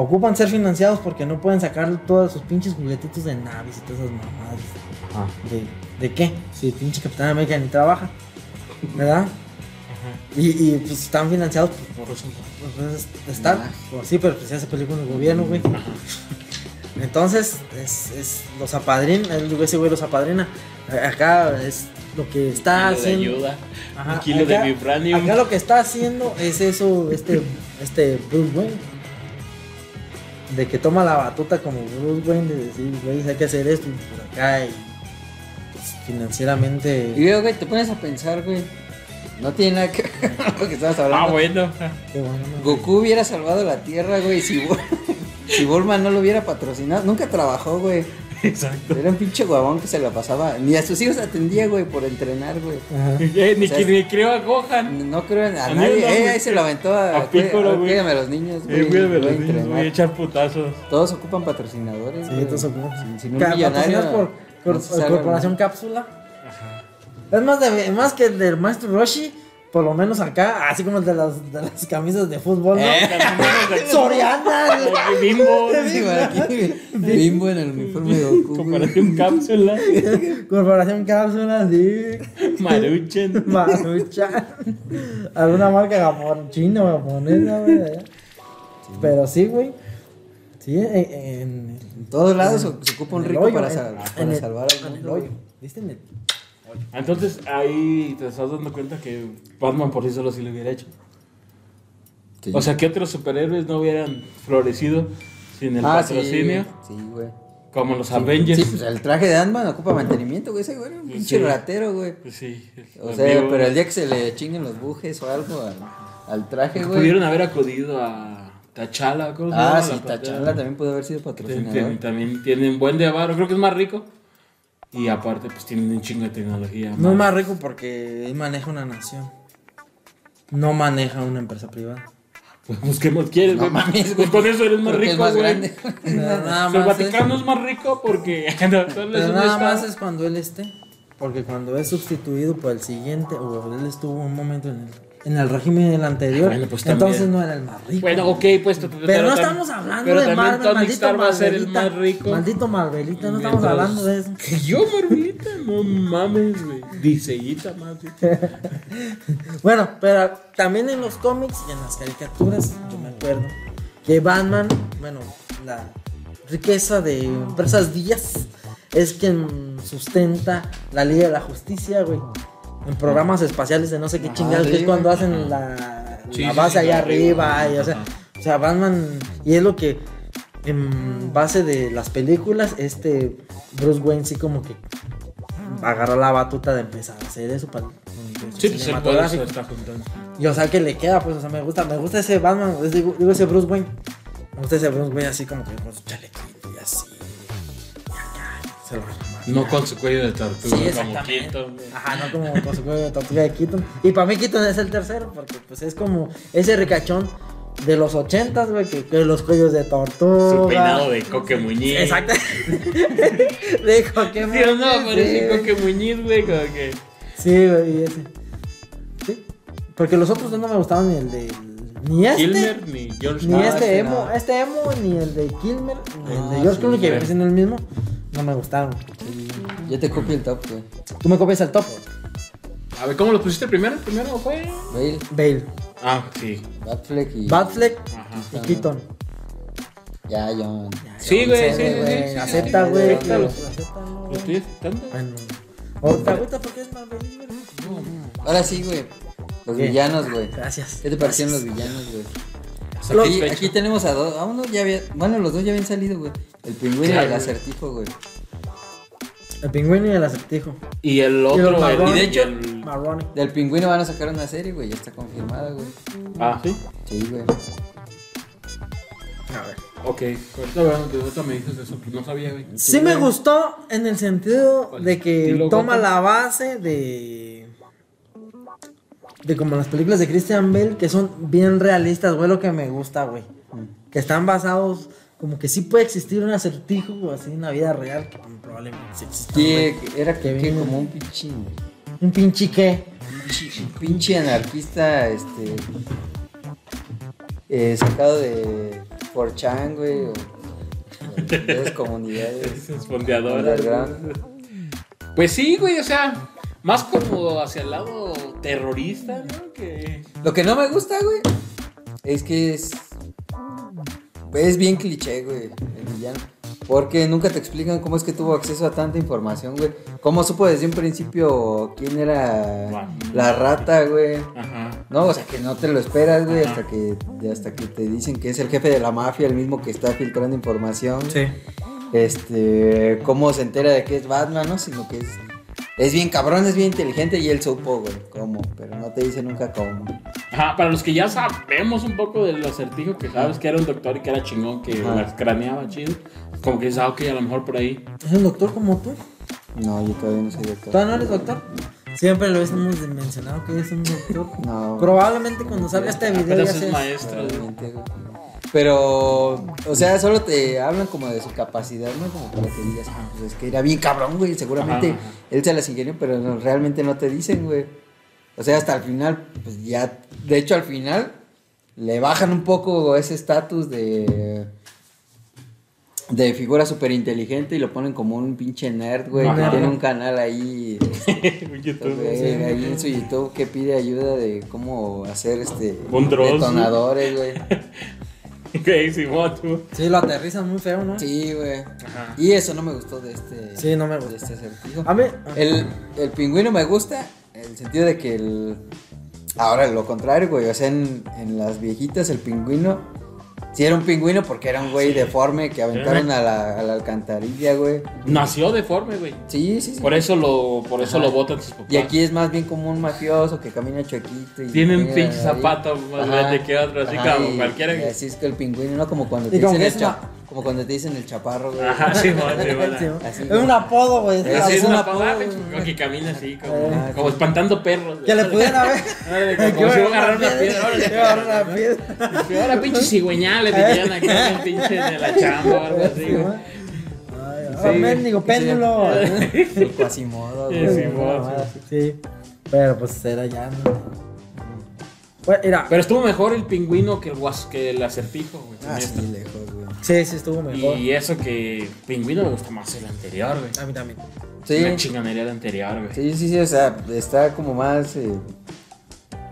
ocupan ser financiados porque no pueden sacar todos sus pinches juguetitos de naves y todas esas mamadas. Ajá. ¿De, de qué? Si el pinche Capitán América ni trabaja, ¿verdad? Y, y, pues están financiados por, Por eso. por- por esas- Stark. Pues, sí, pero pues se hace película en el gobierno, güey. Entonces, es, es los apadrina, el- ese güey los apadrina. A- Acá es lo que está Kilo de haciendo. ayuda. Ajá, un kilo acá- de vibranium. Acá lo que está haciendo es eso, este, este Bruce Wayne. De que toma la batuta como Bruce Wayne, de decir, güey, hay que hacer esto y por acá y pues, Y financieramente. luego, güey, te pones a pensar, güey. No tiene nada que ver con lo que estabas hablando. Ah, bueno. (laughs) Qué bueno, ¿no? Goku hubiera salvado la Tierra, güey, si, Bul- (laughs) si Bulma no lo hubiera patrocinado. Nunca trabajó, güey. Exacto. Era un pinche guabón que se la pasaba. Ni a sus hijos atendía, güey, por entrenar, güey. Ajá. Eh, ni, O sea, que- ni creo a Gohan. No creo en a, A mí nadie. no, Eh, güey. ahí se lo aventó a, A Piccolo, cuí- güey. Cuídame a los niños, güey. Eh, güey, de voy a los niños, entrenar. voy a echar (laughs) putazos. Todos ocupan patrocinadores. Sí, güey. entonces, ¿cómo? Sin, sin un Ca- millonario. patrocinados por, por- no se por salva, Corporación güey. Cápsula. Es más, de, más que el del maestro Roshi, por lo menos acá, así como el de las, de las camisas de fútbol, ¿no? Eh. Soriana, güey. Ay, Bimbo. Sí, güey, aquí, güey. Bimbo en el uniforme de Goku. güey. (laughs) Comparación cápsula. (laughs) Corporación Cápsula, sí. Maruchen. Maruchan. Alguna marca japon, china o japonesa, güey. allá. Pero sí, güey. Sí, en. en- En todos lados se- se ocupa un en el rico hoyo, para, en- en sal- para el- salvar al en el mundo. hoyo. ¿Viste? En el- Entonces ahí te estás dando cuenta que Batman por sí solo sí lo hubiera hecho. Sí. O sea, que otros superhéroes no hubieran florecido sin el Ah, sí, patrocinio. Sí, güey. Como los Avengers. Sí, pues el traje de Ant-Man ocupa mantenimiento, güey. Ese güey era un pinche Sí. ratero, güey. Pues sí. O los sea, vivos. pero el día que se le chinguen los bujes o algo al, al traje, güey. Pudieron haber acudido a Tachala. ¿cómo se Ah, llama sí, la plataforma? Tachala también pudo haber sido Tien- tien- patrocinador. También tienen buen de avaro, creo que es más rico. Y aparte, pues tienen un chingo de tecnología. No es más. más rico porque él maneja una nación. No maneja una empresa privada. Pues qué más quieres, No güey. mames, güey. Pues con eso eres más Porque es rico, más güey. grande. (laughs) Nada O sea, el más es- Pues, Vaticano es más rico porque (laughs) no, solo es Pero un nada estado. más es cuando él esté. Porque cuando es sustituido por el siguiente, o él estuvo un momento en el, en el régimen del anterior, Bueno, pues también. entonces no era el más rico. Bueno, ok, pues. Pero, Pero, no estamos hablando pero de también Marvel, Tony maldito Stark va a ser el Marvelita. más rico. Maldito Marvelita, no estamos Mientras- hablando de eso. Que yo, Marvelita, no mames, güey. Diseñita más, güey. Bueno, pero también en los cómics y en las caricaturas, yo me acuerdo que Batman, bueno, la riqueza de empresas Díaz es quien sustenta la Liga de la Justicia, güey. En programas espaciales de no sé qué Ajá, chingados, que es sí, cuando güey. hacen la, Ah, Sí, la sí, base sí, allá la arriba. arriba, y, o, sea, ajá. o sea, Batman. Y es lo que, en base de las películas, este Bruce Wayne sí como que agarró la batuta de empezar a hacer eso para el universo Sí, pues el poder se cinematográfico. lo está juntando. Y o sea que le queda, pues, o sea, me gusta, me gusta ese Batman, es- digo, digo, ese Bruce Wayne. Me gusta ese Bruce Wayne así como que con su chalequito y así. Y acá, se lo arma. No con su cuello de tortuga Sí, como exactamente. Ah, Keaton. Ajá, no como con su juego de tortuga de Keaton. Y para mí Keaton es el tercero, porque pues es como ese ricachón de los ochentas, güey, que, que los cuellos de tortuga. Su peinado de coque muñiz. (laughs) Exacto. Dijo que Sí, o no, parece coque muñiz, güey, como que. Sí, güey, y ese. Sí. Porque los otros dos no me gustaban ni el de. Ni este. Kilmer ni George Ni No, este este emo, no. este emo, ni el de Kilmer, ni el Ah, de George sí, Clooney, que güey. viene siendo el mismo, no me gustaron. Yo te copio el top, güey. Tú me copias el top, eh. A ver, ¿cómo lo pusiste primero? Primero fue. Bale, Bale, Ah, sí. Batfleck y. Ah, Batfleck Ajá. y Keaton. ya, John. Sí, güey, Sale, sí, sí, sí, güey. sí, sí, Acepta, sí, güey. acéptalo. lo- acéptalo. ¿Lo estoy aceptando? Bueno, ahorita, ahorita, porque es más Bale. Ahora sí, güey. Los ¿Qué? villanos, güey. Gracias. ¿Qué te parecieron los villanos, güey? Lo- Aquí, aquí tenemos a dos. A uno ya había. Bueno, los dos ya habían salido, güey. El pingüino y Claro, el güey. acertijo, güey. El pingüino y el acertijo. Y el Y otro, los el, marrones. y de hecho. Marrone. Del pingüino van a sacar una serie, güey. Ya está confirmada, güey. Ah, sí. Sí, güey. A ver. Ok, ahorita, bueno, de ahorita me dices eso, pues no sabía, güey. Sí me gustó en el sentido ¿Cuál? de que ¿Estilo toma Gotham? la base de de como las películas de Christian Bale que son bien realistas, güey, lo que me gusta, güey. Mm. Que están basados como que sí puede existir un acertijo güey, así en la vida real, que pues, probablemente sí exista, güey. Que era Que que, que venga. como un pinchín, güey. Un pinche qué. Un pinche anarquista, este. eh, sacado de 4chan, güey. O, o de esas (laughs) comunidades. Es fondeadora. Underground. Pues sí, güey, o sea, más como hacia el lado terrorista, ¿no? Que. Lo que no me gusta, güey, es que es. Es bien cliché, güey, el villano. Porque nunca te explican cómo es que tuvo acceso a tanta información, güey. Cómo supo desde un principio quién era Batman. la rata, güey. Ajá. No, o sea que no te lo esperas, güey, Ajá. hasta que, hasta que te dicen que es el jefe de la mafia, el mismo que está filtrando información. Este, cómo se entera de que es Batman, ¿no? Sino que es, es bien cabrón, es bien inteligente y él supo, güey, cómo, pero no te dice nunca cómo. Ajá, para los que ya sabemos un poco del acertijo, que sabes que era un doctor y que era chingón, que Ajá. las craneaba chido. Como que dices, ah, ok, a lo mejor por ahí. Es un doctor como tú. No, yo todavía no soy doctor. ¿Todavía no eres doctor? Siempre lo hemos mencionado que eres un doctor. (laughs) No. Probablemente cuando salga este video ya Apenas es seas- maestro. güey. Realmente, Ah, güey. Pero, o sea, solo te hablan como de su capacidad, ¿no? Como para que digas, ah, pues es que era bien cabrón, güey. Seguramente Ajá, ajá. él se las ingenió, pero no, realmente no te dicen, güey. O sea, hasta el final, pues ya, de hecho, al final le bajan un poco ese estatus de de figura súper inteligente y lo ponen como un pinche nerd, güey, que Ajá. tiene un canal ahí Un youtuber. Güey, ahí en su YouTube que pide ayuda de cómo hacer este Un Dross. detonadores, güey. Ok, Simón, tú. Sí, lo aterrizan muy feo, ¿no? Sí, güey. Ajá. Y eso no me gustó de este Ah. Sí, no me Ah. de gusta. este acertijo. A mí. El, el pingüino me gusta en el sentido de que el ahora lo contrario, güey, o sea, en, en las viejitas el pingüino sí era un pingüino porque era un güey deforme que aventaron a la, a la alcantarilla, güey. Nació deforme, güey. Sí, sí, sí. Por eso lo, por eso Ajá. lo botan sus papás. Y aquí es más bien como un mafioso que camina chuequito. Y Tiene un la pinche nariz. zapato más grande que otro, así como cualquiera Y que- así es que el pingüino, ¿no? Como cuando Y te como dicen que el es cha- como cuando te dicen el chaparro, (laughs) güey. (laughs) Ajá, Simón, Simón. Sí, así, es güey. un apodo, güey. Ese así Así es es un una una apodo. papada, papada, güey. Que camina así, como, Ajá. como espantando perros. Que le pudiera ver. (laughs) Ándale, (laughs) como si fuera a agarrar una (laughs) piedra. Que órale. iba a agarrar una piedra. Ahora pinche cigüeñal le dirían aquí el pinche de la chamba o (laughs) algo así, güey. Ay, Sí, ah, mendigo, que sería- (laughs) péndulo. El cuasimodo, Sí, güey. sí, Una mo- mamada. Sí. Pero pues era ya, ¿no? Bueno, mira. Pero estuvo mejor el pingüino que el, guas- que el acertijo, güey. Ah, sí, honesto. lejos, güey. Sí, sí, estuvo mejor. y eso que pingüino me gustó más el anterior, güey. A mí también. Me Sí, chingonería el anterior, güey. sí, sí, sí, o sea, está como más, eh,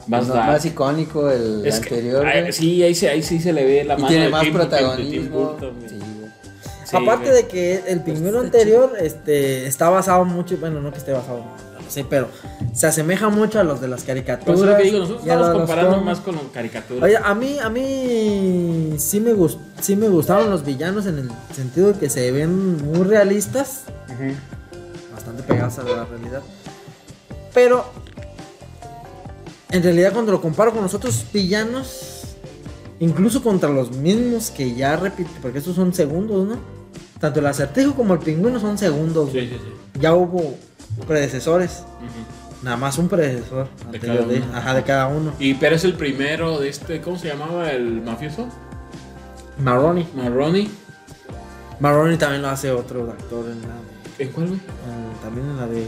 Más no- dark. más icónico el Es que- anterior, ahí- güey. sí, ahí, se- ahí sí se le ve la Y mano tiene de más Tim- de Tim protagonismo. Burton, güey. Sí, güey. Sí, Aparte güey. Pues, de que el pingüino anterior este, está basado mucho, bueno, no que esté basado, sí, pero se asemeja mucho a los de las Pues caricaturas. es lo que digo, nosotros y a estamos los de los comparando cómics. más con caricaturas. Oye, a mí, a mí sí me, gust, sí me gustaron los villanos en el sentido de que se ven muy realistas, Ujú. bastante pegados a la realidad. Pero en realidad cuando lo comparo con los otros villanos, incluso contra los mismos que ya repito, porque estos son segundos, ¿no? Tanto el acertijo como el pingüino son segundos. Sí, sí, sí. Ya hubo predecesores, Ujú. nada más un predecesor De anterior cada de- uno. ajá, de cada uno. Y pero es el primero de este, ¿cómo se llamaba el mafioso? Marroni. Marroni. Marroni también lo hace otro actor en la de- ¿En cuál, güey? en- también en la del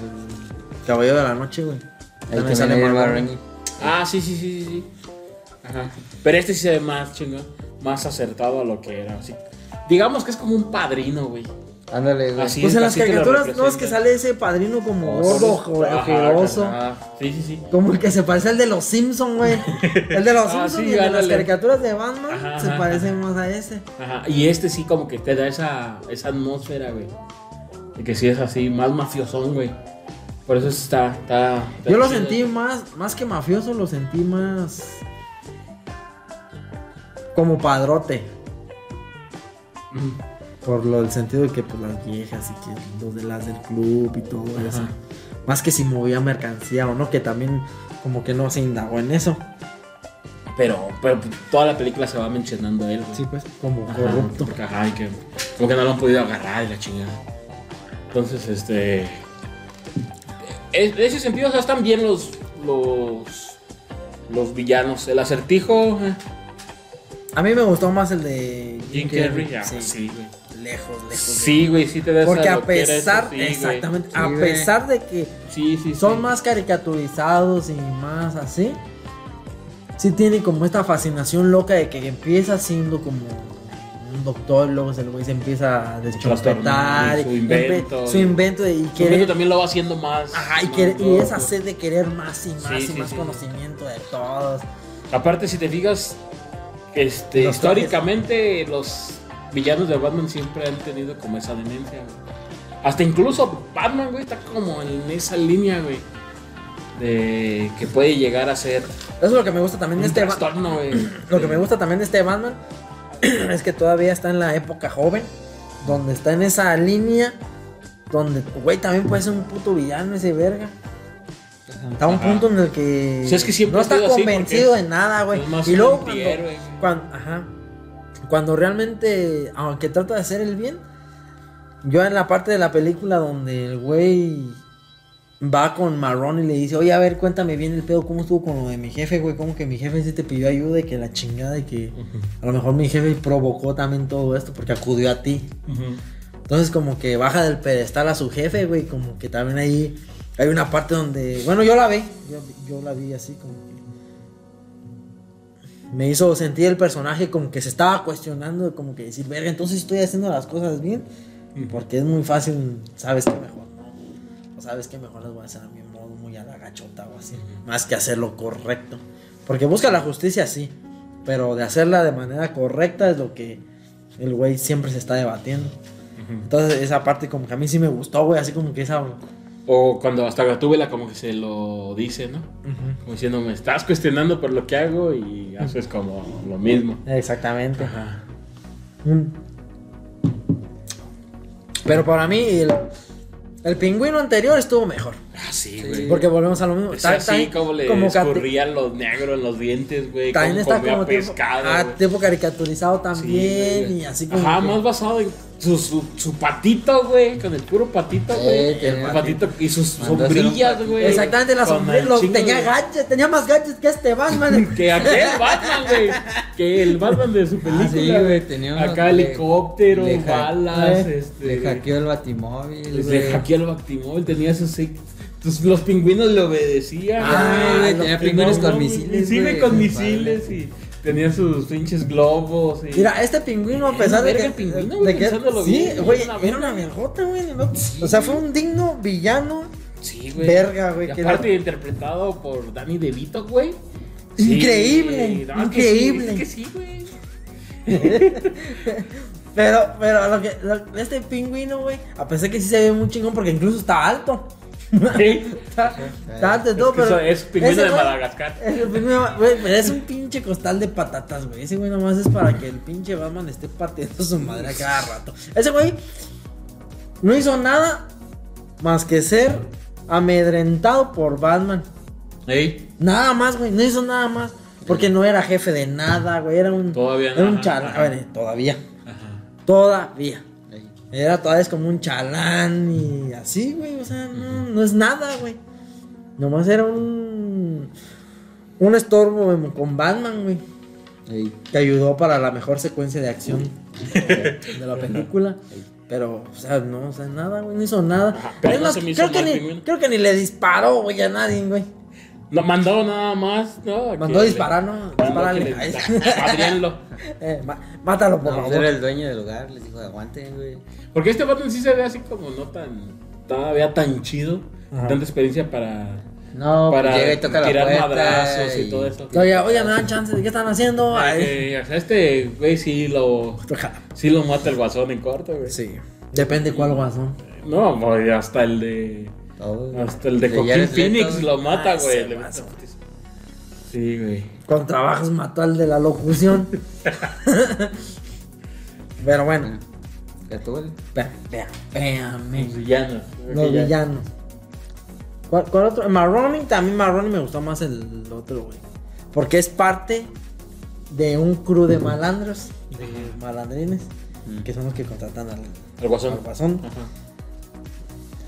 Caballero de la Noche, güey. Ahí También también sale hay el Marroni. Marroni. Ah, sí, sí, sí, sí, sí. Ajá. Pero este sí se ve más chingón, más acertado a lo que era. Así. Digamos que es como un padrino, güey. Ándale, güey. Así Pues en las así que lo caricaturas no es representa. Ah, que sale ese padrino como Oso. gordo, ojo- Ajá, ojeroso. ajá. Sí, sí, sí. Como el que se parece al de los Simpsons, (laughs) güey. El de los Ah, Simpsons sí, y el de las ándale. caricaturas de Batman Ajá, se ajá, parece más a ese. Ajá. Y este sí como que te da esa, esa atmósfera, güey. De que sí es así, más mafiosón, güey. Por eso está... está, está Yo lo chido. sentí más, más que mafioso, lo sentí más como padrote. Ujú. Por lo del sentido de que pues las viejas y que los de las del club y todo eso. Ajá. Más que si movía mercancía o no, que también como que no se indagó en eso. Pero, pero toda la película se va mencionando a él, güey. Sí, pues, como Ajá, corrupto. porque, ajá, y que, como que no lo han podido agarrar y la chingada. Entonces, este. En ese sentido, o sea, están bien los. los. los villanos. El acertijo. eh, A mí me gustó más el de Jim Carrey. ah, sí. Sí, güey. Lejos, lejos. Sí, güey, sí te de- das Porque a pesar, exactamente, Sí, a güey. pesar de que Sí, sí, son sí. más caricaturizados y más así, sí tiene como esta fascinación loca de que empieza siendo como un doctor, luego se, güey se empieza a deschompetar. trastorno, y su invento, empe- Su y- invento y Su mente querer. también lo va haciendo más. Ajá, y, más querer- y loco. esa sed de querer más y más Sí, y sí, más sí. conocimiento de todos. Aparte, si te fijas, este, Los históricamente los villanos de Batman siempre han tenido como esa demencia, güey. Hasta incluso Batman, güey, está como en esa línea, güey. De que puede llegar a ser Eso es lo que me gusta también un de este Ba- trastorno, güey. (clears throat) Lo que me gusta también de este Batman (clears throat) es que todavía está en la época joven, donde está en esa línea, donde, güey, también puede ser un puto villano ese verga. Está a un Ajá. punto en el que Sí, es que siempre no ha está sido así, convencido porque de nada, güey. es más Y luego un cuando, antihéroe, güey. cuan- ajá, cuando realmente, aunque trata de hacer el bien, yo en la parte de la película donde el güey va con Marrón y le dice, oye, a ver, cuéntame bien el pedo, cómo estuvo con lo de mi jefe, güey, cómo que mi jefe sí te pidió ayuda y que la chingada y que a lo mejor mi jefe provocó también todo esto porque acudió a ti. Ujú. Entonces como que baja del pedestal a su jefe, güey, como que también ahí hay una parte donde, bueno, yo la vi, yo, yo la vi así como que me hizo sentir el personaje como que se estaba cuestionando, como que decir, verga, entonces estoy haciendo las cosas bien, porque es muy fácil, sabes que mejor, ¿no? O sabes que mejor las voy a hacer a mi modo, muy a la gachota o así, más que hacer lo correcto, porque busca la justicia, sí, pero de hacerla de manera correcta es lo que el güey siempre se está debatiendo. Entonces esa parte como que a mí sí me gustó, güey, así como que esa... O cuando hasta Gatúbela como que se lo dice, ¿no? Como diciendo, me estás cuestionando por lo que hago y haces como lo mismo. Exactamente. Ajá. Mm. Pero para mí el, el pingüino anterior estuvo mejor. Ah, sí, Sí. güey. Porque volvemos a lo mismo. Es Ta- así ta- como le cate- escurrían los negros en los dientes, güey. También como está comía como tipo, pescado. ah, güey. tipo caricaturizado Sí, también güey. y así como... Ajá, que- más basado en su, su, su patito, güey. Con el puro patito, güey. Eh, el tenía patito y sus Mandó a hacer un sombrillas, güey. Exactamente, la Con sombrilla el lo- chingo tenía de- (laughs) gadgets, tenía más gadgets que este Batman. Que aquel Batman, güey. Que el Batman de Ah, su película. Ah, sí, güey, tenía unos- Acá le- helicóptero, le hack- balas, eh, este. Le hackeó el batimóvil, Les le güey. hackeó el Bactimóvil. Tenía sus. seis- tus- los pingüinos le obedecían. Ah, güey. güey, los tenía Sí, pingüinos no, con no, misiles, Sí, güey, güey, con mi misiles y tenía sus pinches globos. Y... Mira, este pingüino, a Era pesar una de que. verga el pingüino, de güey, que- pensándolo sí, bien, güey, era una era una vergota, güey. ¿no? O sea, fue un digno villano. sí, güey. verga, güey, Y que aparte, la- interpretado por Danny DeVito, güey. Increíble, güey, no, es que increíble. sí, es que sí, güey. Pero, pero lo que, lo- este pingüino, güey, a pesar que sí se ve muy chingón porque incluso está alto. Sí. (laughs) Está, está alto y todo, que pero. eso es pingüino ese de güey- Madagascar. Es el pingüino, güey, pero es un pinche costal de patatas, güey. Ese güey nomás es para que el pinche Batman esté partiendo su madre a cada rato. Ese güey no hizo nada más que ser amedrentado por Batman. Ey, Nada más, güey, no hizo nada más. Porque no era jefe de nada, güey. Era un. Todavía Era no, un ajá, chalán. ajá. A ver, todavía. Todavía. Ey. Era todavía es como un chalán y así, güey. O sea, no, no es nada, güey. Nomás era un. Un estorbo güey, con Batman, güey. Ey. Que ayudó para la mejor secuencia de acción de la película. Pero, o sea, no, o sea, nada, güey. No hizo nada. Ajá, pero Es no más, se me hizo creo, que mal, ni, pingüino. creo que ni le disparó, güey, a nadie, güey. No, mandó nada más, ¿no? Mandó Que disparar, le- ¿no? mandó que Dispararle. le- (laughs) Ay. (laughs) Madrienlo. Eh, ma- mátalo, por No, pues favor. era el dueño del lugar, les dijo, aguanten, güey. Porque este Batman sí se ve así como no tan. Todavía tan chido. Ajá. Tanta experiencia para. No, pues para llega y toca la tirar puerta. madrazos y... todo eso. Oye, oye, me dan chance. ¿Qué están haciendo? Ah, Ay. que, o sea, este güey sí lo. Ojalá. pues Sí lo mata el guasón en corto, güey. Sí. Depende cuál guasón. No, güey, hasta el de. Todo, güey. Hasta el de Joaquín Jared Phoenix Leto. lo Ah, mata, ese güey. Le vaso. mete putiza. Sí, güey. Con trabajos mató al de la (laughs) locución. (laughs) Pero bueno, Gatúbela. espera, espera, espérame. Los villanos. Los villanos. ¿Cuál, cuál otro? Marroni, también Marroni me gustó más el otro, güey. Porque es parte de un crew de malandros, de malandrines, que son los que contratan al, El al guasón. guasón. Ajá.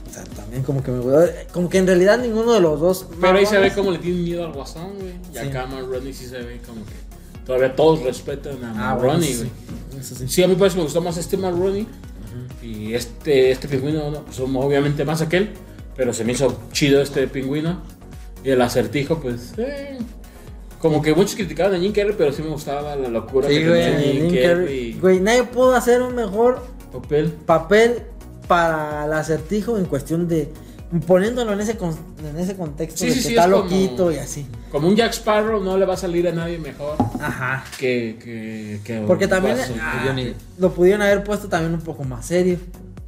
O sea, también como que me gustó. Como que en realidad ninguno de los dos. Pero ahí se ve Marrones- como le tienen miedo al guasón, güey. Y Sí. acá Matt Ronnie sí se ve como que todavía todos respetan a Ah, Matt bueno, Ronnie, eso güey. sí. Eso sí. Sí, a mí parece me gustó más este Matt Ronnie. Y este, este pingüino, no, pues, obviamente más aquel. Pero se me hizo chido este pingüino. Y el acertijo, pues. eh, como que muchos criticaban a Jim Carrey, pero sí me gustaba la locura Sí, que güey, tenía Jim Jim Carrey. Carrey. Güey, nadie pudo hacer un mejor Papel. papel para el acertijo en cuestión de poniéndolo en ese con- en ese contexto Sí, de sí, que sí, está es como- loquito y así. Como un Jack Sparrow no le va a salir a nadie mejor Ajá. que. que, que Porque también Guasón. ah, Johnny. lo pudieron haber puesto también un poco más serio.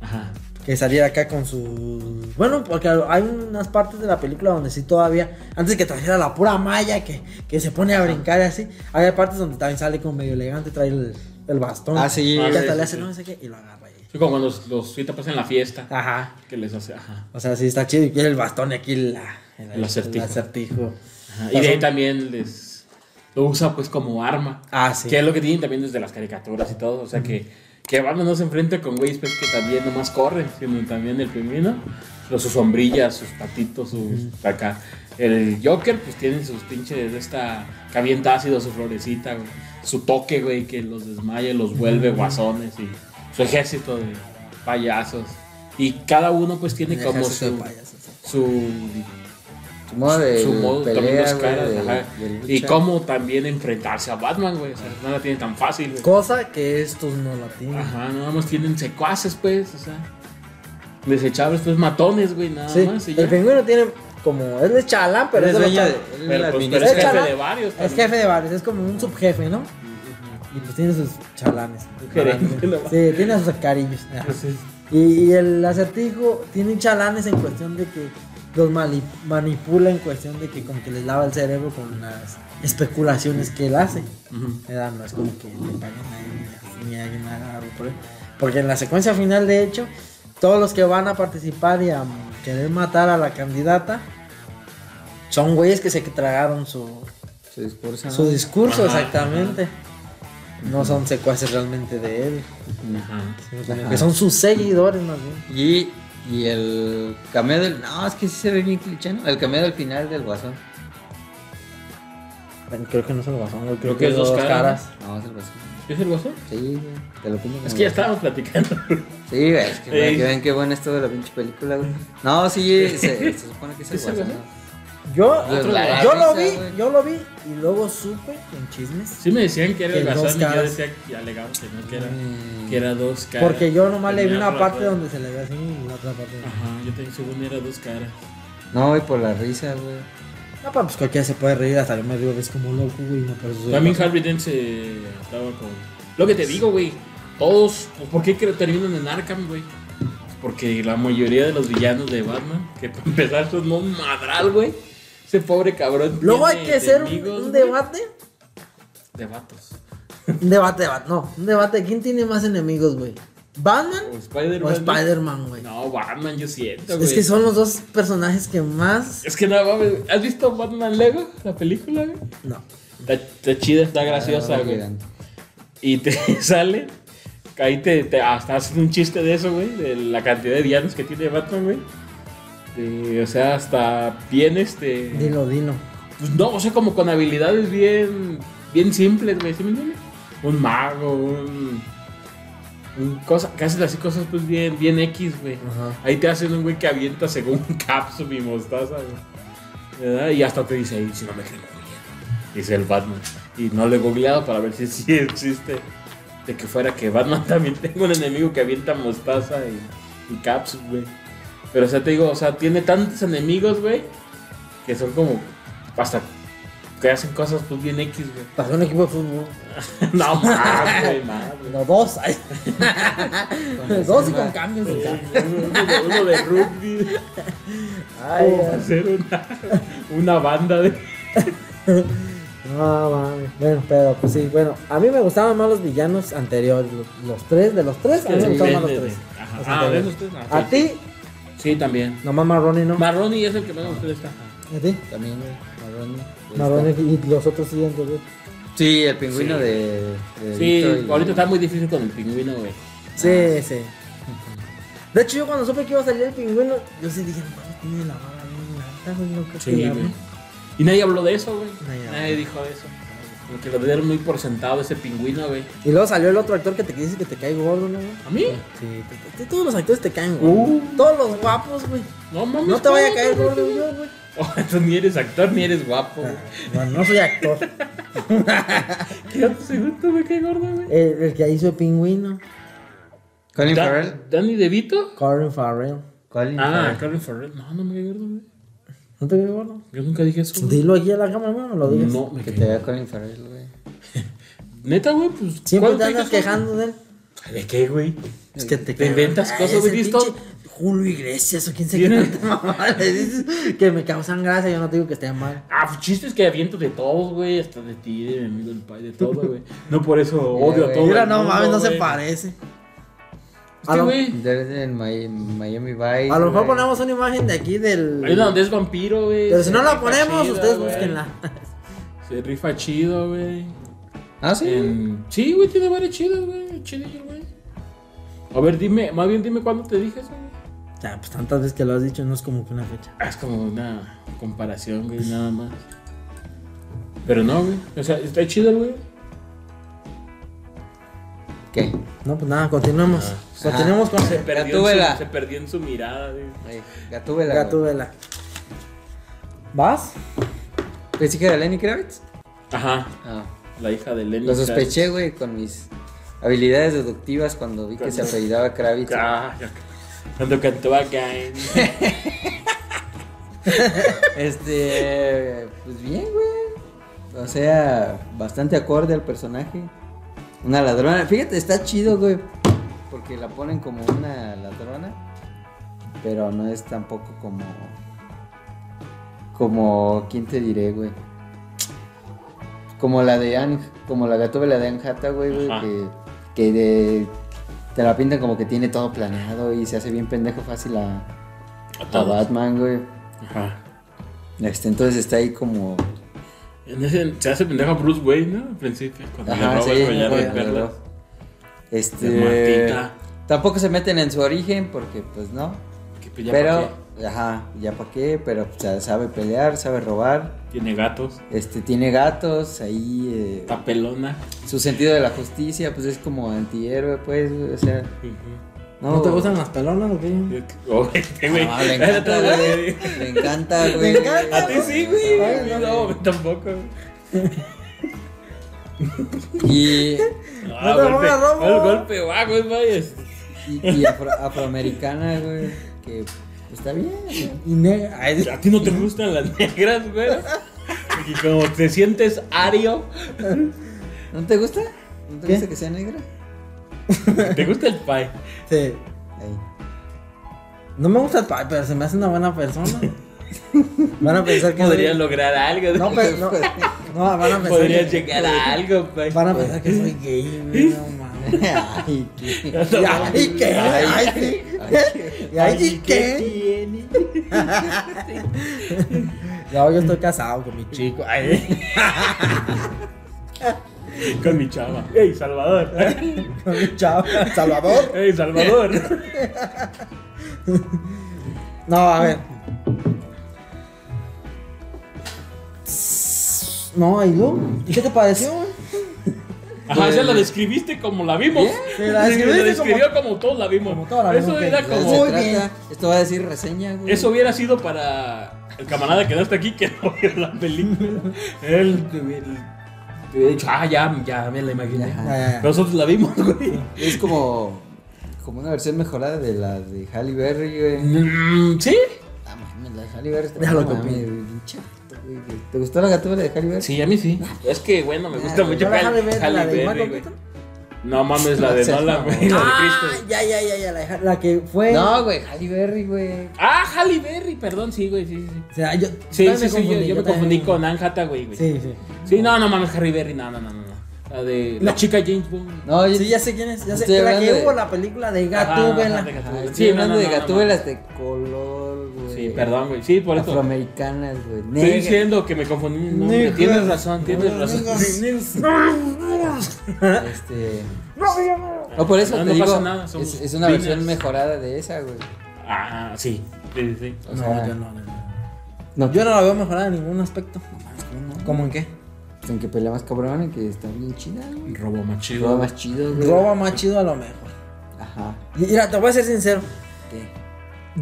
Ajá. Que saliera acá con su. Bueno, porque hay unas partes de la película donde sí todavía. Antes que trajera la pura malla que, que se pone a brincar y así. Hay partes donde también sale como medio elegante, trae el, el bastón. Ah, sí. Y Ah, hasta sí, le sí, hace sí. no sé qué y lo agarra ahí. Sí, como cuando los, los pitapas en la fiesta. Ajá. Que les hace, ajá. O sea, sí está chido. Y quiere el bastón y aquí la- el, El acertijo. acertijo. Ajá, Y de ahí también les lo usa pues como arma. Ah, sí. Que es lo que tienen también desde las caricaturas y todo. O sea que, que Batman no se enfrenta con güeyes pues, que también nomás corren, sino también el pingüino. Los, sus sombrillas, sus patitos, sus acá. El Joker, pues tienen sus pinches de esta que avienta ácido, su florecita, güey. su toque, güey, que los desmaya, los vuelve guasones y su ejército de payasos. Y cada uno pues tiene Un como ejército de su, payasos. su Su modo de su modo, también pelea, las güey, caras, de- ajá. de lucha. Y cómo también enfrentarse a Batman, güey. O sea, no la tienen tan fácil, güey. Cosa que estos no la tienen. Ajá, nada más tienen secuaces, pues, o sea. Desechables, pues, matones, güey, nada Sí, más. y Ah, ya. el pingüino tiene como. Él es chalán, pero es Él es de los dueño de- chal- él Pero, la pues, administra- pero es Es jefe chalán. de varios. Es también. jefe de bares, es como un subjefe, ¿no? Y pues tiene sus chalanes. gerente, ¿no? Sí, tiene sus carillos. Pues, es- Y, y el acertijo tiene chalanes en cuestión de que los mali- manipula, en cuestión de que como que les lava el cerebro con las especulaciones que él hace. Ujú. Era, no es como que le paguen a él ni a- ni a alguien haga algo por él. Porque en la secuencia final, de hecho, todos los que van a participar y a querer matar a la candidata son güeyes que se tragaron su, Se discursa, ¿no? su discurso, Ajá. exactamente. No son secuaces realmente de él, Ajá. sino como Ajá. que son sus seguidores más bien. Y, y el cameo del. No, es que sí se ve bien cliché, ¿no? El cameo del final del guasón. Bueno, Creo que no se lo pasó, creo, Creo que es dos caras. No, es el guasón. ¿Es el guasón? Sí, güey. Te lo pongo. Es como- que ya estábamos platicando. (laughs) Sí, güey. Es que, güey, Ey. que ven qué buena es toda la pinche película, güey. No, sí, se, se supone que es (laughs) el ¿Es el guasón. guasón? ¿no? Yo, Pues la yo lo risa, vi, güey. yo lo vi y luego supe en chismes. Sí me decían que era el Que dos guasón y yo caras. decía que alegaba que no, que era, Mm. que era dos caras. Porque yo nomás le vi Tenía una parte razón. donde se le ve así y la otra parte. no. Ajá, yo tengo según era dos caras. No, güey, por la risa, güey. No, pa, pues cualquiera se puede reír, hasta yo me digo, ves como loco, güey, no, por eso soy Pues, También loco. Harvey Dent se estaba con. Lo que te digo, güey. Todos, pues, ¿por qué cre- terminan en Arkham, güey? Pues, Porque la mayoría de los villanos de Batman, que (laughs) para empezar son un madral, güey. Ese pobre cabrón. Luego hay tiene que hacer un- enemigos, un güey, debate. De vatos. Un debate, debate, no, un debate. ¿Quién tiene más enemigos, güey? O ¿Batman Spider-Man. o güey. Spider-Man, güey? No, Batman, yo siento, güey. Es que son los dos personajes que más. Es que nada mames. ¿Has visto Batman Lego? La película, güey. No. Está, está chida, está graciosa, Ah, güey. miran. Y te (laughs) sale. Ahí te, te- hasta hacen un chiste de eso, güey. De la cantidad de villanos que tiene Batman, güey. De- o sea, hasta bien este. Dilo, dilo. Pues no, o sea, como con habilidades bien. Bien simples, güey. ¿Sí me entiendes? Un mago, un. un cosa, que haces así cosas, pues bien, bien X, güey. Ajá. Ahí te hacen un güey que avienta según (laughs) capsule y mostaza, güey. ¿Verdad? Y hasta te dice, "Ay, si no me creen, güey". dice el Batman. Y no lo he googleado para ver si (laughs) sí existe. De que fuera que Batman (laughs) también tenga un enemigo que avienta mostaza y, y capsule, güey. Pero, o sea, te digo, o sea, tiene tantos enemigos, güey, que son como hasta que hacen cosas pues bien X, güey. (laughs) Pasó un equipo de fútbol. No más, güey, más, güey. No, dos. (laughs) ay. dos y con reserva. cambios. y cambios. Uno, uno- uno de rugby. Ay, ¿Cómo ay. hacer una, una banda de. No, mames. Bueno, pero pues sí, bueno. A mí me gustaban más los villanos anteriores. Los, los tres, de los tres, a mí me gustaban más los Depende tres. de- Ajá. Los Ah, anteriores. de esos tres, ah, A sí. ti, Sí, también. nomás Marroni, ¿no? Marroni es el que más me gusta. esta. A ti, También, güey. Marrón. Ahí Marroni está. y los otros siguientes, güey. Ah, Sí, el pingüino Sí. de, de Sí, Victor y- ahorita está muy difícil con el pingüino, güey. Sí, sí. De hecho, yo cuando supe que iba a salir el pingüino, yo sí dije, no, mames, tiene la barra bien alta, güey, no creo que Sí, la güey. arme". Y nadie habló de eso, güey. Nadie Nadie, habló. dijo de eso. Como que lo dieron muy por sentado ese pingüino, güey. Y luego salió el otro actor que te dice que te cae gordo, ¿no? güey? ¿A mí? Sí, te- te- todos los actores te caen, güey. Uh. Todos los guapos, güey. No mames. No te vaya a caer güey. gordo, yo, güey. (laughs) Oh, tú ni eres actor ni eres guapo, güey. Bueno, no soy actor. Ah. ¿Qué otro segundo me cae gordo, güey? El, el que hizo el pingüino, Colin Da- Farrell. ¿Danny DeVito? Colin Farrell. Colin Ah, Farrell. Colin Farrell. No, no me cae gordo, güey. ¿No te cae gordo? Yo nunca dije eso. güey. Dilo aquí a la cámara, hermano, lo digas. No, me Que cae te vea Colin Farrell, güey. Neta, güey, pues. Siempre ¿cuándo te andas dije eso? quejando de él. ¿De qué, güey? Es que te, Te inventas cosas, ese güey, ¿listo? pinche Julio Iglesias o quién se (laughs) Tiene- tanta mamada le dices que me causan gracia, yo no te digo que esté mal. Ah, pues, chistes que aviento de todos, güey. Hasta de ti, de mi amigo el pai, de todo, güey. (laughs) No por eso odio a güey. todos. Mira, no mames, no se parece. A Este, lo, güey. Desde Miami Vice. a lo mejor güey. ponemos una imagen de aquí del. Ahí donde es vampiro, güey. Pero si no Se la rifa ponemos, chido, ustedes güey. búsquenla. (laughs) Se rifa chido, güey. Ah, sí. En- Sí, güey, tiene varios chidos, güey. Chidillo, güey. A ver, dime, más bien dime cuándo te dije eso, güey. Ya, pues tantas veces que lo has dicho, no es como que una fecha. Ah, Es como una comparación, güey, nada más. Pero no, güey. O sea, está chido, güey. ¿Qué? No, pues nada, continuemos. Continuemos con Se perdió, en Gatúbela. su, se perdió en su mirada, güey. Ahí, Gatúbela. güey. Gatúbela. ¿Vas? ¿Pensé que era Lenny Kravitz? Ajá. Ah. La hija de Lenny. Lo Kravitz. sospeché, güey, con mis habilidades deductivas cuando vi que se apellidaba Kravitz. Ah, ya. Cuando cantó Again. Este, pues bien, güey. O sea, bastante acorde al personaje. Una ladrona. Fíjate, está chido, güey. Porque la ponen como una ladrona. Pero no es tampoco como... Como... ¿Quién te diré, güey? Como la de Anne... Como la gatúbela de Anne Hathaway, güey. Ajá. Que, que de- te la pintan como que tiene todo planeado y se hace bien pendejo fácil a, a Batman, güey. Ajá. Este, entonces está ahí como. En ese- se hace pendejo a Bruce Wayne, ¿no? Al principio. Cuando le roba el collar güey, de perlas. güey. Este. De Martita. Tampoco se meten en su origen porque, pues no. Que pilla pero, porque ajá, ya para qué, pero o sea, sabe pelear, sabe robar. Tiene gatos. Este, tiene gatos, ahí. eh, Está pelona. su sentido de la justicia, pues es como antihéroe, pues, güey, o sea. No, ¿No, te gustan las pelonas o qué? (laughs) Oh, este güey? güey. (laughs) No, Ah, le encanta, güey. Le encanta, güey. encanta, A ti sí, güey. Ay, A mí no. no, güey, tampoco. güey. Y, Ah, te golpe, pongas rojo. gol- golpe bajo, es vayas. y, y afro- afroamericana, güey. Que pues, está bien, güey. Y negra. Ay, A ti no te gustan las negras, güey. Y como te sientes ario, ¿No te gusta? ¿No te ¿Qué? gusta que sea negra? ¿Te gusta el pie? Sí. Ahí. No me gusta el pie, pero se me hace una buena persona. Van a pensar que. Podrías soy- lograr algo. No, (laughs) pero no. No, van a pensar. Podrías que- llegar a algo, pie. Van a pensar que soy gay, güey. No mames. (laughs) Ay, (laughs) qué. ¿Y ahí qué? Ay, sí. ¿Y ahí sí qué? tiene? No, yo estoy casado con mi chico. Ay, Con mi chava. ¡Ey, Salvador! (laughs) con mi chavo. Salvador. ¡Ey, Salvador! No, a ver. No, ¿y luego? ¿Qué te pareció? güey? Ajá, esa la describiste como la vimos. Sí, la describiste describió como, todos la vimos. como todos la eso vimos, era que- Se como. Muy bien. trata- Esto va a decir reseña, güey. Eso hubiera sido para el camarada que no está aquí que no vio la película. Él te hubiera te hubiera dicho, ah, ya, ya me la imaginé. Ajá. Ya, ya, ya. Nosotros la vimos, güey. Es como. Como una versión mejorada de la de Halle Berry, güey. Mm, sí. Ah, mames, la de Halle Berry. está- Déjalo no que mames, opine. güey, bien chato, güey. ¿Te gustó la gatúbela de Halle Berry? Sí, a mí sí. Es que, bueno, me gusta Ah, mucho ¿Ya la dejaron de Halle ver la de Berry, Michael güey. Keaton? (laughs) No mames, la No de seas Nolan, mamón. güey. La de Ah, Christmas. ya, ya, ya, ya. La, dejaron- la que fue. No, güey, Halle Berry, güey. Ah, Halle Berry, perdón, sí, güey, sí, sí, sí. O sea, yo. Sí, también sí, sí, yo, yo me también- confundí con Anne Hathaway, güey. Sí, sí. Sí, no, no mames, Harry Berry, no, no, no, no. no. La de la chica James Bond. No, yo. Sí, ya sé quién es. Ya sé. Estoy La que hablando de- hubo la película de Ajá, de Gatúbela. Ah, Gatúbela. estoy hablando de no. gatúbelas de color, güey. Sí, perdón, güey. Sí, por eso. Afroamericanas, güey. Estoy Negras. diciendo que me confundí. No, hombre, Negras. tienes razón, tienes razón. Este. No, por eso No, te no digo. pasa nada, somos es, es una finas. versión mejorada de esa, güey. Ah, sí. Sí, sí, sí. O sea, no, no, no. no. Yo no la veo mejorada en ningún aspecto. ¿Cómo en qué? En que pelea más cabrón, en que está bien chida, güey. Robo más chido. Roba más chido, güey. Roba más chido a lo mejor. Ajá. Y Mira, te voy a ser sincero. ¿Qué?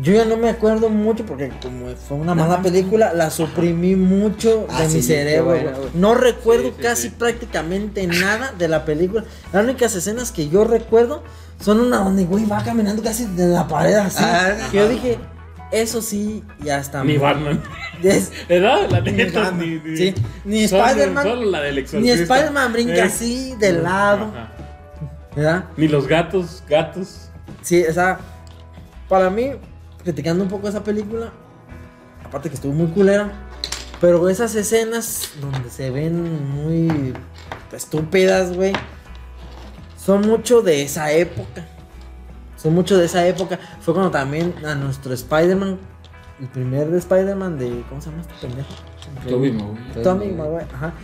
Yo ya no me acuerdo mucho porque como fue una mala película, la suprimí mucho Ah, de sí, mi qué cerebro. bueno, güey. güey. no recuerdo Sí, sí, casi sí. prácticamente nada de la película. Las únicas escenas que yo recuerdo son una donde güey va caminando casi de la pared así. Ah, que yo dije, eso sí, ya está. Ni mal. Batman. (laughs) Es- ¿Verdad? La Ni neta, Batman. ni. ni- Sí. Ni solo- Spider-Man. Solo la del Ni exorcista. Spider-Man brinca Eh. así de lado, Ajá. ¿verdad? Ni los gatos, gatos. Sí, o sea, para mí, criticando un poco esa película, aparte que estuvo muy culera, pero esas escenas donde se ven muy estúpidas, güey, son mucho de esa época. Son mucho de esa época. Fue cuando también a nuestro Spider-Man, el primer de Spider-Man de, ¿cómo se llama este pendejo? Tobey Maguire. Tobey Tommy Maguire. Maguire, ajá.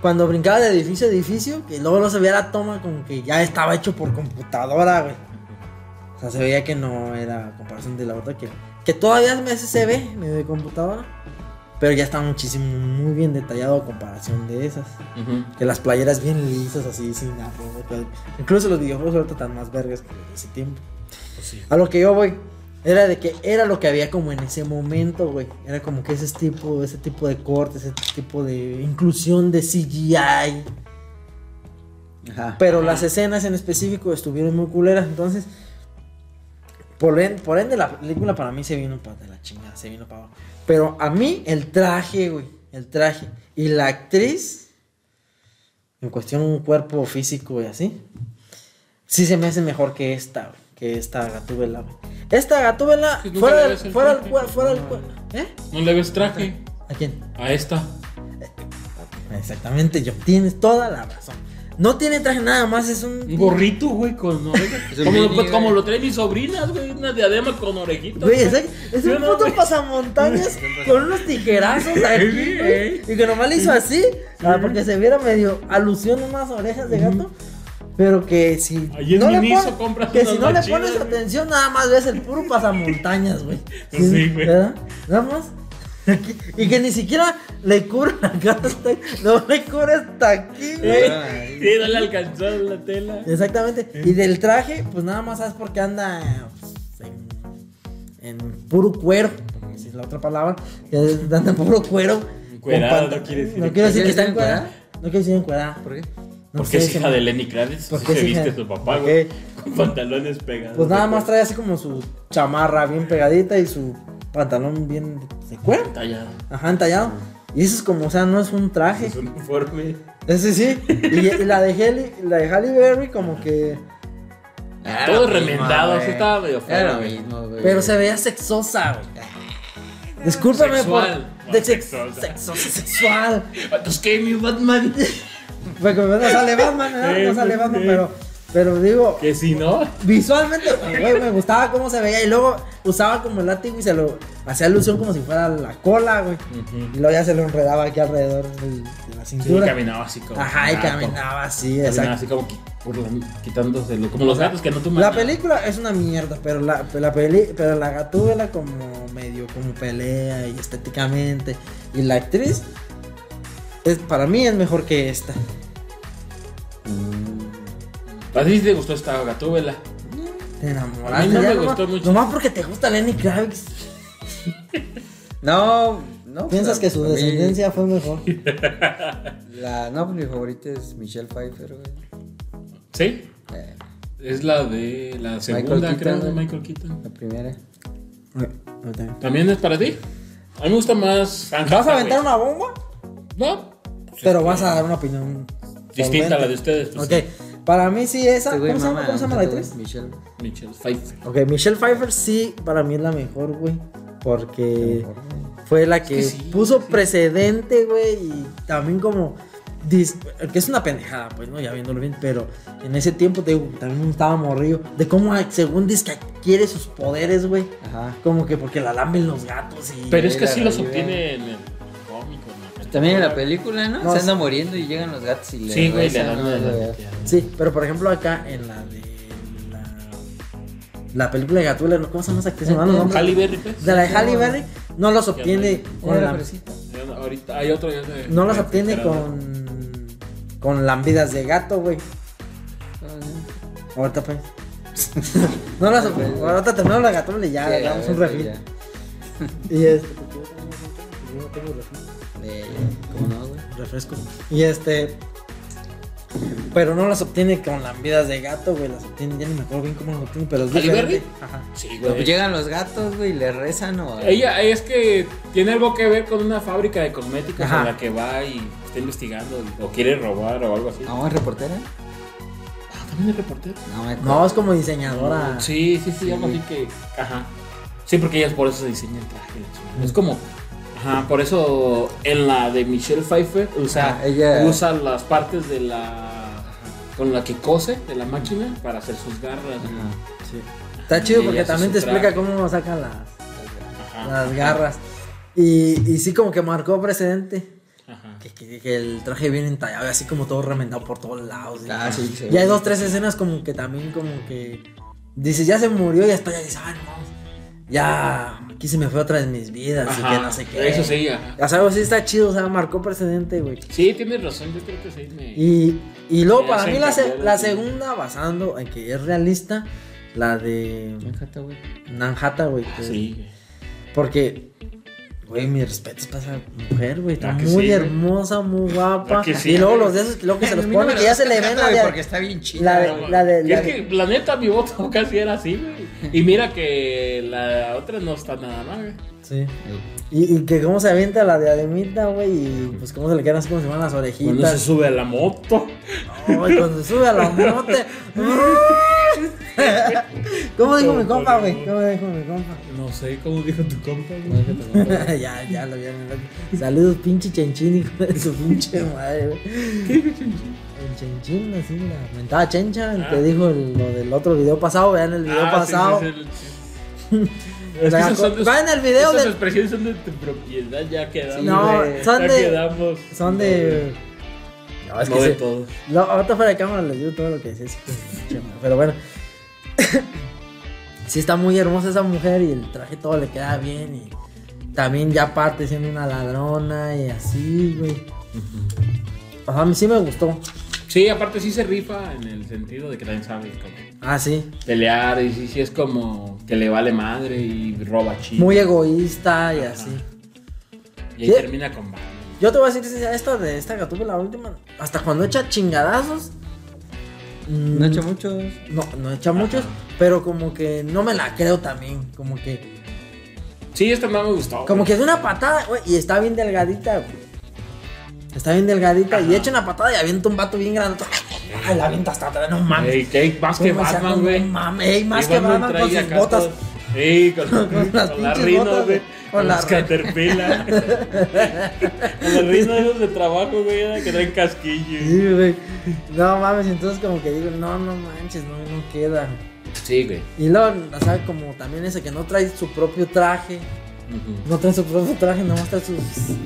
Cuando brincaba de edificio a edificio, que luego no se veía la toma con que ya estaba hecho por computadora, güey. O sea, se veía que no era a comparación de la otra que, que todavía a veces se ve medio de computadora, pero ya está muchísimo muy bien detallado a comparación de esas. Ujú. Que las playeras bien lisas así sin nada. Incluso los videojuegos ahorita están más vergas que ese tiempo. Pues sí. A lo que yo voy. Era de que era lo que había como en ese momento, güey. Era como que ese tipo, ese tipo de corte, ese tipo de inclusión de CGI. Ajá. Pero las escenas en específico estuvieron muy culeras. Entonces, por, en- por ende, la película para mí se vino para de la chingada, se vino para abajo. Pero a mí, el traje, güey. El traje. Y la actriz, en cuestión un cuerpo físico y así, sí se me hace mejor que esta, güey. Que esta gatúbela, güey. Esta gatúbela, Sí, nunca fuera le del ves el fuera del traje. cuer- fuera del cuer- ¿Eh? No le ves traje ¿A quién? a esta. Exactamente, yo. Tienes toda la razón. No tiene traje nada más, es un. Un gorrito, güey, con Es orejas. un como, mini, güey. como lo traen mis sobrinas, güey, una diadema con orejitas. Güey, es, es Yo un no, puto güey. (laughs) pasamontañas con unos tijerazos aquí, Sí, güey. Y que nomás le hizo así, ah, porque se viera medio alusión a unas orejas de gato. Pero que si Ahí en le Miniso pon- compras que unas si no le más pones chidas, güey. atención, nada más ves el puro pasamontañas, güey. (laughs) Pues sí, güey. ¿Verdad? Nada más. (laughs) Y que ni siquiera le cubre la cara hasta No le cubre hasta aquí, güey. Eh, Ay. Sí, no le alcanzó la tela. Exactamente. Y del traje, pues nada más sabes por qué anda pues, en, en puro cuero. Esa es la otra palabra. que Anda en puro cuero. Encuerada, Con pant- no quiere decir- No quiero decir que está ¿Quiere decir encuerada. No quiero decir encuerada. ¿Por qué? No Porque es sé, hija se- de Lenny Kravitz. ¿Por así qué es se hija? viste su papá, Ok. güey. Con pantalones pegados. Pues nada de más trae así como su chamarra bien pegadita y su pantalón bien de cuero. cuero. Tallado. Ajá, entallado. Y eso es como, o sea, no es un traje. Es un uniforme. Ese sí. Y, y la de Halle, la de Halle Berry como que Era lo Todo mismo, remendado, güey. sí estaba medio feo, Ah, Era lo güey. mismo, güey. Pero se veía sexosa, güey. Discúlpame Sexual. por. De sex, Sexosa. sexosa, sexual. Entonces, ¿qué, mi Batman? Porque no sale Batman, ¿verdad? Sí, No sale sí, Batman, sí. pero. Pero digo, Que si no, visualmente, güey, me gustaba cómo se veía. Y luego usaba como el látigo y se lo hacía alusión como si fuera la cola, güey. Y luego ya se lo enredaba aquí alrededor del- de la sí, cintura. caminaba así como. Ajá, y gato. caminaba así, Caminaba exacto. así como qui- por la- quitándose, lo- como los gatos que no toman. La nada. película es una mierda, pero la, la peli, pero la gatúbela como medio como pelea y estéticamente. Y la actriz es para mí es mejor que esta. Mm. A ti sí te gustó esta gatúbela. Te enamoraste. A mí no ya me nomás- gustó mucho. Nomás porque te gusta Lenny Kravitz. No, no. Piensas para- que su para mí, descendencia fue mejor. La, no, pues mi favorita es Michelle Pfeiffer, güey. ¿Sí? Eh, Es la de la segunda, Keaton, creo, de ¿no? Michael Keaton. la primera. ¿También es para ti? A mí me gusta más. Anne ¿Vas a Hathaway. aventar una bomba? No. Pero vas a dar una opinión. Distinta a la solvente. de ustedes. pues, Ok. Para mí sí esa. Este güey ¿Cómo se llama, mama ¿Cómo se llama la tanto, actriz? Michelle. Michelle Pfeiffer. Ok, Michelle Pfeiffer sí, para mí es la mejor, güey. Porque Mejor, güey. fue la que, que sí, puso sí. precedente, güey. Y también como... dis- Que es una pendejada, pues, ¿no? Ya viéndolo bien. Pero en ese tiempo, te digo, también estaba morrido. De cómo, según dice, que adquiere sus poderes, güey. Ajá. Como que porque la lamen los gatos y... Pero es Sí, que la sí los revive. obtiene en el cómico, ¿no? Pues También en la película, ¿no? No, Se sí. anda muriendo y llegan los gatos y le. Sí, güey, le rezan, dan ¿no? la- Güey. la- Sí, pero por ejemplo acá en la de... La, la película de Gatula, ¿no? ¿cómo se llama esa actriz? No, no, no, Halle Berry, pues. De la de Halle Berry, no los obtiene Una con la... fresita. Ahorita hay otro. ya de- No las de- obtiene de- con. con lambidas de gato, güey. Ahorita pues. (laughs) no las obtiene. Ahorita terminamos la gatón y ya Sí, Ah, le damos un ya, refil. ya. Y este. porque yo también no tengo- yo no tengo refil- Eh, ¿Cómo no, güey? Refresco. Y este. Pero no las obtiene con lambidas de gato, güey. Las obtiene, ya no me acuerdo bien cómo las obtiene, pero es ¿Halle diferente. Berry? Ajá. Sí, Pero pues güey. Pues Llegan los gatos, güey, y le rezan o. Ella es que tiene algo que ver con una fábrica de cosméticos Ajá. en la que va y está investigando o quiere robar o algo así. ¿No es reportera? Ah, también es reportero. No, me No, es como diseñadora. Oh, Sí, sí, sí, Sí. algo así que. Ajá. Sí, porque ellas por eso se diseña el traje. la chingada. Mm. Es como. Ajá, por eso en la de Michelle Pfeiffer usa, Ajá, Ah, ella- usa las partes de la. con la que cose de la máquina para hacer sus garras. güey. Ajá. Está chido Y porque ella hace también te su explica traje. Ah. cómo sacan las, Ajá. las garras. Y, y sí, como que marcó precedente. Ajá. Que, que- que el traje viene entallado, así como todo remendado por todos lados. Ah, sí, sí. Y hay dos, tres escenas como que también como que... Dices, ya se murió y hasta ya dices, ah, no. Ya, aquí se me fue otra de mis vidas y Ajá, que no sé qué. Eso sí, ajá. O sea, algo así está chido, o sea, marcó precedente, güey. Sí, tienes razón, yo creo que sí. Me... Y, y luego Sí, para se mí la, se- encargó de la ti. segunda, basando en que es realista, la de Me encanta, güey. Nanjata, güey. que- Sí, güey. Porque, güey, mi respeto es para esa mujer, güey. Está Ah, que muy sí, güey. hermosa, muy guapa. Ah, que sí, y luego güey. los de esos que luego que se los (laughs) A mí no pone, me que ya se le encanta, ven la güey, de- Porque está bien la chida. de- No, la de- y la es de- que la neta mi voto (laughs) casi era así, güey. Y mira que la otra no está nada mal, güey. Sí. güey. Y, y que cómo se avienta la diademita, güey. Y pues cómo se le quedan así como se van las Cuando se orejitas. sube a la moto. Ay, cuando se sube a la mote. (laughs) ¿Cómo dijo mi compa, güey? ¿Cómo dijo mi compa? (laughs) No sé cómo dijo tu compa, ya, ya lo vieron. ¿no? Saludos, pinche chanchín, hijo de su pinche madre, güey. ¿Qué dijo Chinchín? El chanchín, así, la mentada chencha, el Ah. que dijo el- lo del otro video pasado. Vean el video Ah, sí, pasado. sí, (laughs) sí, el- Es que La esos son co- de- va en el video Esas del- expresiones son de tu propiedad, ya quedamos. Sí, no, güey. son ya de. quedamos. Son de. No, es No que de sí. todo. Lo- ahorita fuera de cámara les digo todo lo que decía. sí, pues, pero- Pero bueno. (coughs) sí está muy hermosa esa mujer y el traje todo le queda bien. Y también ya parte siendo una ladrona y así, güey. Ajá, a mí sí me gustó. Sí, aparte sí se rifa en el sentido de que también sabe cómo Ah, sí. pelear y sí, sí es como que le vale madre y roba chido. Muy egoísta y así. Y ahí ¿Qué? termina con Batman. Yo te voy a decir, sincera, esta de esta Gatúbela, la última, hasta cuando echa chingadazos. mm, No he hecho muchos. no, no echa muchos, pero como que no me la creo también. Como que Sí, esta no me gustó. Como güey. que es una patada, güey, y está bien delgadita, güey. Está bien delgadita, y Ajá. echa una patada y avienta un vato bien grande. ah, la avienta hasta atrás, no mames. Ey, ¿qué? Más que Güey, o sea, Batman, no güey. mames, ey, más que Igual no Batman con traía sus acá botas. todo- Sí, (laughs) con, con las las, pinches botas, rinos, güey. güey. Con Con la las re- (laughs) caterpillas. con las rinos esos de trabajo, güey, era que traen casquillo. Sí, güey. No mames, entonces como que digo, no, no manches, no, no queda. Sí, güey. Y luego, ¿sabes? Como también ese que no trae su propio traje. No trae su propio traje, nomás trae sus. pues,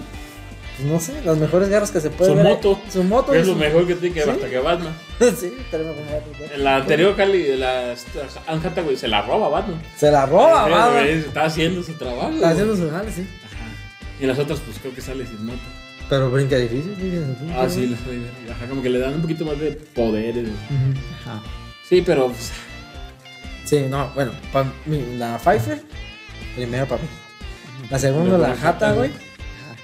No sé, las mejores garras que se puede Su ver. moto. Su moto. y Es lo su- mejor que tiene que ¿Sí? hasta que Batman. (laughs) sí, trae mejor garras, ¿no? En la anterior, Cali, la esta- Anne Hathaway se la roba Batman. Se la roba, Ah, va, Güey, va. Está haciendo su trabajo. Está güey. haciendo su jale, sí. Y en las otras, pues creo que sale sin moto. Pero brinca difícil, dicen. Ah, sí, la sale. Ajá, como que le dan un poquito más de poderes. güey. Ujú, ajá. Sí, pero. pues, Sí, no, bueno, pa- mi- la Pfeiffer, primero para mí. La segunda, la Jata, güey.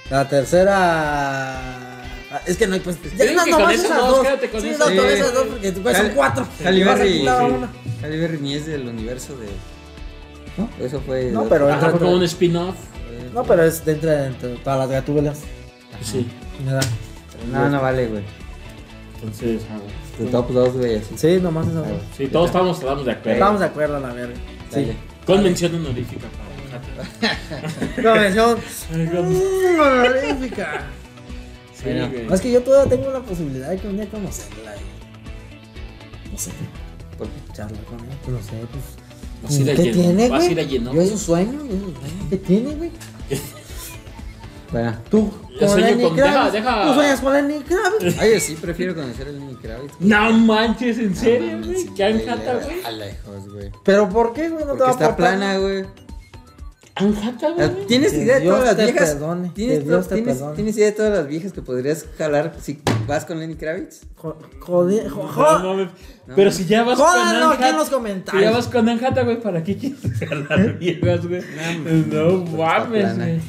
La tercera. ah, Es que no hay pues. Creo no, que no, con más esas esas dos, dos. quédate con sí, esas no, con dos. esas dos, porque güey, son Cal- cuatro. Halle Y vas a Berry, quitar sí. una. Halle Berry ni es del universo de. ¿No? Eso fue. No, de- pero Ajá, entra. fue entre- como un spin-off. No, pero es dentro de entre todas las gatúbelas. Sí. Nada. No, no vale, güey. Entonces, ah, güey. Tu top 2, güey, así. Sí, nomás esas dos. Sí, todos estamos, estamos de acuerdo. Estamos de acuerdo a la verga. Sí. Dale. Con mención honorífica Ah, para Hathaway. (laughs) Convención. Ay, mm, honorífica. Sí, Bueno, güey. No, Es que yo todavía tengo la posibilidad de que un día conocerla. y- No sé, ¿Por qué? charlar con ella, pues, no sé, pues. Vas a ir a ¿Qué lleno- tiene, vas a güey? ir a lleno. Yo es un sueño, yo es un sueño. ¿Qué tiene, güey? Bueno. Tú, Yo con sueño Lenny con- Kravitz. deja, deja. Tú sueñas con Lenny Kravitz. Ay, yo sí prefiero conocer a Lenny Kravitz. güey. No manches, en serio, mames, güey. sí, ¿Qué Anne güey, Hathaway? a lejos, güey. ¿Pero por qué, güey? No te va Porque a está aportar. plana, güey. Anne Eh, Hathaway, güey. ¿Tienes Que idea de Dios todas te las viejas? perdone, ¿Tienes, que Dios te tienes- perdone. tienes idea de todas las viejas que podrías jalar si vas con Lenny Kravitz? Jo- Joder, jo- No, jo- mames. Pero si ya vas Jódanlo Anne aquí en Hath- los Si ya comentarios. vas con Anne Hathaway, ¿para qué quieres (laughs) jalar viejas, güey? Eh, mames, No porque mames, está plana. güey.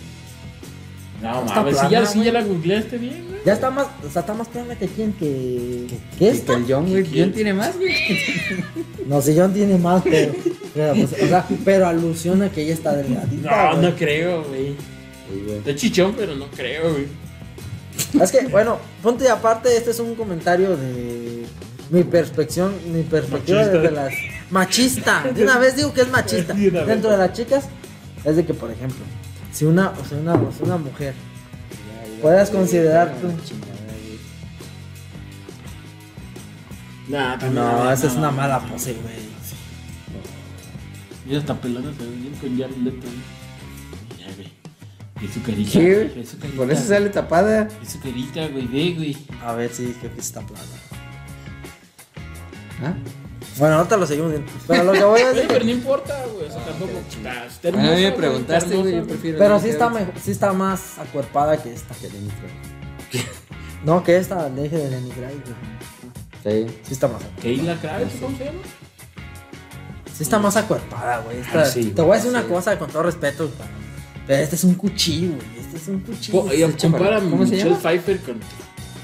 No Está mames, si ya, plana, sí ya la googleaste bien, güey. Ya está más, o sea, está más plana que quién, que. ¿Qué, Y que el John, güey. quién? John tiene más, güey. No sé, John tiene más, pero. Pero, pues, o sea, pero alusiona que ella está delgadita. No, güey. no creo, güey. De chichón, pero no creo, güey. Es que, bueno, ponte aparte, este es un comentario de mi perspección, mi perspectiva Machista. desde las... Machista, de una vez digo que es machista. (laughs) De una vez. Dentro de las chicas, es de que, por ejemplo, si una, o sea, una, o sea, una mujer, Puedas considerar tú. Nah, también. no, esa es Ah, no, una no, mala no. pose, güey. Mira, hasta pelona se ve bien con Jared Leto. güey. Mira, güey. Y su carita. Sí, güey. ve su carita. Por eso sale tapada. Ve su carita, güey. Ve, güey. A ver, sí, creo que sí está plana. ¿Ah? Bueno, ahorita lo seguimos viendo. Pero lo que voy a Güey, (laughs) decir Pero no importa, güey. O sea, tampoco. Está- está Bueno, a mí me hermosa, preguntaste, está güey. Yo hermosa, prefiero. Pero Lenny sí está, Kravitz mej- sí está más acuerpada que esta. que Lenny Kravitz. No, que esta, le dije de Lenny Kravitz, güey. Sí. Sí está más acuerpada. Keila Kravitz, ¿cómo se llama? Sí está más acuerpada, güey. Esta- Ah, sí, te voy a güey, decir sí. una cosa con todo respeto, güey, pero este es un cuchillo, güey. Este es un cuchillo. Po- oye, compara a ¿Cómo se Michelle llama? Pfeiffer con.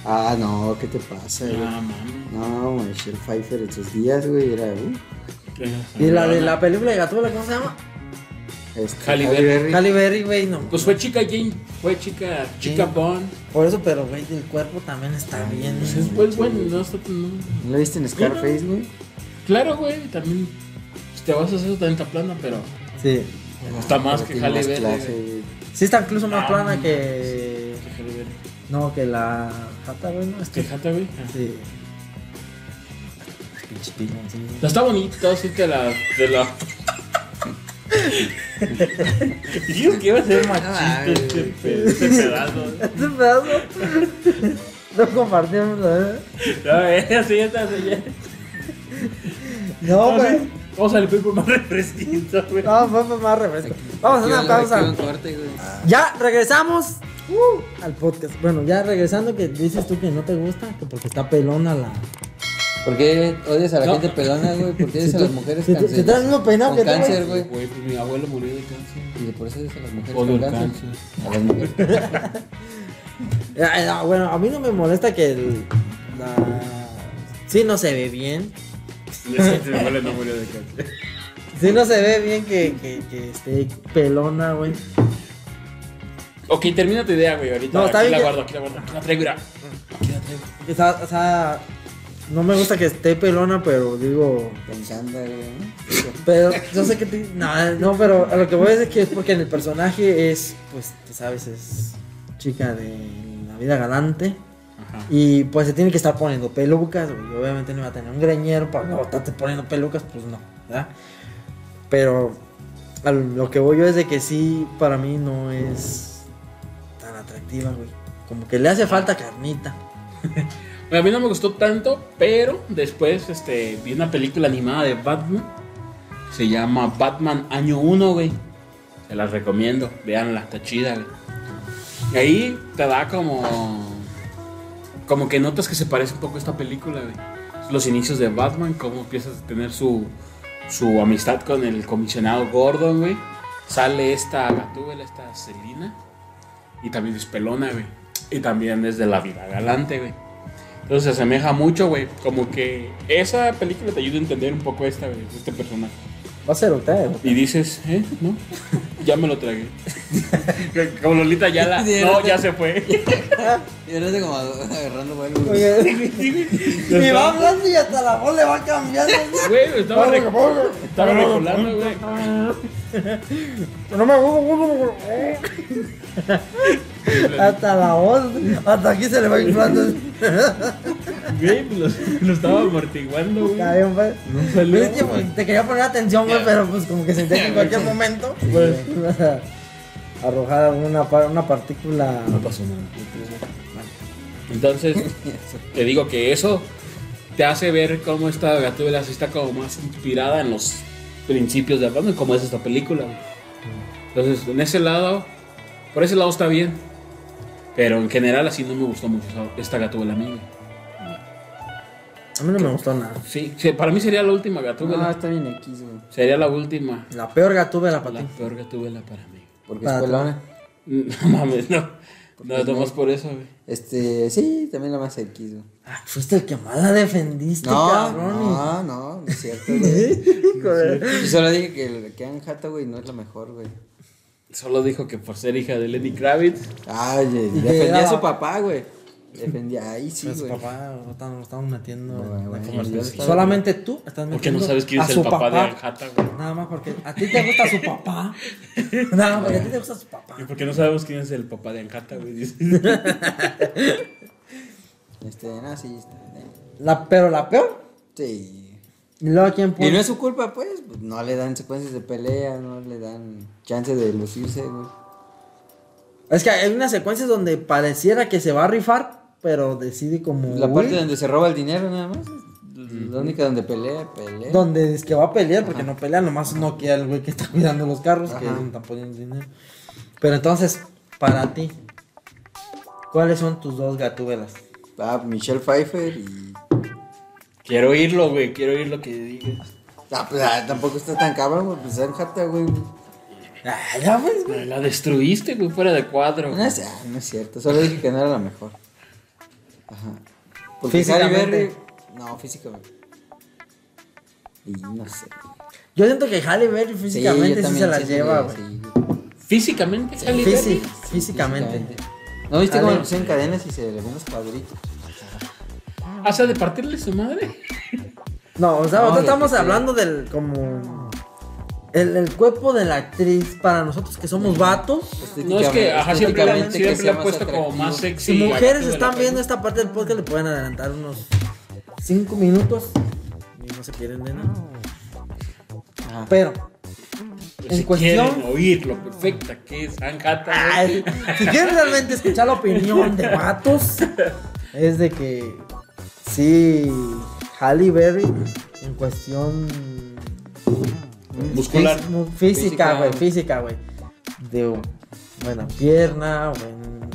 Ah, no, ¿qué te pasa, güey? Ah, mames. No, Michelle Pfeiffer en sus días, güey, era. Uh, Y la de la película de Gatúbela, ¿cómo se llama? este, Halle Halle Berry. Halle Berry, güey, no. Pues fue chica Jane. Fue chica. Chica Sí. Bond. Por eso, pero, güey, el cuerpo también está bien. Pues es pues, bueno, no está tan. no. ¿No la viste en Scarface, güey? Claro, güey. También. Si te vas a hacer tanta plana, pero. Sí. Está más Pero que tiene Halle más Berry. clase, güey. güey. Sí está incluso más Ah, plana no. que... Que Halle Berry. No, que la jata, güey, no. Que Este... jata, güey. Sí. Pinche pilón, sí. No está bonito, sí te la. Te la... (laughs) Digo que iba a ser machista Ay, este, pe- este pedazo. Ese pedazo... (laughs) No compartimos, ¿eh? No, eh, así está, así ya. No, güey. Vamos al cuerpo más refresquito, güey. No, vamos más refresco. Vamos a Yo una le pausa. metí un corte, güey. Ya regresamos uh, al podcast. Bueno, ya regresando que dices tú que no te gusta, que porque está pelona la. ¿Por qué odias a la No. gente pelona, güey? ¿Por qué odias (laughs) Si a tú- las mujeres si tú- si cancerosas? tú eres mismo peinado con que tú, güey. cáncer, güey. Güey, pues mi abuelo murió de cáncer. Y de por eso odias a las mujeres Odio con el cáncer. cáncer. A las mujeres. Eh, eh, bueno, a mí no me molesta que el. La... Sí, no se ve bien. Mi abuelo no murió de cáncer. Sí, no se ve bien que, que, que esté pelona, güey. Ok, termina tu idea, güey. Ahorita No, no, está aquí bien la que- guardo, aquí la guardo. Aquí la traigo, mira. Aquí la traigo. O sea, o sea, No me gusta que esté pelona, pero digo. Pensando, güey. Pero yo sé que. ti- No, no, pero a lo que voy es que es porque en el personaje es, pues, tú sabes, es chica de la vida galante. Ajá. Y pues se tiene que estar poniendo pelucas, güey. Obviamente no va a tener un greñero para no estarte poniendo pelucas, pues no, ¿verdad? Pero a lo que voy yo es de que sí, para mí no es tan atractiva, güey. Como que le hace falta carnita. A mí no me gustó tanto, pero después este, vi una película animada de Batman. Se llama Batman Año 1, güey. Se las recomiendo, veanla, está chida, güey. Y ahí te da como. Como que notas que se parece un poco a esta película, güey. Los inicios de Batman, cómo empiezas a tener su, su amistad con el comisionado Gordon, güey. Sale esta gatúbela, esta Selina. Y también es pelona, güey. Y también es de la vida galante, güey. Entonces se asemeja mucho, güey. Como que esa película te ayuda a entender un poco esta, güey, este personaje. Va a ser (laughs) octavo. Y dices, ¿eh? ¿No? ya me lo tragué. (laughs) Como Lolita ya la... No, ya se fue. Yo no sé cómo (laughs) agarrando vuelo. güey. Y va hablando y hasta la voz le va cambiando. Güey, me estaba, re- estaba recolando, güey. No me acuerdo. (laughs) Hasta la voz. Hasta aquí se le va inflando. Güey, me lo, me lo estaba amortiguando, güey. Está bien, pues. No salió, Es que, güey. pues, te quería poner atención, güey, pero pues como que sentía que en cualquier momento Pues. (laughs) ibas a arrojar alguna par- una partícula. No pasó nada. Entonces, te digo que eso te hace ver cómo esta Gatúbela sí está como más inspirada en los principios de Batman, como es esta película. güey. Entonces, en ese lado, por ese lado está bien. Pero en general así no me gustó mucho esa- esta Gatúbela amiga. A mí no me gustó nada. Sí, sí, para mí sería la última No, Gatúbela. está bien X, güey. Sería la última. La peor gatúbela para La ti. peor Gatúbela para mí. Porque Para es ti. pelona. No mames, no. No, es nomás por eso, güey. Este, sí, también la más X, güey. Ah, Fuiste el que más la defendiste, No, cabrón. no, no, no es (laughs) cierto, güey. y- Híjole. Yo solo dije que, que Anne Hathaway no es la mejor, güey. Solo dijo que por ser hija de Lenny Kravitz. Ay, que defendía era- a su papá, güey. (laughs) Defendía, ahí sí, Pero su güey. Pues, papá lo estamos, lo estamos metiendo No, en la güey, conversación. yo estaba- Solamente tú estás Porque metiendo no sabes quién a es el su papá, de Anjata, güey. Nada más porque a ti te gusta su (laughs) papá. Nada más porque a ti te gusta su papá. Y porque no sabemos quién es el papá de Anjata, güey. Dices, Este, no, sí, está. eh, La, pero la peor. Sí. Y luego quién Y pone. no es su culpa, pues. pues, No le dan secuencias de pelea, no le dan chance de lucirse, güey. Es que hay unas secuencias donde pareciera que se va a rifar, pero decide como. La parte huir, donde se roba el dinero, nada más. es La única donde pelea, pelea. donde es que va a pelear, porque no pelea, nomás no queda el güey que está cuidando los carros, que Ajá. no están poniendo dinero. Pero entonces, para ti, ¿cuáles son tus dos gatúbelas? Ah, Michelle Pfeiffer y. (laughs) Quiero oírlo, güey. Quiero oír lo que digas. Ah, pues ah, tampoco está tan cabrón, güey. Pues Anne Hathaway, güey. Ah, ya ves, güey. La destruiste, güey, fuera de cuadro. No es, ah, no es cierto, solo dije que no era la mejor. Ajá. Porque Halle Físicamente. Berry. No, físicamente. Y no sé. Yo siento que Halle Berry Sí, yo físicamente sí, también se las siento lleva, que güey. sí, Físicamente, Halle Físi- Berry? físicamente. ¿No viste Halle- cómo le pusieron cadenas y se le ponen los cuadritos? O sea, de partirle su madre. No, o sea, No, ahorita de estamos que sí. hablando del como el, el cuerpo de la actriz para nosotros que somos vatos. No es que, ajá, siempre, le han- Estéticamente que siempre le sea han más puesto como atractivo. más sexy. Si mujeres Gato de la están viendo Pena. esta parte del podcast, le pueden adelantar unos 5 minutos y no se pierden de nada. Ajá. Pero, Pues en si cuestión- quieren oír lo perfecta que es Anjata. ay, si quieren realmente escuchar la opinión de vatos, es de que sí, Halle Berry en cuestión Muscular. fis- mu- física, Física. güey, física, güey. De buena pierna, buen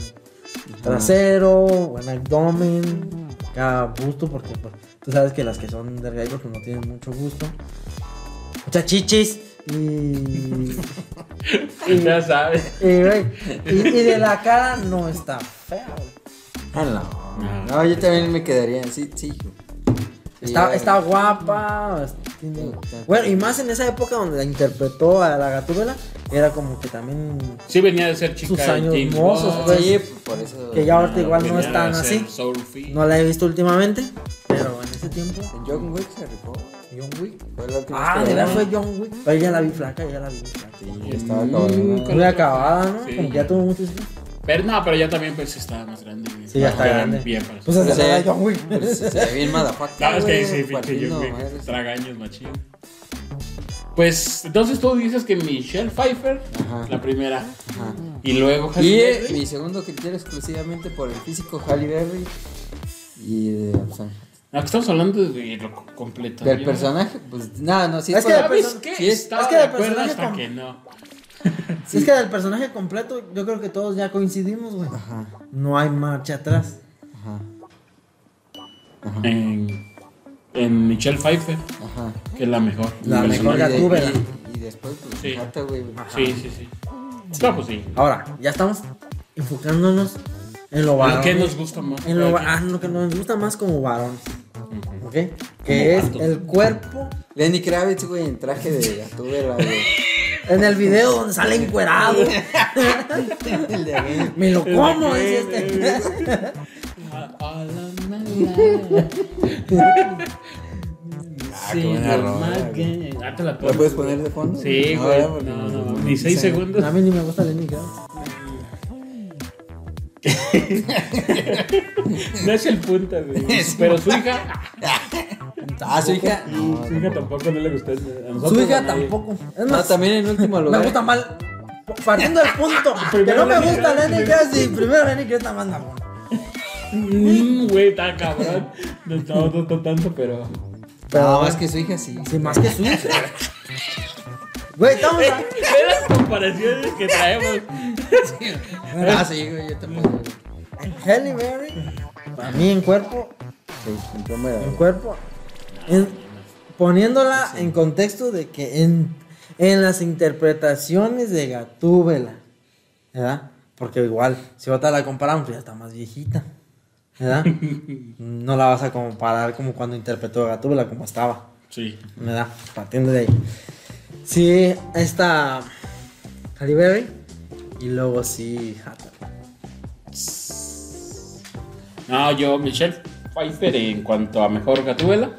trasero, buen abdomen, acá busto, porque pues, tú sabes que las que son delgaditos pues no tienen mucho gusto. Muchas chichis y... pues Ya sabes. Y, güey, y- y de la cara no está fea, güey. Ah, no. No, yo también me quedaría. Sí, sí. hijo. Sí, Está, ya- está guapa. es- tiene- Bueno, y más en esa época donde la interpretó a la gatúbela, era como que también. Sí venía de ser chica. Sus de años James mozos, Bond. güey. Sí, por eso. pues, Que ya ahorita igual no Venía es tan de ser así. Soul Free. No la he visto últimamente, pero en ese tiempo. En John Wick se rifó. John Wick. Fue la última Ah, vez de que la verdad vi. fue John Wick. Oye, ya la vi flaca, ya la vi flaca. Sí, estaba Mm. cabrón. Nunca Muy la- acabada, ¿no? Sí. Como que ya tuvo mucho. Pero no, pero ya también pues estaba más grande. güey. Sí, ya está Bien, grande. Bien, para Pues hasta (laughs) Sí. la edad de John Wick. Pues, se ve bien motherfucker, Sabes Ah, que güey, dice pinche partiendo John Wick, madres. traga años machín. Pues entonces tú dices que Michelle Pfeiffer, Ajá. la primera, Ajá. y luego Halle Y eh, Berry. mi segundo criterio exclusivamente por el físico Halle Berry y de, o sea, No, que estamos hablando de lo co- completo. del Yo- personaje, pues nada, no, sí Es por que la- la ¿Sabes persona- qué? sí es- Estaba es que de la acuerdo personaje hasta con- que no. Si es que del personaje completo, yo creo que todos ya coincidimos, güey. Ajá, No hay marcha atrás. ajá, En, en Michelle Pfeiffer, ajá. que es la mejor. La Mi mejor Y personaje. de- Gatúbela. Y, y después, pues, Sí. mata, güey. Sí, sí, sí. No, pues sí. Ahora, ya estamos enfocándonos en lo ¿Por varón. qué nos gusta más? En lo, va- Cada ah, lo que nos gusta más como varón, quien. ¿ok? Que es vatos. el cuerpo. Lenny Kravitz, güey, en traje de Gatúbela, güey. En el video donde sale encuerado. El de Again. Me lo Es como, de dice que- este. A- (laughs) a la mala. Ah, qué Sí, buena la rola, mala. güey. Ah, te la ¿La pongo. puedes poner de fondo? Sí, güey. ¿verdad? No, Porque no, no Ni seis sé. segundos. A mí ni me gusta Lenny Kravitz. (laughs) No es el punta, güey. Pero su hija. Ah, su hija. No, (laughs) Su hija tampoco no le gustó. a nosotros, Su a hija nadie. tampoco. Es No, más, también en último me lugar. gusta mal. Partiendo del punto (laughs) que Primero no me Lenny gusta Kravitz, Lenny Kravitz y primero Lenny Kravitz está más mamón. Mm, Güey, está cabrón. No estaba tanto, pero. (laughs) Pero Pero- más que su hija, sí. Sí, más que sucio. Güey, estamos a... (laughs) Ve las comparaciones que traemos. Ah, sí, güey, yo tampoco. ¿Eh? Mm. Halle Berry. A mí en cuerpo, Sí, compré muy en cuerpo. en- poniéndola en contexto de que en, en las interpretaciones de Gatúbela, ¿verdad? Porque igual, si ahorita la comparamos, pues ya está más viejita, (laughs) ¿verdad? No la vas a comparar como cuando interpretó a Gatúbela, como estaba. Sí. ¿verdad? Partiendo de ahí. Sí, está Halle Berry y luego sí Hathaway. No, yo, Michelle Pfeiffer en cuanto a mejor gatuela.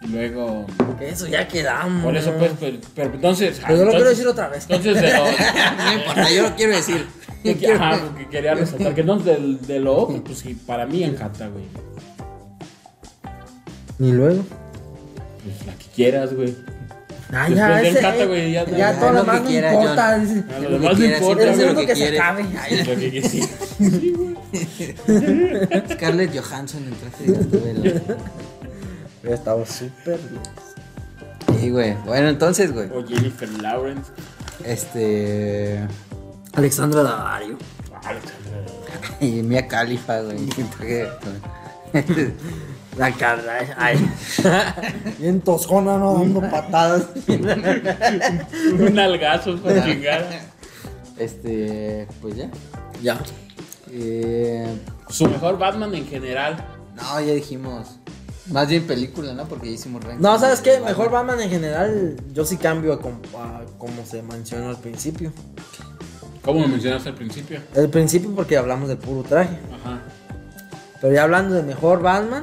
Y luego. Que Eso ya quedamos. Por eso, pues, pero, pero entonces. ah, Pero yo lo entonces- quiero decir otra vez. Entonces, de lo- No importa, yo lo quiero decir. de (laughs) que- ajá, porque quería resaltar que no, de, de lo otro, pues sí, para mí en Jata, güey. Y luego. Pues, la que quieras, güey. Ah, Después ya, del ese, Hathaway, ya, ya- ya, todo lo lo que demás no quiera, importa. John. dice. A lo Lo que demás no quieras, importa, Eres Haz el lo único que que, se quieres. cabe. Lo que sí. Scarlett Johansson en traje de Gatúbela. Ya estaba súper bien. Sí, güey. Bueno, entonces, güey. O Jennifer Lawrence. (laughs) Este. (laughs) Alexandra Davario. Y Mia Khalifa, güey. en traje de Gatúbela. La cara, ay. Bien toscona, ¿no? Dando patadas. Un algazo (laughs) para chingar. Este. Pues ya. ya. Eh, Su mejor Batman en general. no, ya dijimos. Más bien película, ¿no? Porque ya hicimos ranking. No, ¿sabes qué? de Mejor Batman. Batman en general, yo sí cambio a, com- a como se mencionó al principio. Como lo mencionaste al principio. Al principio porque hablamos del puro traje. Ajá. Pero ya hablando de mejor Batman,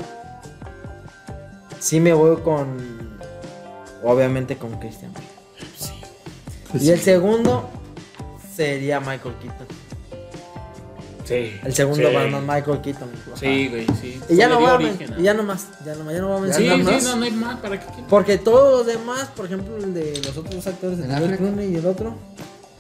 sí me voy con. Obviamente con Christian. Bale. Sí. Y el segundo sería Michael Keaton. Sí. El segundo Sí. Batman, Michael Keaton. Ajá. Sí, güey, sí. Y ya Se no, le voy dio a men- origen, y ya no más, ya no más, ya no voy a ¿no? mencionar Sí, sí, más. no, no hay más. ¿Para qué? (laughs) quieres? Porque todos los demás, por ejemplo, el de los otros actores, el ¿Ben de George Affleck? Clooney y el otro,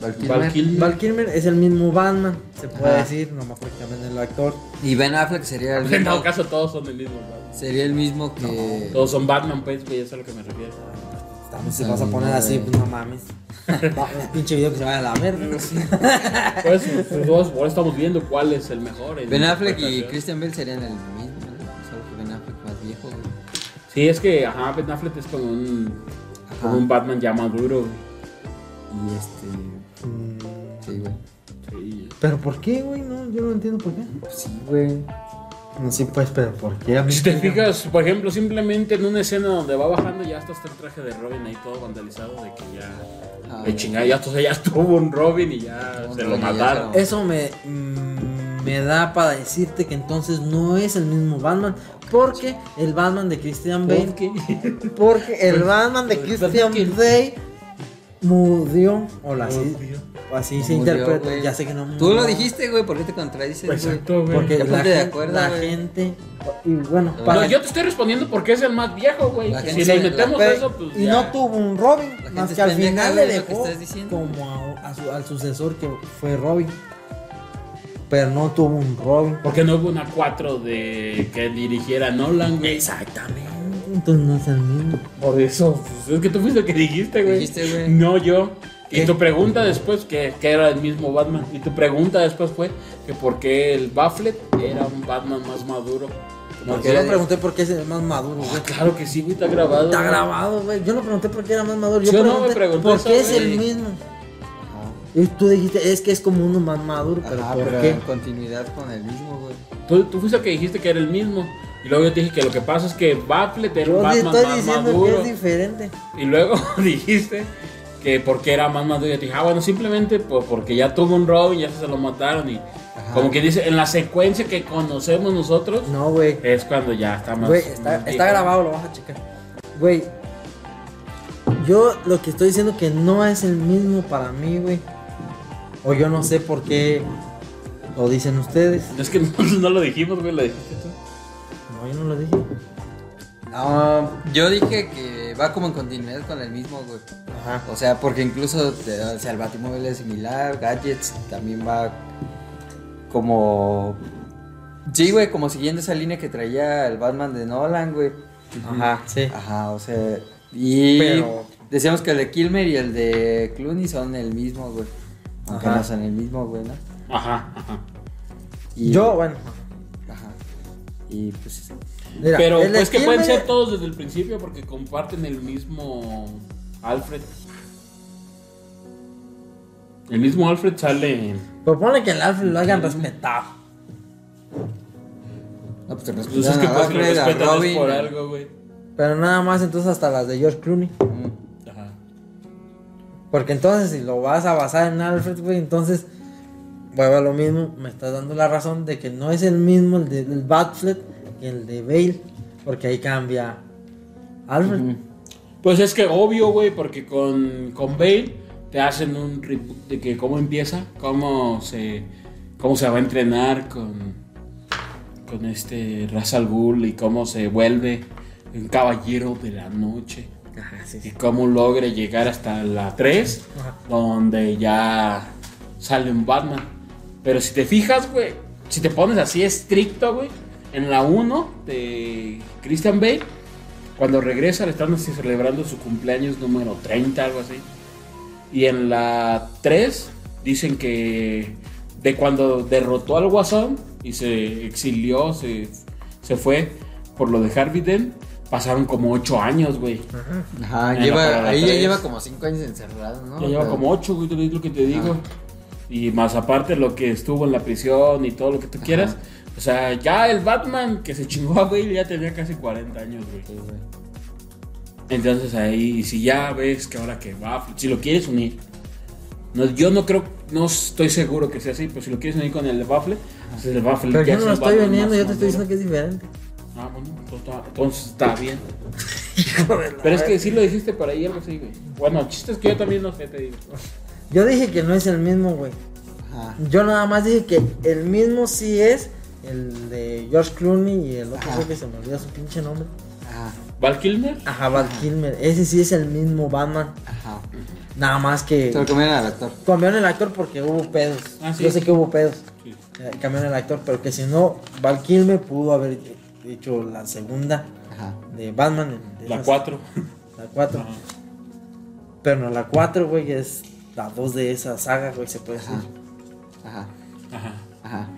Val Kilmer. Val Kilmer. Val Kilmer es el mismo Batman, se puede Ajá. decir, nomás porque también el actor. Y Ben Affleck sería Pues, el (laughs) En todo mismo. caso, todos son del mismo Batman. Sería el mismo que. Todos son Batman, pues, güey, eso es a lo que me refiero. También se Ay, vas a poner así, güey. pues no mames. (laughs) Va- pinche video que se vaya a la verga. Por eso, pues, todos- por eso estamos viendo cuál es el mejor. en Ben Affleck y interpretación. Christian Bale serían el mismo, ¿no? solo que Ben Affleck más viejo. güey. Sí, es que, ajá, Ben Affleck es como un, Ajá. como un Batman ya maduro. güey. Y este. Mm, Sí, güey. Sí. Pero ¿por qué, güey? No, yo no entiendo por qué. pues Sí, güey. No, sí, pues, pero ¿por qué? A mí Si (laughs) te sí, fijas, por ejemplo, simplemente en una escena donde va bajando ya hasta está el traje de Robin ahí todo vandalizado de que ya Ah, de chingada, ya, o sea, ya estuvo un Robin y ya Un se lo Robin y ya mataron. se Eso me, mm, me da para decirte que entonces no es el mismo Batman, Porque el Batman de Christian Bale. Pues, Porque el Batman de Christian ¿Por Bale murió. O la- así, o así se Murió, interpreta. güey. Ya sé que no Tú lo murió. dijiste, güey, ¿por qué te contradices, güey? Exacto, güey. Porque Ya la, ponte de gente, acuerdo, la güey. gente- Y bueno, No, para- No, yo te estoy respondiendo porque es el más viejo, güey. La Si gente le se- metemos la- eso, pues. y ya. no tuvo un Robin. gente Más es que al pendeja, final le güey, es lo que dejó estás diciendo. como a- a su- al sucesor que fue Robin. Pero no tuvo un Robin. Porque no hubo una 4 de que dirigiera Nolan, güey. Exactamente. Entonces no es el mismo. Por eso, pues, es que tú fuiste el que dijiste, güey. Dijiste, güey. No yo. ¿Qué? Y tu pregunta después, que, que era el mismo Batman. Y tu pregunta después fue que por qué el Bafflet era un Batman más maduro. Como Porque que- yo le pregunté por qué es el más maduro, güey. Ah, claro que sí, güey, está grabado. Está güey. grabado, güey. Yo no pregunté por qué era más maduro. Yo Yo Ah. no pregunté me pregunté por eso, qué es güey. el mismo. ah, Y tú dijiste, es que es como uno más maduro, pero Ajá, ¿por pero qué? en continuidad con el mismo, güey. Tú, tú fuiste el que dijiste que era el mismo. Y luego yo te dije que lo que pasa es que Bafflet era un Yo te Batman estoy más diciendo maduro. que es diferente. Y luego (laughs) dijiste que porque era más maduro. Y yo te dije, ah, bueno, simplemente pues, porque ya tuvo un Robin, ya se lo mataron. Y como que dice, en la secuencia que conocemos nosotros, No, güey. es cuando ya está más. Güey, está, más está viejo. grabado, lo vas a checar. Güey, yo lo que estoy diciendo que no es el mismo para mí, güey. O yo no sé por qué lo dicen ustedes. Es que no, (laughs) no lo dijimos, güey, lo dijiste tú. No, yo no lo dije. Ah, yo dije que va como en continuidad con el mismo, güey. Ajá. O sea, porque incluso te- o sea, el batimóvil es similar, gadgets también va como... Sí, güey, como siguiendo esa línea que traía el Batman de Nolan, güey. Ajá, sí. Ajá, o sea... Y Pero- decíamos que el de Kilmer y el de Clooney son el mismo, güey. Aunque Ajá. no son el mismo, güey, ¿no? Ajá, ajá. Y- Yo, bueno. Ajá. Y pues... Mira, Pero el es que pueden Spielberg- ser todos desde el principio porque comparten el mismo Alfred. El mismo Alfred sale en. Pero ponle pues, que el Alfred lo hayan respetado. No, pues te Pues es respetan que a pues, si lo Alfred, a respetan es Robin, por a- algo, güey. Pero nada más entonces hasta las de George Clooney. Mm. Ajá. Porque entonces si lo vas a basar en Alfred, güey, entonces vuelve a lo mismo. Me estás dando la razón de que no es el mismo el de- del Batfleck que el de Bale. Porque ahí cambia Alfred. Pues es que obvio, güey, porque con, con Bale te hacen un reboot de que cómo empieza, cómo se, cómo se va a entrenar con, con este Ra's al Ghul y cómo se vuelve un caballero de la noche. Ajá, sí, Y cómo logra llegar hasta la 3, Ajá. donde ya sale un Batman. Pero si te fijas, güey, si te pones así estricto, güey, en la 1 de Christian Bale, cuando regresa le están así celebrando su cumpleaños número 30, algo así. Y en la 3 dicen que de cuando derrotó al Guasón y se exilió, se, se fue por lo de Harvey Dent, pasaron como 8 años, güey. Ajá, En la lleva, parada ahí ya tres. lleva como 5 años encerrado, Ah, ¿no? Ya lleva Pero- como ocho, güey, es lo que te digo. Y más aparte lo que estuvo en la prisión y todo lo que tú quieras. O sea, ya el Batman que se chingó a Bale ya tenía casi 40 años, güey. Sí, güey. Entonces ahí, si ya ves que ahora que va, si lo quieres unir. No, yo no creo, no estoy seguro que sea así, pero si lo quieres unir con el de Baffle, entonces el Baffle Pero ya yo es no lo un estoy Batman vendiendo, más yo te estoy maduro. diciendo que es diferente. Ah, bueno, entonces está- entonces está bien. Pero es que sí lo dijiste por ahí, algo así, güey. Bueno, el chiste es que yo también no sé, te (laughs) digo. Yo dije que no es el mismo, güey. Ajá. Yo nada más dije que el mismo sí es el de George Clooney y el otro Ajá. güey que se me olvida su pinche nombre. Ajá. ¿Val Kilmer? Ajá, Val Kilmer. Ese sí es el mismo Batman. Ajá. Nada más que Te lo comen al actor. cambiaron el actor porque hubo pedos. Ah, sí. Yo sé que hubo pedos. Sí. Eh, Cambiaron el actor, pero que si no, Val Kilmer pudo haber hecho la segunda Ajá. de Batman. de La esas- 4. La 4. Pero no, la 4, güey, es la 2 de esa saga, güey, se puede decir. Ajá. Ajá. Ajá. Ajá.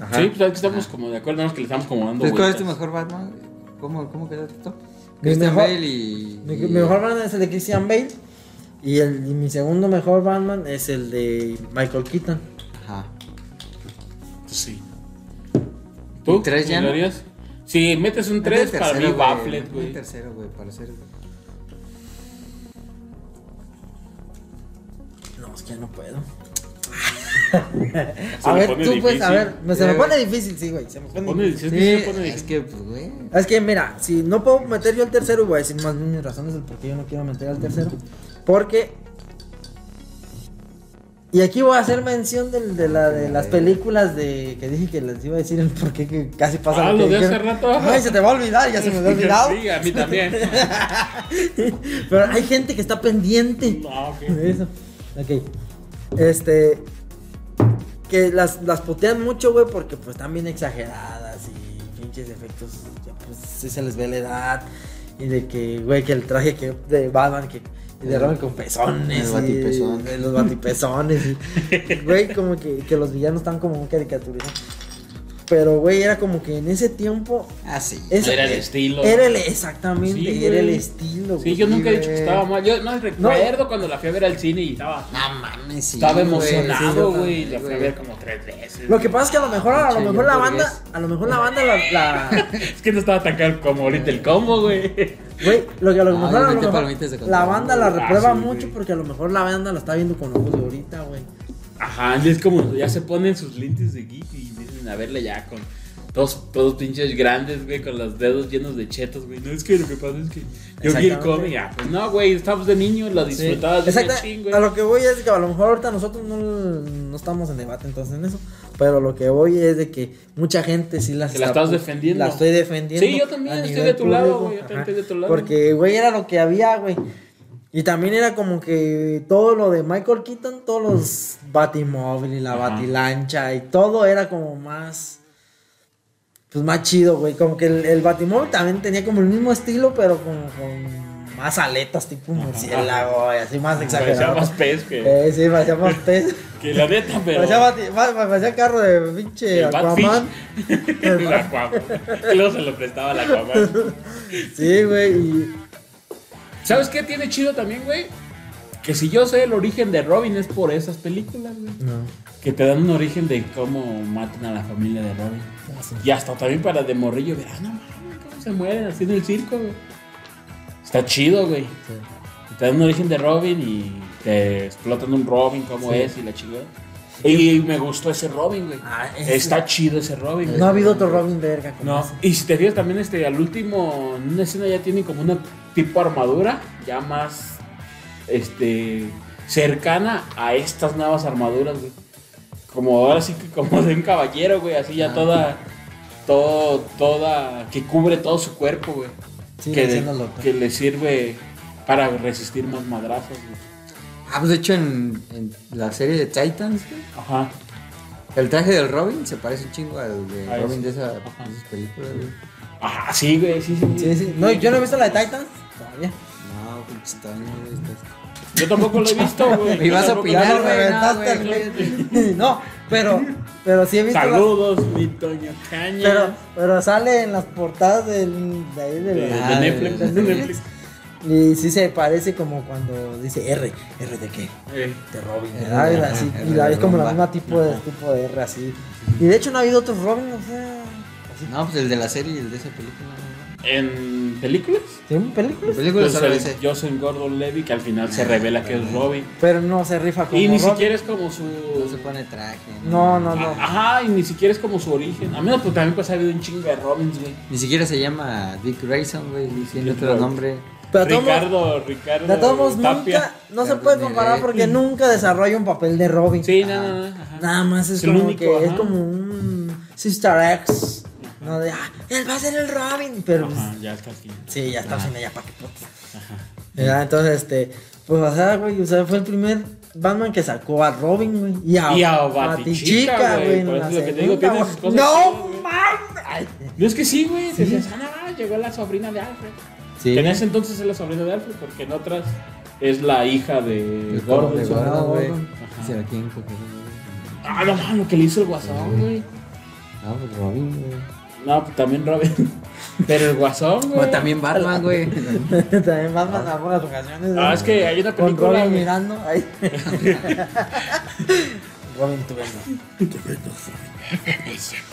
Ajá. Sí, pues aquí estamos como de acuerdo, nada más que le estamos como dando Entonces, Pues, ¿cuál es vueltas. tu mejor Batman? ¿Cómo, cómo quedó tu top? Mi Christian mejor- Bale y. Mi, y- mi mejor Batman es el de Christian Bale. Y, el, y mi segundo mejor Batman es el de Michael Keaton. Ajá. Pues, Sí. ¿Tú? ¿Un tres ya, ¿Lo no? harías? Si metes un 3, Mete el para mí tercero, Bafflet, Mete el güey. tercero, güey, para ser. (laughs) No, es que ya no puedo. Se A me ver, tú pone pues, a difícil. ver, me- se me Eh, pone difícil, sí, güey. Se me pone pone difícil. difícil, Sí, se pone es que, pues, güey. Es que mira, si no puedo meter yo al tercero, voy a decir más bien mis razones del por qué yo no quiero meter al tercero. Porque. Y aquí voy a hacer mención del- de, la, de las películas de que dije que les iba a decir el por qué que casi pasa Ah, que lo de hace dijeron. rato. Ay, se te va a olvidar, ya se (laughs) me había olvidado. Sí, a (laughs) mí también. (laughs) Pero hay gente que está pendiente No, ok. de eso. Ok. Este. Que las, las putean mucho, güey, porque pues están bien exageradas y pinches efectos. Ya, pues sí se les ve la edad. Y de que, güey, que el traje que, de Batman que. Y de Robin con pezones. El y- batipezón. eh, los batipezones. y- Güey, como que, que los villanos están como un caricaturista. Pero, güey, era como que en ese tiempo. Ah, sí. ese- Era el estilo. Era el, exactamente, Sí, era el güey. estilo, Sí, yo nunca he dicho que güey. estaba mal. Yo no recuerdo cuando la fui a ver al cine y estaba, No mames, sí. estaba güey, sí, yo emocionado, también, güey. La fui a ver como tres veces. Lo que pasa es que a lo mejor, a lo Pinche mejor la banda, hamburguesa. a lo mejor la banda la, la- (laughs) Es que no estaba tan caro como ahorita el combo, güey. güey, lo que a lo Ah, mejor, a lo obviamente mejor palomitas de la contrabando, banda la güey. reprueba Ah, sí, mucho güey. porque a lo mejor la banda la está viendo con ojos de ahorita, güey. Ajá, y es como ya se ponen sus lentes de geek y empiezan a verla ya con todos, todos pinches grandes, güey, con los dedos llenos de chetos, güey. No, es que lo que pasa es que yo vi el Exactamente. cómic, ah, pues no, güey, estabas de niño, lo disfrutabas de Exacta- un chingo, eh. a güey. lo que voy es que a lo mejor ahorita nosotros no, no estamos en debate entonces en eso, pero lo que voy es de que mucha gente sí las Que la está- estás defendiendo. La estoy defendiendo. Sí, yo a también estoy nivel de tu lado, güey, yo ajá, también estoy de tu lado. Porque, güey, era lo que había, güey. Y también era como que todo lo de Michael Keaton, todos los Batimóvil y la Ajá. Batilancha y todo era como más. Pues más chido, güey. Como que el, el Batimóvil también tenía como el mismo estilo, pero como con más aletas, tipo un murciélago, y así más Ah, Parecía exagerado. más pez que, Eh, sí, parecía más pez. que la neta, pero. Parecía, bati- pa- parecía carro de pinche el Aquaman. Batfish. (laughs) El Aquaman. Que luego se lo prestaba la Aquaman. Sí, güey. y- ¿Sabes qué tiene chido también, güey? Que si yo sé el origen de Robin es por esas películas, güey. No. Que te dan un origen de cómo matan a la familia de Robin. Y hasta también para de morrillo, ver, ah, no mames, cómo se mueren así en el circo, güey. Está chido, güey. Y Te dan un origen de Robin y te explotan un Robin, cómo es y la chingada. Y me gustó ese Robin, güey. Ah, ese- Está chido ese Robin, güey. No ha habido otro Robin verga como No, ese. y si te fijas también, este, al último, en una escena ya tienen como una tipo armadura, ya más, este, cercana a estas nuevas armaduras, güey. Como ahora sí que como de un caballero, güey, así Ah, ya toda, todo, toda, que cubre todo su cuerpo, güey. Sí, que, le- haciéndolo. pues. que le sirve para resistir más madrazos, güey. Ah, pues de hecho en, en la serie de Titans, güey, Ajá. el traje del Robin se parece un chingo al de Ah, Robin sí. de, esa, de Ajá. esas películas, güey. Ajá, sí, güey, sí, sí. Sí, sí. No, yo no he visto la de Titans todavía. No, pinche Titans, güey, estás- Yo tampoco lo (laughs) he visto, güey. Y Yo vas a tampoco- opinar, Ya lo güey, no, reventaste güey, al güey. No, pero, pero sí he visto. las- Saludos, mi Toño Caña. pero, pero sale en las portadas del, de ahí de Eh, de, de la- Netflix. de de Netflix. Netflix. Y sí se parece como cuando dice R. ¿R de qué? Eh, De Robin. R de- ¿verdad? Y la- ajá, sí, R y la de es como la Rumba. misma tipo de, tipo de R así. Y de hecho no ha habido otro Robin, o sea. así. No, pues el de la serie y el de esa película. güey. en películas. ¿Tienen La películas? película Pues solo el ese. Joseph Gordon Levy, que al final se revela que es Robin. Pero no se rifa como Y ni Robin. siquiera es como No se su. Ah, pone traje. No, no, no. Ajá, y ni siquiera es como su origen. A menos pues también pues ha habido un chingo de Robins, güey. Ni siquiera se llama Dick Grayson, güey, tiene Dick otro Grayson. nombre. Pero de todos modos- ah, Ricardo, Ricardo. De todos modos, Tapia. nunca, no se Tapia puede Miguel. comparar porque nunca desarrolla un papel de Robin. Sí, no, no, no, ajá. Nada más es, Es el como único, que es ajá. como un Sister X. No de, ah, él va a ser el Robin. Pero pues, Ajá, ya está aquí. sí, ya estamos en ella, pa' que putas. ¿Verdad? Entonces, este, pues, o sea, güey, o sea, fue el primer Batman que sacó a Robin, güey. Y a, Y a Batichica, güey, en por la eso es lo que te digo, tiene güey. sus cosas No, chidas, güey. mames. Ay, No es que sí, güey. Decías, ah, no, no, llegó la sobrina de Alfred. Sí. Que en ese entonces es la sobrina de Alfred, porque en otras es la hija de El color Gordon. de su- Gordon, güey. Ajá. Se la quieren coger, güey. Ah, no, mames, lo que le hizo el guasón, güey. Ah, pues Robin, güey. No, pues también Robin. (laughs) Pero el guasón, O güey. también Batman, (laughs) güey. (laughs) También Batman en algunas ocasiones. Ah, ¿no? es que hay una Con película. Robin güey. mirando. (laughs) Ahí. (laughs) Robin, tú ves, ¿no?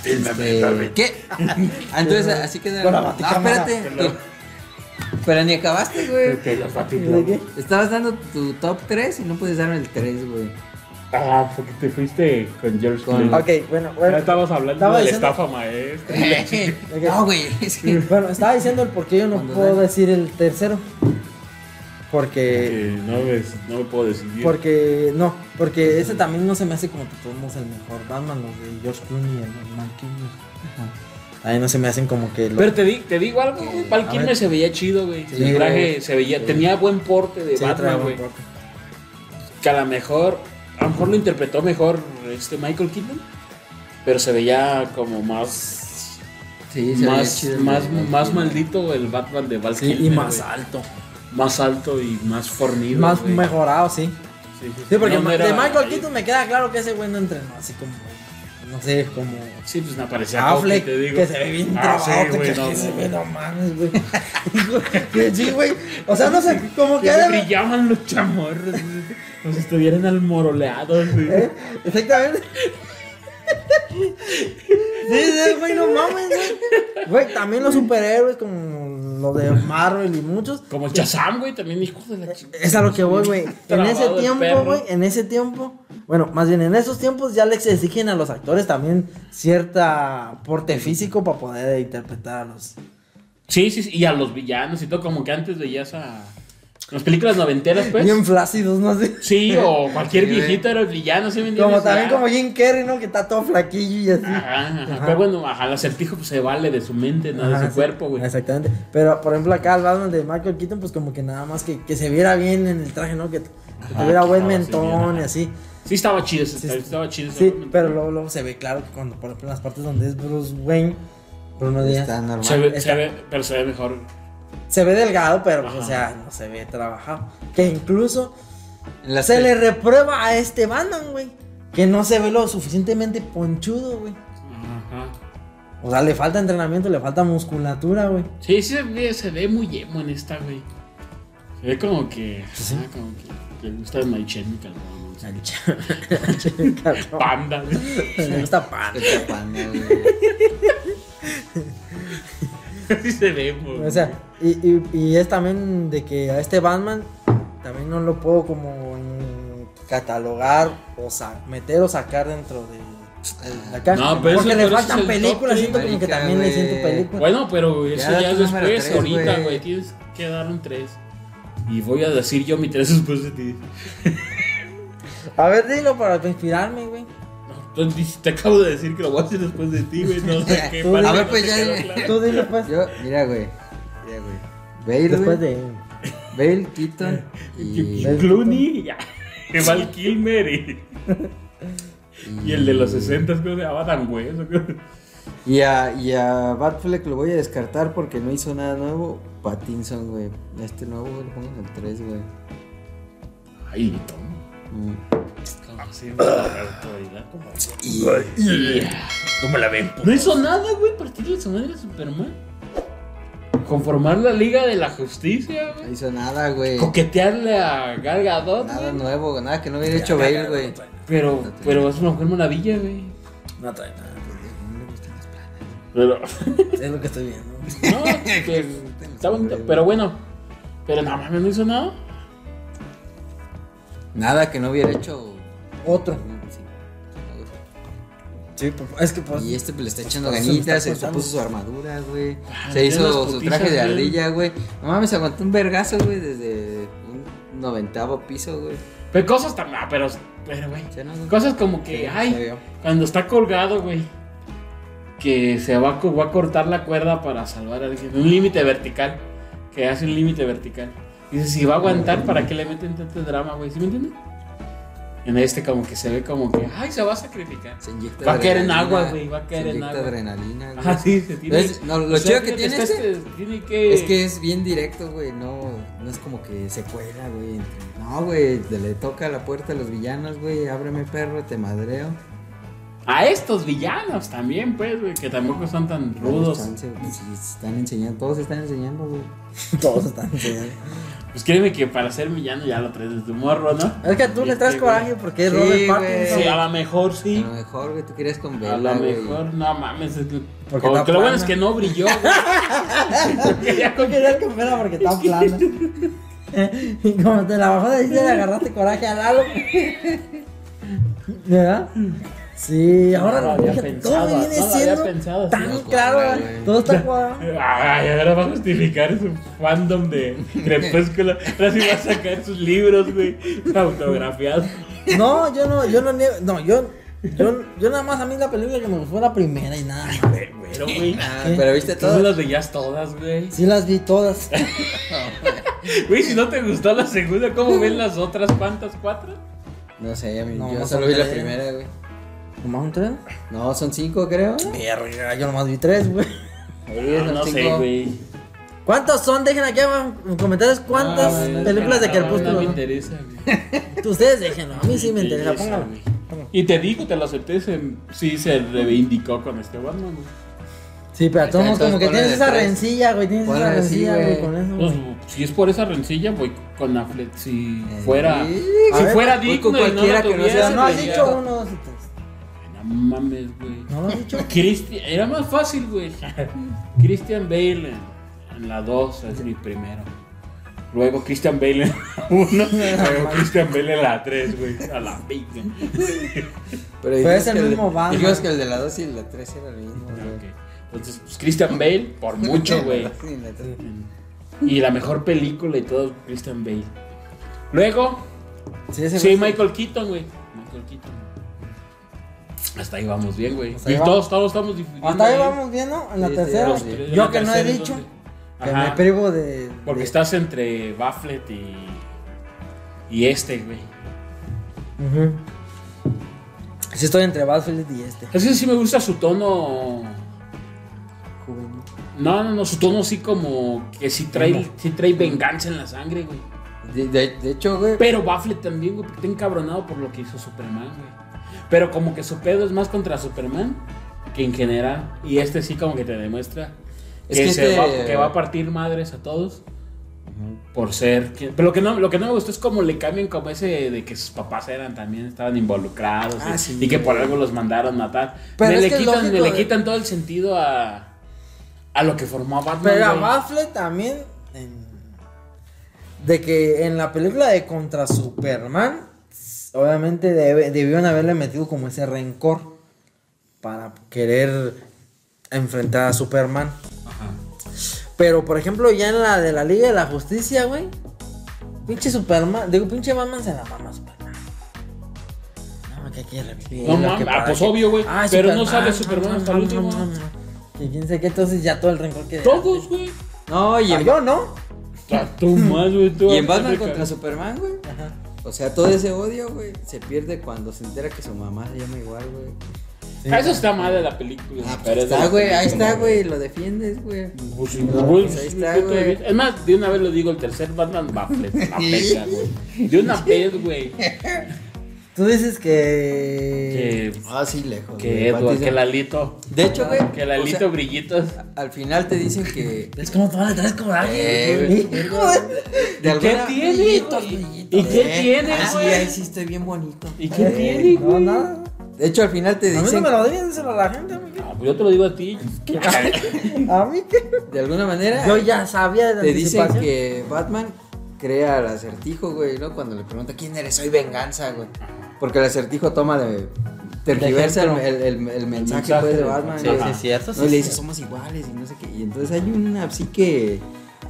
Este, ¿Qué? Ah, entonces, así queda. Con la No, baticámara. espérate. tú- Pero ni acabaste, güey. Que los patis, ¿De qué? (laughs) Estabas dando tu top 3 y no puedes darme el 3, güey. Ah, porque te fuiste con George Con- Clooney. Ah, Ok, bueno, Ya bueno. estabas hablando Estaba de la diciendo- estafa maestra. No, güey. es que- (laughs) Bueno, estaba diciendo el por qué yo no Cuando puedo sea. decir el tercero. Porque. Que no, me, no me puedo decidir. Porque. No, porque ese también no se me hace como que todos el mejor Batman, los de George Clooney y el Mike Ahí no se me hacen como que. los- Pero te, di- te digo algo, güey. Val a Kilmer ver. se veía chido, güey. Sí, el traje güey. se veía, Sí. tenía buen porte de Sí, trae Batman, buen güey. Que a lo mejor, a lo mejor lo interpretó mejor este Michael Keaton, pero se veía como más. Sí, se veía más, chido, más, güey. más maldito el Batman de Val Sí, Kilmer. y más güey. alto. Más alto y más fornido. Más güey. mejorado, sí. Sí, sí, sí. Sí, porque No, no ma- era- de Michael Keaton me queda claro que ese güey no entrenó así como. No sé, como. Sí, pues no parecía Hulk, Affleck, te digo. que se ve bien Ah, sí, trabajote, güey, (laughs) que no, se no, ve, no. no mames, güey. (laughs) Que sí, güey. O sea, (laughs) no sé, como que. Que se era- brillaban los chamorros. Como si estuvieran almoroleados, güey. ¿Eh? Exactamente. Sí, sí, güey, no mames, güey. Güey, también los superhéroes como los de Marvel y muchos. Como el Shazam, güey, también hijo de la chica. Es a lo que voy, güey. En ese Trabado el tiempo, perro. güey, en ese tiempo, bueno, más bien en esos tiempos ya les exigen a los actores también cierta porte físico para poder interpretar a los. Sí, sí, sí, y a los villanos y todo, como que antes veías a las películas noventeras, pues. Bien flácidos, no sé. Sí, o (laughs) cualquier Sí, güey. viejito era el villano, ¿sí me entiendes? Como también Ya. como Jim Carrey, ¿no? Que está todo flaquillo y así. Ajá, ajá. Ajá. Pero bueno, ajá, el acertijo pues, se vale de su mente, no de Ajá, su sí. cuerpo, güey. Exactamente. Pero, por ejemplo, acá el Batman de Michael Keaton, pues como que nada más que, que se viera bien en el traje, ¿no? Que, que tuviera buen que estaba mentón así bien, y ajá. así. Sí, estaba chido, ese- Sí, estaba, sí. chido. ese Sí, momento. pero luego, luego se ve claro que cuando, por ejemplo, en las partes donde es Bruce Wayne, Bruno Díaz, Está normal. Se ve, está- se ve- pero se ve mejor. se ve delgado, pero, pues, Ajá. o sea, no se ve trabajado. Que incluso En las se pel- le reprueba a este Batman, güey. Que no se ve lo suficientemente ponchudo, güey. Ajá. O sea, le falta entrenamiento, le falta musculatura, güey. Sí, sí, se ve, se ve muy emo en esta, güey. Se ve como que. Pues ah, como que le gusta My Chemical Romance. (laughs) (laughs) Panda, güey. Me gusta pan. Estoy tapando, güey. Así se ve, güey. O sea, y, y- y es también de que a este Batman también no lo puedo como en- catalogar o sa- meter o sacar dentro de, de acá. No, pero Porque eso- le pero faltan eso es el películas, top, siento como que marica, también le güey. siento películas. Bueno, pero eso Ya, ya, es tu número después, tres, ahorita, güey. güey. Tienes que dar un 3. Y voy a decir yo mi 3 después de ti. A ver, dilo para inspirarme, güey. No, entonces, te acabo de decir que lo voy a hacer después de ti, güey. No (laughs) sé qué. Tú para dime. A ver, mí no pues, te ya, quedó ya. claro. Tú dilo pues. Yo, mira, güey. Mira, güey. Bale, Después güey. de Bale, Keaton (laughs) y. Bale. Clooney, ya. (laughs) Val Kilmer y, y el de los 60, ¿cómo se llama? Tan hueso. Y a, y a Batfleck lo voy a descartar porque no hizo nada nuevo. Pattinson, güey. Este nuevo, güey, lo pongo en el 3, güey. Ay, Tom. Mm. Como siempre, la autoridad, como ¿Cómo la ven? pues. No hizo nada, güey, partirle su madre a Superman. Conformar la Liga de la Justicia, No güey. hizo nada, güey. Coquetearle a Gal Gadot, Nada güey. nuevo, nada que no hubiera hecho Bale, güey. Pero, pero es una mujer maravilla, güey. No trae nada. Pero. Es lo que estoy viendo. No, que está bonito. Pero bueno. Pero nada más no hizo nada. Nada que no hubiera hecho. Otro. Sí. Sí, por- es que pues. Y este pues, le está echando Por eso me ganitas, está se, se costando. puso su armadura, güey. Ah, se ya las hizo su putizas, traje de güey. ardilla, güey. No mames, aguantó un vergazo, güey, desde un noventavo piso, güey. Pero cosas tan. Ah, pero. Pero, güey. O sea, no- Cosas como que. Sí, ay. se vio. Cuando está colgado, güey. Que se va a, co- va a cortar la cuerda para salvar a alguien. Un límite vertical. Que hace un límite vertical. Dice, si va a aguantar, ¿para qué le meten tanto drama, güey? ¿Sí me entiendes? En este como que se ve como que, ay, se va a sacrificar. Se inyecta Va a caer en adrenalina, agua, güey, va a caer se en inyecta agua. adrenalina, güey. Ah, sí, se tiene ¿Ves? No, lo o sea, chido que fíjate, tiene está este- tiene que... Es que es bien directo, güey. No, no es como que se cuela, güey. No, güey, te le toca la puerta a los villanos, güey. Ábreme, perro, te madreo. A estos villanos también, pues, güey, que tampoco son tan rudos. Chance, güey, sí, están enseñando, todos están enseñando, güey. Todos están enseñando. Pues créeme que para ser villano ya lo traes desde morro, ¿no? Es que tú le traes Este, coraje porque es Sí, Robert güey. Pattinson. Sí, a lo mejor A sí. Ah, lo mejor, güey, tú querías con A Bella, lo güey. mejor, no mames. es que- Porque o- está que lo bueno plana. es que no brilló. (laughs) güey. Porque ya No con- quería que fuera porque está plana. (laughs) y como te la bajó de ahí, te le agarraste coraje al Lalo. ¿Verdad? Sí, ahora No lo lo había dije, pensado, todo viene no lo había siendo pensado, sí, tan nos claro, cuadra, ¿verdad? güey. todo está cuadrado. Ay, ahora va a justificar su fandom de Crepúsculo. Ahora sí va a sacar sus libros, güey, autografiados. No, yo no, yo no niego, no, yo, yo, yo nada más a mí la película que me gustó fue la primera y nada. más. Güey, Güero, güey. Ah, pero viste Tú se todo. las veías todas, güey. Sí las vi todas. Güey, si no te gustó la segunda, ¿cómo ves las otras cuantas cuatro? No sé, a mí- No, yo no solo son vi la tres. primera, güey. ¿Nomás un tren? No, son cinco, creo. ¿no? Verga, yo nomás vi tres, güey. Ahí Ah, son no sé, cinco. güey. ¿Cuántos son? Dejen aquí abajo en comentarios cuántas Ah, güey, películas de no, Crepúsculo. No me ¿no? interesa, güey. Ustedes déjenlo, (laughs) a mí sí me interesa, interesa, pónganlo. güey. Y te digo, te lo acepté, se, sí se reivindicó con este Batman, güey. Sí, pero Ahí está, todos modos como que entonces tienes esa ponle de tres. rencilla, güey, tienes esa Ponle así, rencilla, güey. güey, con eso. Pues, güey. si es por esa rencilla, voy con Affleck. Si Eh, fuera, sí. A si ver, fuera voy digno con y no cualquiera lo pues, que no tuviera, sea Pero no has sí, dicho ya. uno, dos y tres. No mames, güey. No lo has dicho. Cristi- era más fácil, güey. Christian Bale en, en la 2 es mi primero. Luego Christian Bale en la 1. Luego Christian Bale en la 3, güey. A la pica. Pero es dijimos el que mismo de- Batman. Dijimos que el de la 2 y el de la 3 era el mismo, Ok. güey. Entonces, pues, Christian Bale, por mucho, güey. (laughs) Sí, la tres. Y la mejor película y todo, Christian Bale. Luego, Sí, ese sí, güey. Michael Keaton, güey. Michael Keaton. Hasta ahí vamos bien, güey. Hasta Y ahí vamos. todos, todos estamos difundiendo. Hasta ahí vamos bien, ¿no? En la Sí, sí, tercera. vamos bien. Yo que no he dicho que me privo de. Porque de- estás entre Bafflet y. Y este, güey. Ujú. Sí, estoy entre Battlefield y este. Es que sí me gusta su tono. No, no, no, su tono sí como que sí trae, sí trae venganza en la sangre, güey. De, de- de hecho, güey. Pero Bafflet también, güey, porque está encabronado por lo que hizo Superman, güey. Pero como que su pedo es más contra Superman que en general. Y este sí como que te demuestra Es que, que se este- va, que va a partir madres a todos. Por ser. que- Pero lo que, no, lo que no me gustó es como le cambian como ese de que sus papás eran también, estaban involucrados. Ah, y, sí. y que por algo los mandaron matar. Pero Me es le, que es quitan, me lógico, le eh. quitan todo el sentido a. A lo que formó a Batman. Pero a güey. Bafflet también. en- De que en la película de Contra Superman. Obviamente debe- debieron haberle metido como ese rencor. Para querer enfrentar a Superman. Ajá. Pero por ejemplo, ya en la de la Liga de la Justicia, güey. Pinche Superman. Digo, pinche Batman se la mama Superman. No, que hay que revivir. No mames, ah, pues obvio, güey. Pero no sale Superman hasta el último. Que quién sabe qué, entonces ya todo el rencor que. Todos, güey. No, y Ah, en, yo no. O sea, tú más, güey. tú y en vas a Batman tener contra que- Superman, güey. Ajá. O sea, todo ese odio, güey, se pierde cuando se entera que su mamá se llama igual, güey. Ah, Eso está mal de la película. Ah, pero pues es de está, la güey, ahí película, está, güey, lo defiendes, güey. Pues sí, güey, Pues ahí sí, está, punto de güey. vista. Es más, de una vez lo digo, el tercer (laughs) Batman Bafflet. La pega, güey. De una vez, güey. Tú dices que. Que, Ah, sí, lejos. que güey, Edward, Pattinson. que Lalito. De hecho, güey, Que o Lalito sea, brillitos. al final te dicen que Es como todas las traes coraje. Eh, güey. güey. Hijo de- de alguna tiene, Brillitos, güey? brillitos, ¿Y qué eh. tiene, Ah, sí, güey? ahí sí estoy bien bonito. ¿Y qué tiene, No, güey? nada. De hecho, al final te A mí no dicen me lo deben, díselo a la gente, güey. No, pues yo te lo digo a ti. (laughs) A mí que. de alguna manera Yo ya sabía de te dicen anticipación. que Batman crea al acertijo, güey, ¿no? Cuando le pregunta quién eres, soy venganza, güey. Porque el acertijo toma de. Tergiversa el, ejemplo. el, el- el mensaje, mensaje pues, de de- Batman. sí, güey. sí, Ajá. cierto, No, y le dice, somos iguales y no sé qué. Y entonces hay una psique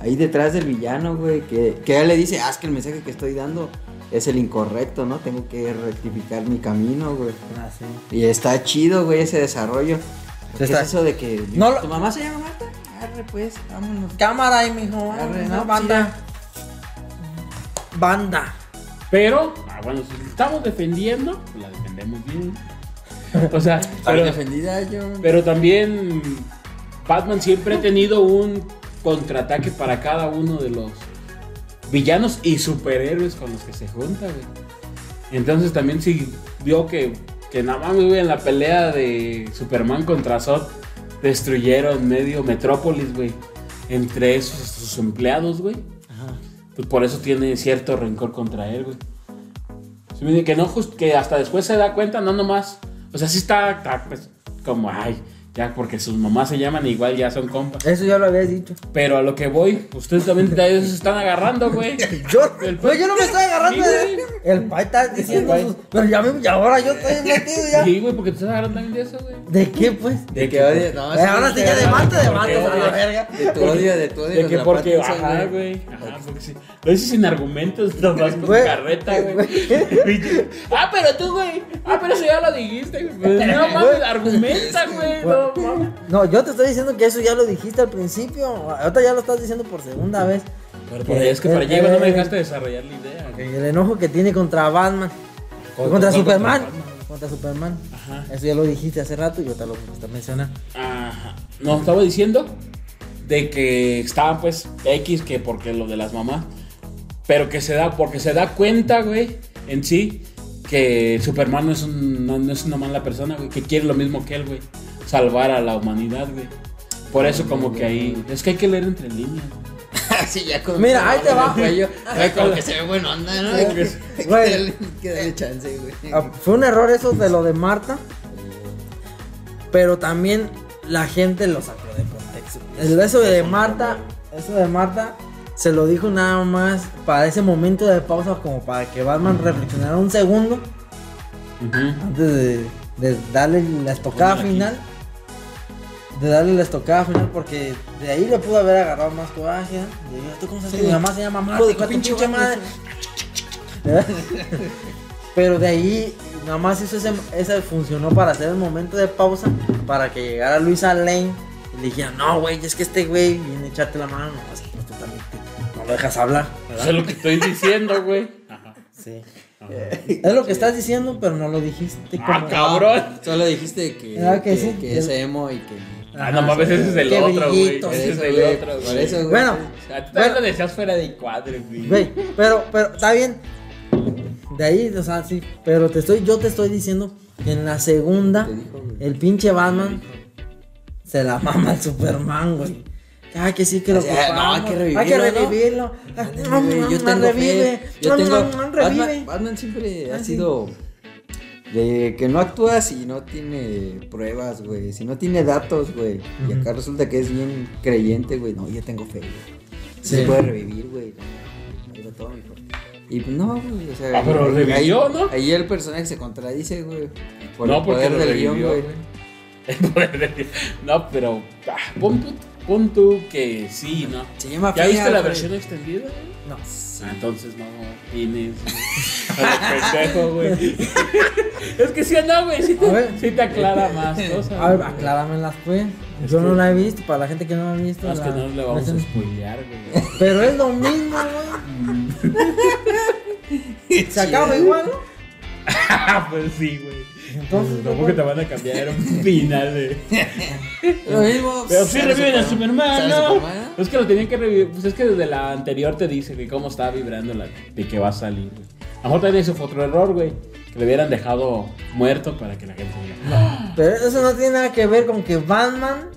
ahí detrás del villano, güey, que, que él le dice, haz que el mensaje que estoy dando es el incorrecto, ¿no? Tengo que rectificar mi camino, güey. Ah, sí. Y está chido, güey, ese desarrollo. ¿Qué está- es eso de que No lo- tu mamá se llama Marta? Arre, pues, vámonos. Cámara ahí, mijo. Arre, no, no, banda. Banda. Pero, ah, bueno, si estamos defendiendo, pues la defendemos bien. O sea, Pero, pero, defendida yo. Pero también Batman siempre ha tenido un contraataque para cada uno de los villanos y superhéroes con los que se junta, güey. Entonces también si vio que, que nada más güey, en la pelea de Superman contra Zod destruyeron medio Metrópolis, güey. Entre esos sus empleados, güey. Pues por eso tiene cierto rencor contra él, güey. Sí, mire, que no just- que hasta después se da cuenta, no nomás. O sea, sí está, está, pues, como, ay, ya porque sus mamás se llaman igual ya son compas. Eso ya lo habías dicho. Pero (laughs) a lo que voy, ustedes también de ellos se están agarrando, güey. Yo, El- no, yo no me estoy agarrando Sí, de. güey. El Pai está diciendo Pai. sus. Pero ya, me- ya ahora yo estoy metido ya. Sí, güey, porque te estás agarrando también de eso, güey. ¿De qué, pues? De que odia. No, Eh, ahora sí, ya de mate mate, de porque mate, a la odia. verga. De tu (laughs) odio, de tu odio. De los que porque, lagartijas, ajá, (laughs) güey. Ajá, porque sí. Lo dices sin argumentos, (laughs) nomás con Güey, carreta, (laughs) güey. Pinche- ah, pero tú, güey. Ah, pero eso ya lo dijiste, güey. Pues, no mames, argumenta, güey. No mames. No, yo te estoy diciendo que eso ya lo dijiste al principio. Ahorita ya lo estás diciendo por segunda vez. Pero por ahí es que para allá iba, no me dejaste desarrollar la idea. güey. El enojo que tiene contra Batman. Contra, contra Superman. Batman. Contra Superman. Ajá. Eso ya lo dijiste hace rato y yo te lo te mencioné. Ajá. No, estaba diciendo de que estaban pues X que porque lo de las mamás. Pero que se da, porque se da cuenta, güey, en sí, que Superman no es, un- no, no es una mala persona, güey, que quiere lo mismo que él, güey. Salvar a la humanidad, güey. Por eso como que ahí... Es que hay que leer entre líneas. Así ya con Mira, ahí te va. el (laughs) cuello. Ay, como que se ve buena onda, ¿no? Hay (laughs) que- hay que Güey. darle- hay que darle chance, güey. Ah, Fue un error eso de lo de Marta. Pero también la gente lo sacó de contexto. El- Eso de Marta, eso de Marta se lo dijo nada más para ese momento de pausa, como para que Batman reflexionara un segundo antes de, de darle la estocada Ponla aquí. final. De darle la estocada final, porque de ahí le pudo haber agarrado más coraje. ¿eh? De, ¿Tú cómo sabes que mi mamá se llama Marta? Hijo de ¿Cuál tu tu pinche pinche madre? Pero de ahí, nada más hizo ese, ese funcionó para hacer el momento de pausa, para que llegara Luisa Lane y le dijera, no, güey, es que este güey viene a echarte la mano, no, es que tú también te- no lo dejas hablar, Eso ¿verdad? es lo que estoy diciendo, güey. Ah, Ajá. Sí. Es lo que estás diciendo, pero no lo dijiste. Ah, como- cabrón. Solo dijiste que, Ah, que que, sí. que es emo y que. Ah, no mames, ese es el Qué otro, güey. brillitos, Por Ese es eso, el güey. otro, Por güey. eso, güey. Bueno, A ti también Bueno. lo decías fuera de cuadro, güey. Güey, pero, pero, está bien. De ahí, o sea, sí. Pero te estoy, yo te estoy diciendo que en la segunda, Te dijo, güey. el pinche Batman se la mama al Superman, güey. Ah, que sí, que lo O sea, no, hay ocupamos. que Hay que revivirlo, ¿no? revivirlo. Ah, no, Güey, no, yo no, tengo fe, revive. yo No, tengo- no, no, revive. Batman, Batman siempre Ah, ha sí. sido de que no actúa si no tiene pruebas, güey, si no tiene datos, güey. Y acá resulta que es bien creyente, güey. No, yo tengo fe. güey. Sí. Se puede revivir, güey. Ahí va todo, mijo. Y pues, no, güey, o sea, Ah, pero ahí- revivió, ¿no? Ahí el personaje se contradice, güey. Por No, el porque poder lo del guión, revivió, güey. güey. (laughs) El poder del guión. No, pero ah, pon, tú, pon tú que sí, ¿no? Se llama ¿Ya fea, viste la güey. versión extendida? No. Ah, entonces no tienes. (laughs) güey. A lo pendejo, güey. (laughs) es que sí, no, güey. Sí A te, ver. sí te aclara más cosas. A ver, güey. acláramelas, pues. Yo Este- no la he visto, para la gente que no la ha visto. No, es que la- no le vamos a spoilear, güey. Pero es lo mismo, güey. Se acaba igual, ¿no? (laughs) Ah, pues sí, güey. Entonces, pues, Tampoco te van a cambiar un (laughs) final de. Lo mismo. Pero sí sale reviven a Superman, sale ¿no? Superman. Pues que lo tenían que revivir. Pues es que desde la anterior te dice que cómo está vibrando la de que va a salir, güey. A lo mejor también eso fue otro error, güey. Que le hubieran dejado muerto para que la gente diga. "Ah". Pero eso no tiene nada que ver con que Batman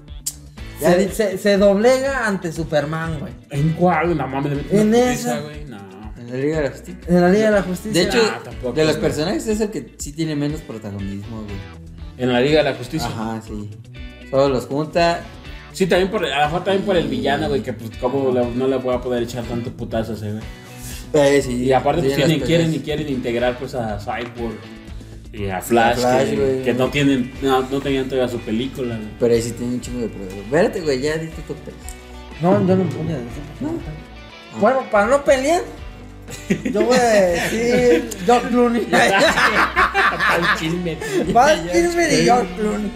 Ya se, di- se- se doblega ante Superman, güey. ¿En cuál? No mames, le meten En una esa. putiza, güey. No. En la Liga de la Justicia. En la Liga de la Justicia. De hecho, Ah, tampoco, de los güey. personajes es el que sí tiene menos protagonismo, güey. En la Liga de la Justicia. Ajá, sí. Solo los junta. Sí, también por, a lo mejor también por el villano, güey. Que pues, cómo le- no le voy a poder echar tanto putazo a ese, güey. Eh, sí, Y aparte, pues, sí, en tienen- las quieren y peleas. quieren integrar pues a Cyborg y a Flash, Flash, que, güey. que no tienen, no, no tenían todavía su película, güey. Pero ahí sí tiene un chingo de pruebas. Vérate, güey, ya diste tu pez. No, yo no voy a decir. Ah. Bueno, para no pelear, yo voy a decir George (laughs) Clooney. (laughs) Al chisme, tío. Val Kilmer y George Clooney.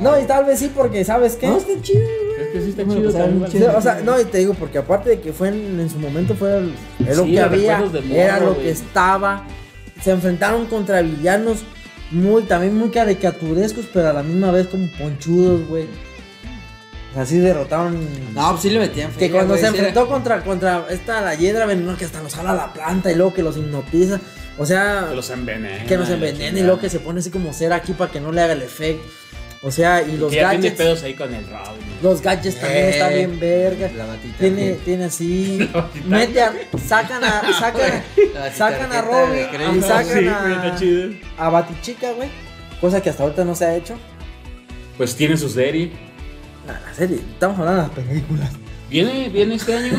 No, y tal vez sí, porque ¿sabes qué? No, está chido, güey. Es que sí está Bueno, chido pues, hay también. un güey. Sí, o sea, no, y te digo, porque aparte de que fue en, en su momento fue el- era lo Sí, que los había, recuerdos de morro, era lo güey. que estaba. Se enfrentaron contra villanos muy, también muy caricaturescos, pero a la misma vez como ponchudos, güey. Así derrotaron. No, pues sí le metían que feria, cuando güey, se sí era- enfrentó contra, contra esta la hiedra venenosa que hasta los jala la planta y luego que los hipnotiza. O sea, Que los envenena. que nos la envenena y chingada. luego que se pone así como cera aquí para que no le haga el efecto. O sea, y los Que ya tiene gadgets. pedos ahí con el Raúl. güey. Los gadgets también Eh, están bien verga. La batita. Tiene, tiene (laughs) así. batita. Mete a, sacan (laughs) a. Sacan, La batita sacan a de tarjeta de Robin crédito. y Ah, Sí, güey, sacan está a, chido. a Batichica, güey. Cosa que hasta ahorita no se ha hecho. Pues tiene su serie. La, la serie, estamos hablando de las películas. Viene, viene este (laughs) año.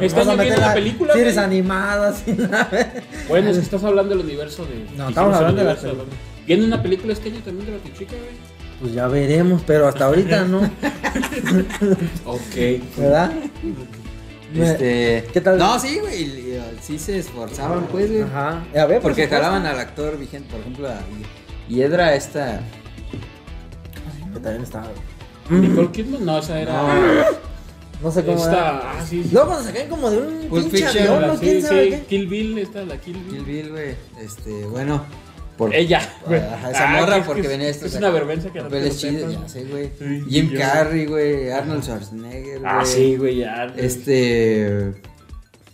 Este año viene la película. Series güey. animadas y la ver- Bueno, es que estás hablando del universo de. No, si estamos hablando quieres de la universo película. Batman. Viene una película este año también de la Tichica, güey. Pues ya veremos, pero hasta ahorita (laughs) no, Ok. ¿verdad? Este. ¿Qué tal? No, sí, güey. y- y- Sí se esforzaban, pues, güey. Ajá. A ver, Porque por supuesto. jalaban al actor vigente, por ejemplo, a Hiedra, esta. Que también estaba. Mm. Nicole Kidman, no, esa era. No sé cómo era. esta. Ah, sí. sí. Luego cuando se caen como de un Pulp pinche Fiction, avión, La- ¿no? ¿Quién sí, sabe sí, qué? Kill Bill, esta, la Kill Bill. Kill Bill, güey. Este, bueno. Por, Ella, güey. Ajá, esa Ah, morra que es- porque que es- venía esto. Es una vergüenza que no te Papeles lo chidos, sepas. ya sé, güey. Sí, Jim yo- Carrey, güey. Arnold Schwarzenegger, güey. Ah, sí, güey, ya. güey. Este.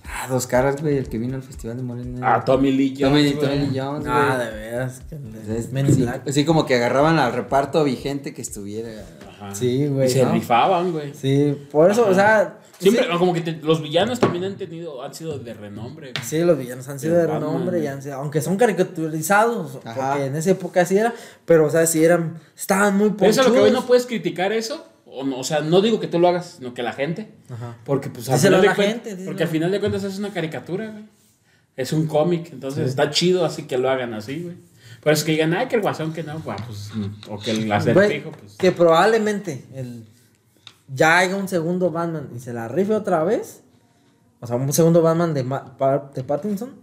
Ah, dos caras, güey. El que vino al Festival de Morena. Ah, Tommy Lee Jones. Tommy, güey. Pues Tommy Lee Jones, güey. Ah, de veras. que le- Entonces, Men in sí, Black. sí, como que agarraban al reparto vigente que estuviera. (laughs) Ajá. Sí, Y güey. se ¿no? rifaban, güey. Sí, por eso, Ajá. o sea. Siempre, sí- como que te- los villanos también han tenido, han sido de renombre. güey. Sí, los villanos han sido De de Batman, renombre, güey. y han sido- aunque son caricaturizados, Ajá. porque en esa época sí era, pero o sea, sí eran, estaban muy Pero eso es lo que hoy no ponchudos. puedes criticar eso. O, no, o sea, no digo que tú lo hagas, sino que la gente. Ajá. Porque pues al Díselo final a de la cuen- gente, díselo. Porque al final de cuentas es una caricatura, güey. Es un cómic, entonces está chido así que lo hagan así, güey. Pero es que digan, ay, que el guasón que no, guau, pues, mm, o que el Güey, acertijo, pues. que probablemente el, ya haya un segundo Batman y se la rife otra vez. O sea, un segundo Batman de, Ma- Pa- de Pattinson.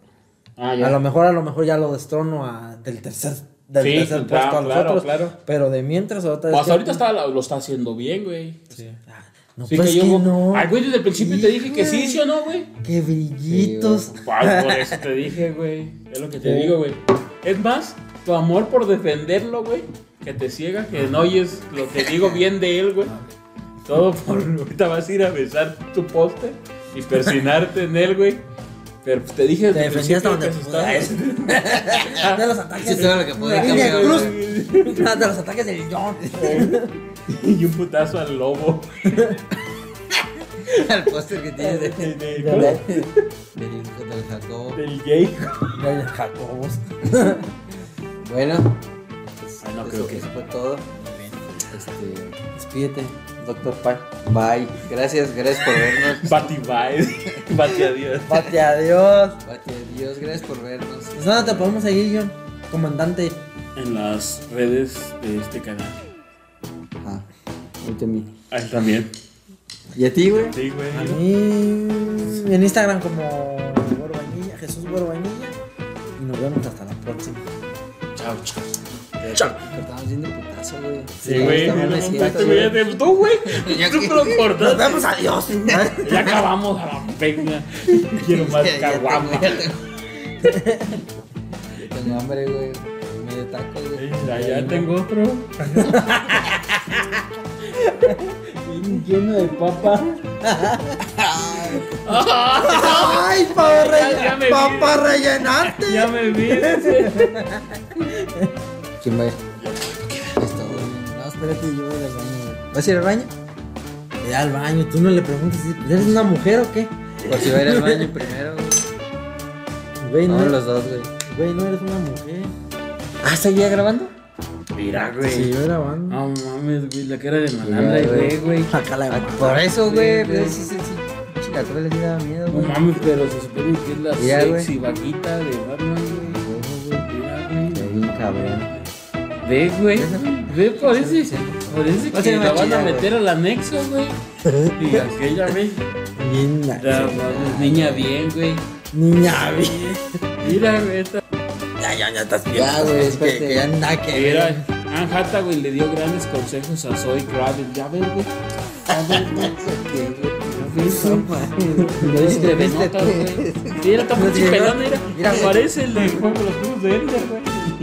Ah, A lo ya. mejor, a lo mejor ya lo destrono a, del tercer, del Sí, tercer claro, puesto a los claro, otros. claro. Pero de mientras otra vez. Pues que- ahorita está, lo está haciendo bien, güey. Ah, No, Sí, pues que yo- que no. Ay, güey, desde el principio te dije que sí, sí o no, güey. Qué brillitos. Ay, por eso te dije, güey. Es lo que te digo, güey. Es más, tu amor por defenderlo, güey. Que te ciega, que no oyes lo que digo bien de él, güey. Todo por. (laughs) Ahorita vas a ir a besar tu poste y persinarte en él, güey. Pero pues, te dije. Te desde el defendí hasta donde principio que así pude. Ah, De los ataques. Sí, todo lo que pude, de línea de campeón, cruz. (laughs) Ah, De los ataques del John. estaba. (laughs) Y un putazo al lobo. Al póster que tiene de, De- de- De del hijo del Jacobo. Del gay. los Jacobos. Bueno, pues, Ah, no, eso, creo que- eso fue todo. Este, despídete, doctor Pai. Bye. Gracias, gracias por vernos. Batibae. eh. (laughs) Bati adiós. Pate, adiós. Pati de Dios, gracias por vernos. Pues nada, te podemos seguir, John. Comandante. En las redes de este canal. Ajá. Vete a mí. A él también. ¿Y a ti, güey? Sí, güey. A mí en Instagram como Güero Vainilla, Jesús Güero Vainilla. Y nos vemos hasta la próxima. Chao, chao. Cortamos bien de putazo, güey. Sí, güey. no, no es cierto, güey. güey. Tú, güey. (laughs) Ya Tú que- procortas. vemos, adiós. Ya acabamos a la (laughs) peña. Quiero más Ya tengo- caguama. ya tengo- Ya tengo hambre, güey. Medio taco, güey. Ya, ya tengo otro. Bien lleno de papa. Ay, para ya me rellenar. vi. Para rellenarte. Ya me vi. ¿Quién va a ir? Esto, güey. No, espérate, yo voy al baño, güey. ¿Vas a ir al baño? Ve al baño, tú no le preguntas si eres una mujer o qué. Por si va a ir al baño primero, güey. Güey, no, No, los dos, güey. güey, no eres una mujer. ¿Ah, seguía grabando? Mira, Sí, güey. yo era banda. No mames, güey. La cara de malandra, Ya, güey. güey, güey. Acá la Ah, Por eso, güey. güey. pues, Sí, sí, sí. Chica, tú le daba miedo, No güey. mames, pero se supone que es la Ya, güey. sexy vaquita de Batman, güey. Ojo, güey. Mira, güey. Qué bien, cabrón. Ve, güey. Ve, parece, parece No Pues se que me la van chilla, a güey. meter al anexo, güey. (laughs) Y aquella, güey. Bien, la- Ya, mames, Niña bien, güey. niña, bien. Mira, güey. Esta... Ya, ya, ya estás bien. Ya, güey, espérate. Que- que ya nada que ver. Mira, Anne Hathaway le dio grandes consejos a Zoe Kravitz. Ya ves, güey. Ya (laughs) ves, güey. Ya ves, güey. Lo dice de (laughs) notas, güey. Mira, está muy pelón, mira. Mira, güey. Parece el de Juego de los Juegos de Ender, güey.